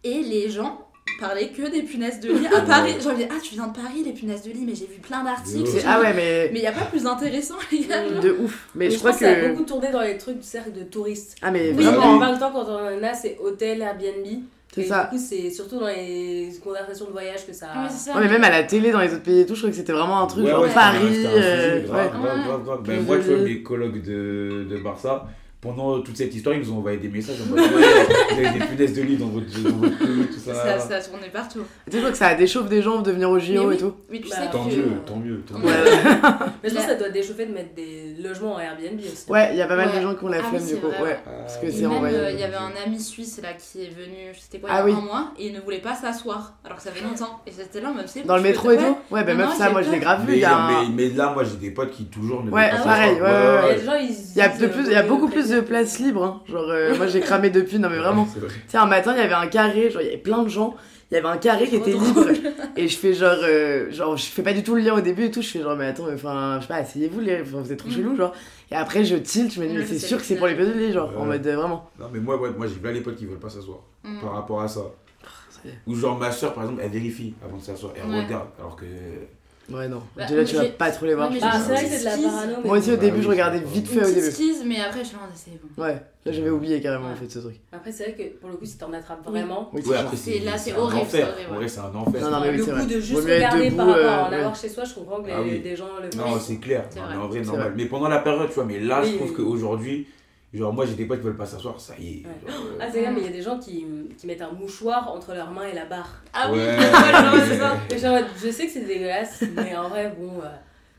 Et les gens parlaient que des punaises de lit à Paris. Genre, ils disaient, ah, tu viens de Paris, les punaises de lit, mais j'ai vu plein d'articles. C'est- j'ai Ah vu- ouais, mais Mais il a pas plus intéressant, les gars. genre. de ouf. Mais je crois pense ça a que. beaucoup tourné dans les trucs du cercle de touristes. Ah, mais Oui, Parce que vraiment, la 20 ans, quand on en a, c'est hôtel, Airbnb. c'est Et ça. Du coup, c'est surtout dans les conversations de voyage que ça. Ah ouais, c'est ça. Ouais, mais même à la télé dans les autres pays et tout, je crois que c'était vraiment un truc ouais, genre ouais, c'était un- Paris. c'était un euh, sujet grave, ouais. grave, Ouais. grave, grave. Ben, Plus moi, de tu vois, jeux. mes colocs de, de Barça, pendant toute cette histoire, ils nous ont envoyé des messages en mode Ouais, Vous avez des punaises de lit dans votre, dans votre pays, tout ça. ça, ça tournait partout. Tu sais, je crois que ça déchauffe des gens de venir au Mais JO oui. et tout. Mais tu Bah, sais Tant que. mieux, tant mieux, tant mieux. Ouais, Mais je pense que ça doit déchauffer de mettre des logements en Airbnb aussi. ouais, il y a pas mal Ouais. de gens qui ont la Ah oui, flemme c'est du coup. vrai, Ouais. ouais. Parce que Et c'est même, envoyé. euh, il y avait un ami suisse là qui est venu, c'était quoi, il y Ah a oui. un mois, et il ne voulait pas s'asseoir, alors que ça fait longtemps. Et c'était là, même si. Dans le métro et tout Ouais, bah même Non, non, ça, j'ai moi je l'ai peur. grave vu. Mais, Il y a un- mais, mais là, moi, j'ai des potes qui toujours ne Ouais, Ah veulent pas pareil, s'asseoir. ouais, ouais, Et ouais. les gens, ils. il y a de plus, il y a beaucoup plus de places libres. hein. Genre, euh, moi j'ai cramé depuis, non mais vraiment. C'est vrai. Tu sais, un matin, il y avait un carré, genre, il y avait plein de gens. Il il y avait un carré qui Trop était libre. drôle. Et je fais genre, euh, genre, je fais pas du tout le lien au début et tout. Je fais genre, mais attends, mais enfin, je sais pas, asseyez-vous, les, enfin, vous êtes trop Mm. chelou, genre. Et après, je tilt, je me dis, Ouais, mais c'est c'est sûr que c'est pour les pédophiles, genre, en Ouais. mode euh, vraiment. Non, mais moi, ouais, moi j'ai plein les potes qui veulent pas s'asseoir Mm. par rapport à ça. c'est- Ou genre ma soeur, par exemple, elle vérifie avant de s'asseoir, elle Ouais. regarde, alors que. Ouais, non. Bah, Déjà, tu moi, vas j'ai- pas trop les voir. Ouais, mais je pense. Bah, c'est vrai que c'est de la parano. mais Moi aussi, au Bah début, oui, je c'est regardais pas- vite Une fait au petite début. skis, mais après, je me dis, c'est bon. Ouais, là, j'avais oublié carrément, en Ouais. fait, ce truc. Après, c'est vrai que pour le coup, si t'en attrapes vraiment. Oui, Ouais, c'est après, chiant. C'est- là, c'est un horrible, enfer. c'est horrible, En ouais. vrai, c'est un enfer. Non, non, mais oui, le c'est coup vrai. de juste Vaut mieux être regarder par debout, rapport à en euh, avoir ouais. chez soi, je comprends que Ah les- oui. des gens le Non, font. c'est clair. C'est Non, vrai. mais en vrai, C'est normal. vrai. Mais pendant la période, tu vois, mais là, Oui, je trouve oui. qu'aujourd'hui, genre, moi, j'ai des potes qui veulent pas s'asseoir, ça y est. Ouais. genre, euh, Ah, c'est vrai, mais il y a des gens qui, qui mettent un mouchoir entre leurs mains et la barre. Ah oui. Ouais. oui, c'est ça. Et genre, je sais que c'est dégueulasse, mais en vrai, bon, euh,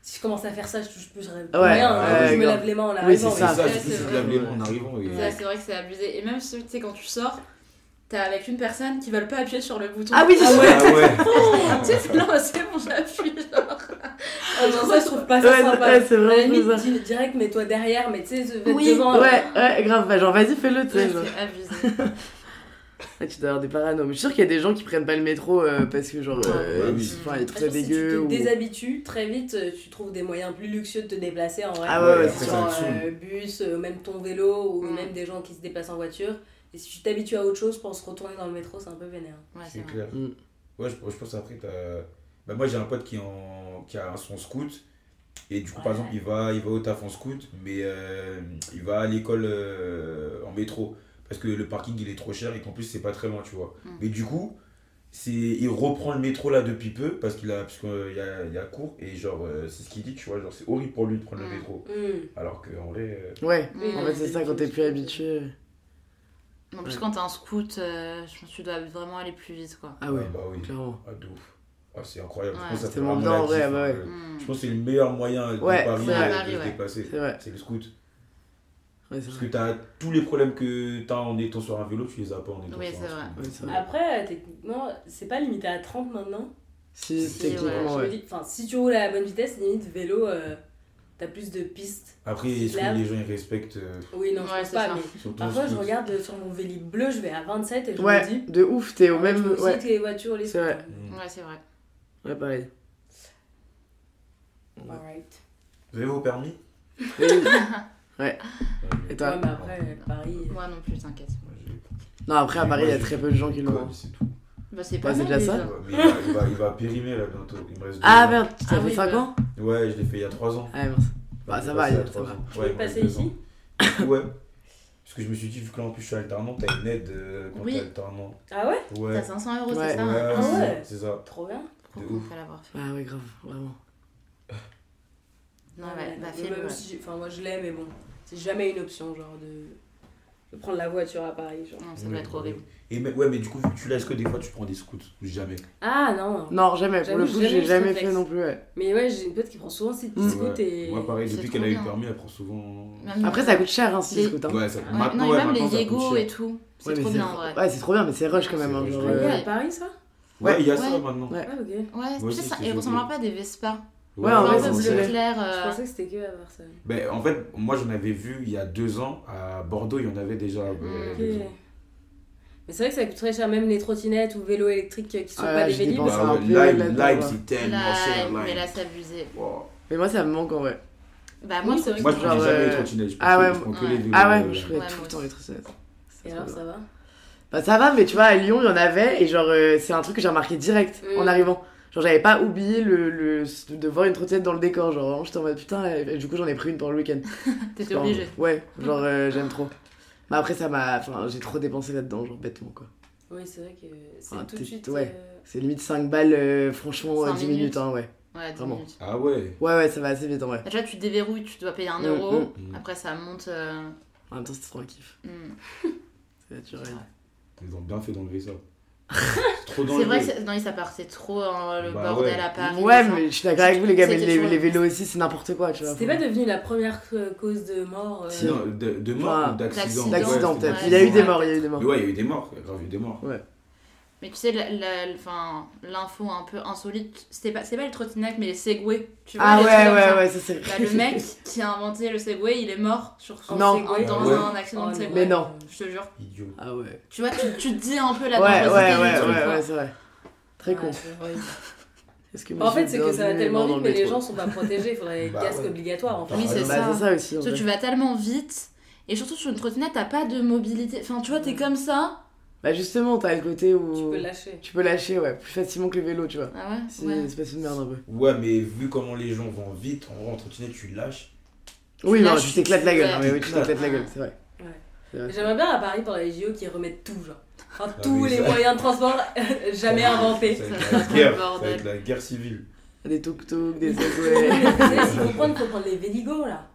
si je commence à faire ça, je touche plus rien. Ouais, hein, ouais, je me grave. lave les mains en arrivant. Oui, c'est c'est mais- ça, Ouais, surtout c'est si tu vrai. laves les mains en arrivant. et- Ça, c'est vrai que c'est abusé. Et même, tu sais, quand tu sors, t'es avec une personne qui veulent pas appuyer sur le bouton. Ah oui, tu c'est Ah ouais. sais, c'est- non, c'est bon, j'appuie. genre. Ah, non, ça, je trouve pas ça Ouais, sympa. ouais, c'est À la vraiment limite, bizarre. dis- direct, mets-toi derrière, mais tu sais, se- Oui. devant. euh, Ouais, ouais, grave, bah, genre, vas-y, fais-le, tu sais. Ouais, genre. C'est abusé. Ah, tu dois avoir des parano. Mais je suis sûr qu'il y a des gens qui prennent pas le métro euh, parce que, genre, euh, Ouais, oui. ils- enfin, ils Ah, trouvent Après, ça si tu te dégueu. ou- déshabitues, très vite, euh, tu trouves des moyens plus luxueux de te déplacer en vrai. Ah ouais, ouais, après, c'est ça Genre te saoule. euh, bus, euh, même ton vélo, ou Mm. même des gens qui se déplacent en voiture. Et si tu t'habitues à autre chose pour se retourner dans le métro, c'est un peu vénère. Ouais, c'est C'est vrai. clair. Mm. Ouais, je, je pense après, t'as. Bah, moi, j'ai un pote qui, est en... qui a son scout. Et du coup, par Ouais. exemple, il va, il va au taf en scout, mais euh, il va à l'école euh, en métro. Parce que le parking, il est trop cher et qu'en plus, c'est pas très loin, tu vois. Mm. Mais du coup, c'est il reprend le métro là depuis peu parce qu'il a, parce qu'il y a, il y a cours. Et genre, euh, c'est ce qu'il dit, tu vois. Genre, c'est horrible pour lui de prendre le Mm. métro. Mm. Alors qu'en vrai. euh, Ouais, Mm. en fait, c'est ça, quand t'es plus habitué. En plus, Ouais. quand t'es un scout, euh, je pense que tu dois vraiment aller plus vite, quoi. Ah ouais, ah, bah oui. clairement. Ah, de ouf. Ah, c'est incroyable. Ouais. je pense que ça C'est fait mon vraiment bien, la en vrai, diff, bah hein. ouais. Mm. Je pense que c'est le meilleur moyen de Ouais, Paris c'est euh, à de, Paris, se ouais. dépasser. C'est vrai. C'est le scout. Ouais, c'est Parce vrai. que t'as tous les problèmes que t'as en étant sur un vélo, tu les as pas en étant Oui, sur c'est un vrai. scoot. Ouais, c'est vrai. Après, euh, techniquement, c'est pas limité à 30 maintenant. Si, Si, techniquement, Je me ouais. dis, Enfin, si tu roules à la bonne vitesse, limite vélo, euh, t'as plus de pistes. Après, est-ce que Cyclable. les gens ils respectent euh, Oui, non, Ouais, je pense c'est pas. ça. Mais surtout en parfois, je scoot regarde euh, sur mon véli bleu, je vais à 27 et je me Ouais, dis. de ouf, t'es ah au ouais, même. je me Ouais, cite les voitures, les C'est vrai. Mm. Ouais, c'est vrai. ouais, pareil. Alright. Vous avez vos permis Et, Ouais, et toi Ouais, mais après, euh, Paris. Moi non plus, t'inquiète. j'ai- Non, après, à Paris, il y a très peu de gens qui j'ai- l'ont. hein. C'est tout. Bah, c'est Bah, pas c'est mal, déjà ça. Ouais, mais il va, il, va, il va périmer là bientôt. Il me reste deux Ah ans. merde, ça Ah fait oui, 5 bah. ans Ouais, je l'ai fait il y a 3 ans. Ah mince. Bah, Je l'ai ça passé va, il y a ça trois va. ans. Tu Ouais, veux il me reste passer deux ici ans. Ouais. Parce que je me suis dit, vu que là en plus je suis alternant, t'as une aide euh, quand Oui. t'es alternant. Ah ouais Ouais. T'as 500 euros, Ouais. c'est ça Ouais, hein Ah c'est ouais. ça, c'est ça. Trop bien. De Pourquoi ouf. pas l'avoir fait Ah ouais, grave, vraiment. Non, ouais, bah, Ah Mais fais-le. même ouais. si j'ai- Enfin, moi, je l'ai, mais bon. C'est jamais une option, genre, de, de prendre la voiture à Paris. Genre. Non, ça doit être horrible. Mm. Et mais- ouais, mais du coup, vu que tu l'as, est-ce que des fois tu prends des scouts Jamais. Ah non. Non, jamais, pour le J'avoue, coup, j'ai jamais eu j'ai ce jamais réflexe. fait non plus, ouais. Mais ouais, j'ai une pote qui prend souvent ses petits Mm. scouts et. Moi, pareil, C'est depuis trop qu'elle a eu bien. le permis, elle prend souvent. Même- Après, ça coûte cher, hein, si Les- tu écoutes, hein. Ouais, ça Ouais, non, maintenant, et ouais, même maintenant, les ça coûte Yego cher. et tout. C'est Ouais, mais trop c'est- bien en vrai. Ouais, c'est trop bien, mais c'est rush quand Ouais, même, hein, c'est genre. rush. Ah, euh, ouais, Ouais. à Paris, ça Ouais, il y a Ouais. ça maintenant. Ouais. Ah, ok. Ouais, Moi c'est aussi, ça. c'était Et joli. ressemblera pas à des Vespa. Ah Ouais, en Enfin, vrai, un c'est peu stylé. bleu clair. Je euh, pensais que c'était que à Barcelone. Ben, en fait, moi, j'en avais vu il y a deux ans. À Bordeaux, il y en avait déjà. euh, Mm. deux ans. Ok. Mais c'est vrai que ça coûte très cher, même les trottinettes ou vélos électriques qui sont Ah, pas là, des je vélos. dépense. mais- un Bah, ouais, peu là-dedans, Lime, Lime, ouais. c'est tellement Là, cher. Lime. mais là, c'est abusé. Wow. Mais moi, ça me manque en vrai. Bah, moi, Oui, c'est vrai Moi, je que Genre, prends jamais euh, les trottinettes. Je prends ah que- ouais, je prends que ouais. les vélos. Ah ouais, moi, euh, je trouvais Ouais, tout moi le temps aussi. les trottinettes. Et alors, ça va Bah ça va, mais tu vois, à Lyon, il y en avait, et genre, euh, c'est un truc que j'ai remarqué direct Mm. en arrivant. Genre, j'avais pas oublié le, le- de voir une trottinette dans le décor. Genre, vraiment, j'étais en mode putain, et du coup, j'en ai pris une pendant le week-end. T'étais Genre, obligé. Ouais, genre, euh, j'aime trop. Mais après, ça m'a. Enfin, j'ai trop dépensé là-dedans, genre, bêtement, quoi. Oui, c'est vrai que c'est Ah, tout de t'es- suite. ouais. euh, C'est limite 5 balles, euh, franchement, Cinq 10 minutes, minutes. hein, ouais. Ouais, dix Vraiment. minutes. Ah ouais. Ouais, ouais, ça va assez vite en vrai. Déjà, tu déverrouilles, tu dois payer un Mm, euro. Mm. Après, ça monte. euh, En même temps, c'était trop un kiff. mm. C'est naturel. Ils ont bien fait d'enlever ça. C'est trop dangereux. C'est vrai que c'est- dans les apparts, c'est trop hein, le Bah bordel ouais. à Paris. ouais, machin. mais je suis d'accord avec vous, les gars, mais C'était les, chaud. les vélos aussi, c'est n'importe quoi, tu vois. C'était pas devenu la première euh, cause de mort. euh, Si. Non, de, de mort Enfin, ou d'accident. d'accident. D'accident, Ouais, peut-être. ouais, Il y a eu c'est des vrai. morts, il y a eu des morts. Mais ouais, il y a eu des morts. Il y a eu des morts. Mais tu sais, la- la- la- enfin, l'info un peu insolite, c'était pas, c'est pas les trottinettes, mais les Segway. Tu vois, Ah les ouais, trucs comme ça. ouais, ouais, ça c'est. Bah, le mec qui a inventé le Segway, il est mort sur son Non. Segway dans Ah Ouais. un accident de oh, Segway. Euh, Mais non. Je te jure. Idiot. Ah ouais. Tu vois, tu, tu te dis un peu la Ouais, ouais, dangerosité ouais, du truc, ouais, quoi. ouais, c'est vrai. Très Ouais, con. c'est horrible. Est-ce que Bah, En monsieur fait, c'est que ça va bienvenu est tellement mort dans vite, le mais les métro gens sont pas protégés. Il faudrait Bah casque ouais. obligatoire en fait. Oui, c'est Bah, ça. c'est ça aussi. en Parce que fait. tu vas tellement vite. Et surtout sur une trottinette, t'as pas de mobilité. Enfin, tu vois, t'es comme ça. Bah, justement, t'as le côté où. Tu peux lâcher. tu peux lâcher, ouais, plus facilement que le vélo, tu vois. Ah ouais, C'est ouais. une espèce de merde un peu. Ouais, mais vu comment les gens vont vite, en rentre trottinette, tu lâches. oui, lâches, non, tu tu- t'éclates la gueule. ouais. non, mais oui, tu t'éclates la Ouais. gueule, c'est vrai. J'aimerais bien à Paris pendant les JO qu'ils remettent tout, genre. Enfin, Ah tous oui, les ça- moyens de transport jamais Ça inventés. Ça va être va la être le guerre, ça va bordel. être la guerre civile. Des tuk-tuk, des Tu segways. sais, S'il faut prendre, faut prendre les Véligo là.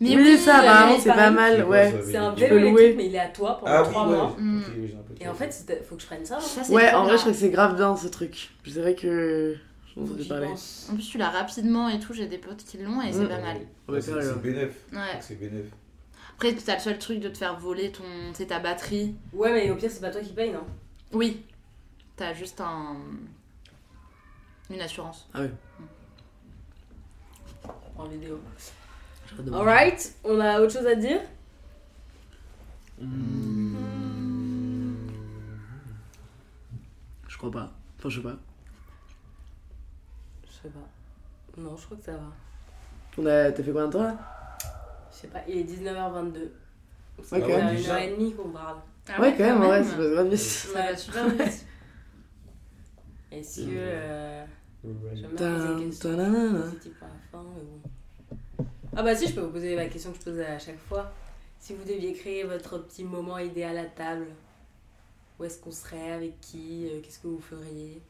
Mais oui, ça, euh, bah, apparemment, les c'est pas paris. C'est mal, quoi, ouais. ça, C'est un Véligo vélo peux louer. électrique, mais il est à toi pendant Ah oui, 3 ouais. mois. Mm. ok, j'ai un peu Et en fait, c'était- faut que je prenne ça. hein. ça, c'est Ouais, trop en vrai, bien. je crois que c'est grave bien ce truc. C'est vrai que. J'en ai Faut que entendu j'y parler. pense. En plus, tu l'as rapidement et tout. J'ai des potes qui l'ont et c'est Mm. pas mal. On va C'est faire, c'est ouais. bénef. Je Ouais. crois que C'est bénef. Après, t'as le seul truc de te faire voler ton, c'est ta batterie. Ouais, mais au pire, c'est pas toi qui paye, non Oui. T'as juste un. Une assurance. En vidéo. J'aurais demandé. Alright, on a autre chose à dire Je crois pas. Enfin, je sais pas. Je sais pas. Non, je crois que ça va. On a... T'as fait combien de temps là Je sais pas, il est 19h22. C'est Ok. Ah à une Déjà. heure et demie qu'on parle. Ah Ouais, quand même, ouais, c'est Ça pas grave. mais- va super vite. Est-ce que. euh, j'aime bien poser une Tan, question tan, nan, nan, nan. positive pour la fin, mais bon. Ah bah si, je peux vous poser la question que je pose à chaque fois. Si vous deviez créer votre petit moment idéal à table, où est-ce qu'on serait, avec qui, euh, qu'est-ce que vous feriez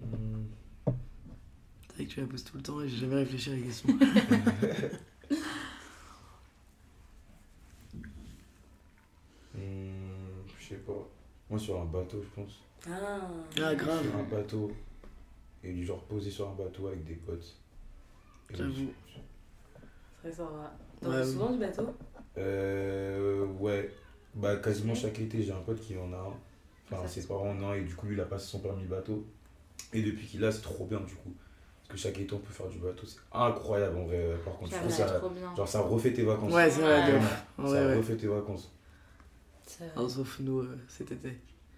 Mm, C'est vrai que tu la poses tout le temps et j'ai jamais réfléchi à la question. Hmm, Je sais pas. Moi, sur un bateau, je pense. Ah, Ah, grave. Sur un bateau. Et genre posé sur un bateau avec des potes. Et- J'avoue. ça va. hein. T'en Ouais, fais oui. souvent du bateau Euh, ouais. Bah, quasiment chaque été, j'ai un pote qui en a un. Enfin, ses parents en ont un, et du coup, lui, il a passé son permis bateau. Et depuis qu'il l'a, c'est trop bien, du coup. Parce que chaque été, on peut faire du bateau. C'est incroyable, en vrai. euh, Par contre, je Ça trouve va ça. trop bien. Genre, ça refait tes vacances. Ouais, c'est vrai, de Ouais. ouf. ça Ouais, ouais. refait tes vacances. Ça- Alors, sauf nous euh, cet été.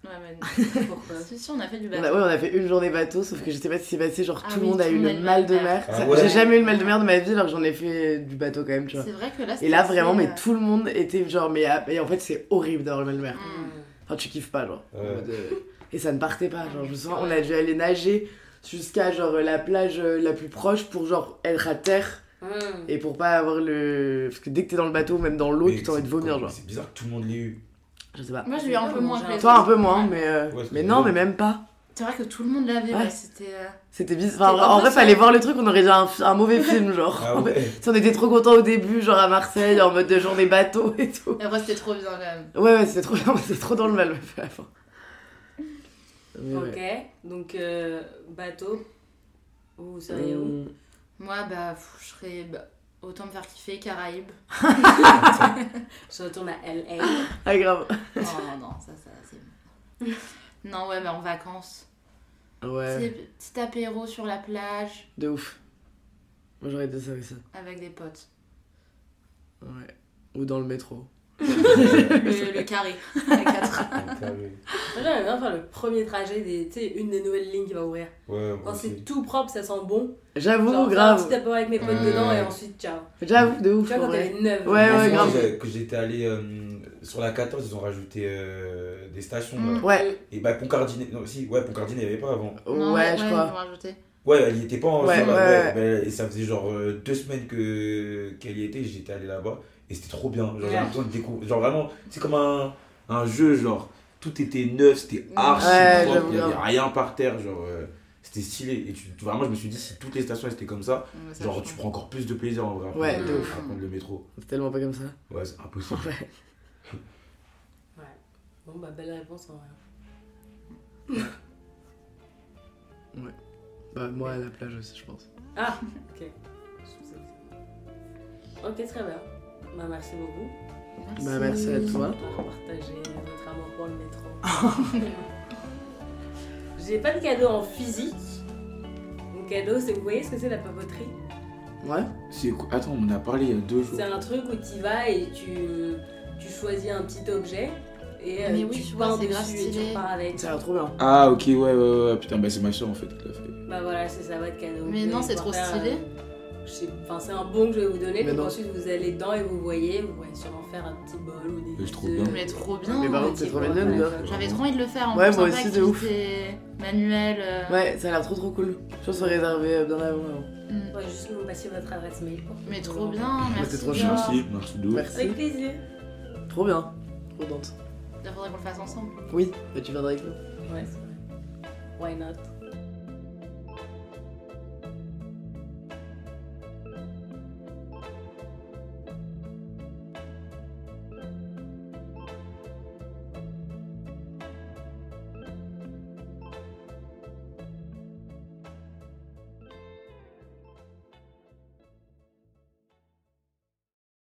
Ouais, mais. Pourquoi Si, si, on a fait du On bateau. a, ouais, on a fait une journée bateau, sauf que je sais pas si c'est passé, genre Ah tout le oui, monde a tout eu le le monde mal de mer. Ah Ça- ouais. J'ai jamais eu le mal de mer de ma vie alors que j'en ai fait du bateau quand même, tu vois. C'est vrai que là, Et là c'est vraiment, assez, mais tout le monde était genre, mais ah, et en fait c'est horrible d'avoir le mal de mer. euh, mm. Enfin, tu kiffes pas, genre. En Ouais. mode, euh, Et ça ne partait pas, genre. Je me souviens, on a dû aller nager jusqu'à genre la plage euh, la plus proche pour genre être à terre Hum. et pour pas avoir le. Parce que dès que t'es dans le bateau, même dans l'eau, Mais tu t'as envie de c'est- vomir, comme- genre. C'est bizarre que tout le monde l'ait eu. Je sais pas. Moi, j'ai eu un peu moins que les Toi, un autres. peu moins, Ouais. mais. euh, Ouais, c'est mais non, vrai. mais même pas. C'est vrai que tout le monde l'avait, Ouais. ouais, c'était. euh, C'était C'est bizarre. Enfin, un en peu vrai, ça. fallait voir le truc, on aurait dit un, un mauvais film, genre. Ah ouais. Si on était trop contents au début, genre à Marseille, en mode de jour des bateaux et tout. Et après, c'était trop bien quand même. Ouais, ouais, c'était trop, c'était trop dans le mal, à la fin. Mais ouais. Ok, donc euh, bateau, vous seriez où Hum, Moi, bah, pff, je serais. bah, autant me faire kiffer, Caraïbes. Je retourne à LA. Ah, grave. Oh non, ça, ça, c'est bon. Non, ouais, mais en vacances. Ouais, Petit, petit apéro sur la plage de ouf. Moi, j'aurais aidé ça avec ça. avec des potes. Ouais. Ou dans le métro. Le, le carré. à quatre. Moi, J'aimerais bien faire le premier trajet, des, tu sais, une des nouvelles lignes qui va ouvrir. Ouais, moi Quand aussi. c'est tout propre, ça sent bon. J'avoue, Genre, faire Un Mmh, grave. petit apéro avec mes potes Ouais. dedans et ensuite ciao. J'avoue, de Tu ouf, vois, en quand vrai. elle est neuve. Ouais, Moi, ouais, c'est grave. vrai que- Que j'étais allé euh, sur la 14, ils ont rajouté euh, des stations. Mm. là. Ouais, Et bah, Concardine. Non, si, ouais, Concardine, il n'y avait pas avant. Non, ouais, je ils crois. vont rajouter. Ouais, elle n'y était pas en Ouais, sur la- ouais, mais- Et ça faisait genre euh, deux semaines que qu'elle y était, j'étais allé là-bas. Et c'était trop bien. Genre, j'avais Ouais. le temps de découvrir. Genre, vraiment, c'est comme un, un jeu, genre, tout était neuf, c'était archi Ouais, propre, j'avoue, il n'y avait grave. rien par terre, genre. euh, c'était stylé. Et tu, vraiment, je me suis dit, si toutes les stations étaient comme ça, Ouais, bah, ça, genre, je tu pense. prends encore plus de plaisir en vrai. à Ouais, prendre de le- ouf. à prendre le métro. C'est tellement pas comme ça. Ouais, c'est impossible. Bon, bah, belle réponse en vrai. Bah, moi, à la plage aussi, je pense. Ah, ok. Je pensais que- Ok, très bien. Bah, merci beaucoup Bah, merci à toi. d'avoir partagé votre amour pour le métro. J'ai pas de cadeau en physique. Mon cadeau, c'est. Vous voyez ce que c'est la papoterie Ouais. C'est quoi- Attends, on en a parlé il y a deux jours. C'est un truc où tu vas et tu, tu choisis un petit objet et Mais euh, oui, tu je vois, peins c'est grave dessus et tu stylé. repars avec. Ça a l'air trop bien. Ah, ok, ouais, ouais, ouais, putain, bah c'est ma soeur en fait qui l'a fait. Bah voilà, c'est ça votre cadeau. Mais Vous non, allez c'est pouvoir trop faire, stylé. euh, je sais- Enfin, c'est un bon que je vais vous donner. Mais Donc non. ensuite, vous allez dedans et vous voyez. Vous pouvez sûrement faire un petit bol ou des. Mais je trouve œufs. bien. Mais trop bien. Mais par ouais. contre, c'est trop Ouais. mignon, non J'avais trop envie de le faire hein, en Ouais, plus. moi un peu aussi, de ouf. activité Manuel. euh, Ouais, ça a l'air trop trop cool. Je pense que c'est réservé euh, bien avant. ouais. mm. Ouais, juste nous passer votre adresse mail. quoi. Mais trop bien, merci. t'es trop bien. Merci, merci de ouf. Merci. Avec plaisir. Trop bien. Contente. Il faudrait qu'on le fasse ensemble. é? Oui, bah, tu viendras avec nous. Ouais, c'est vrai. Why not?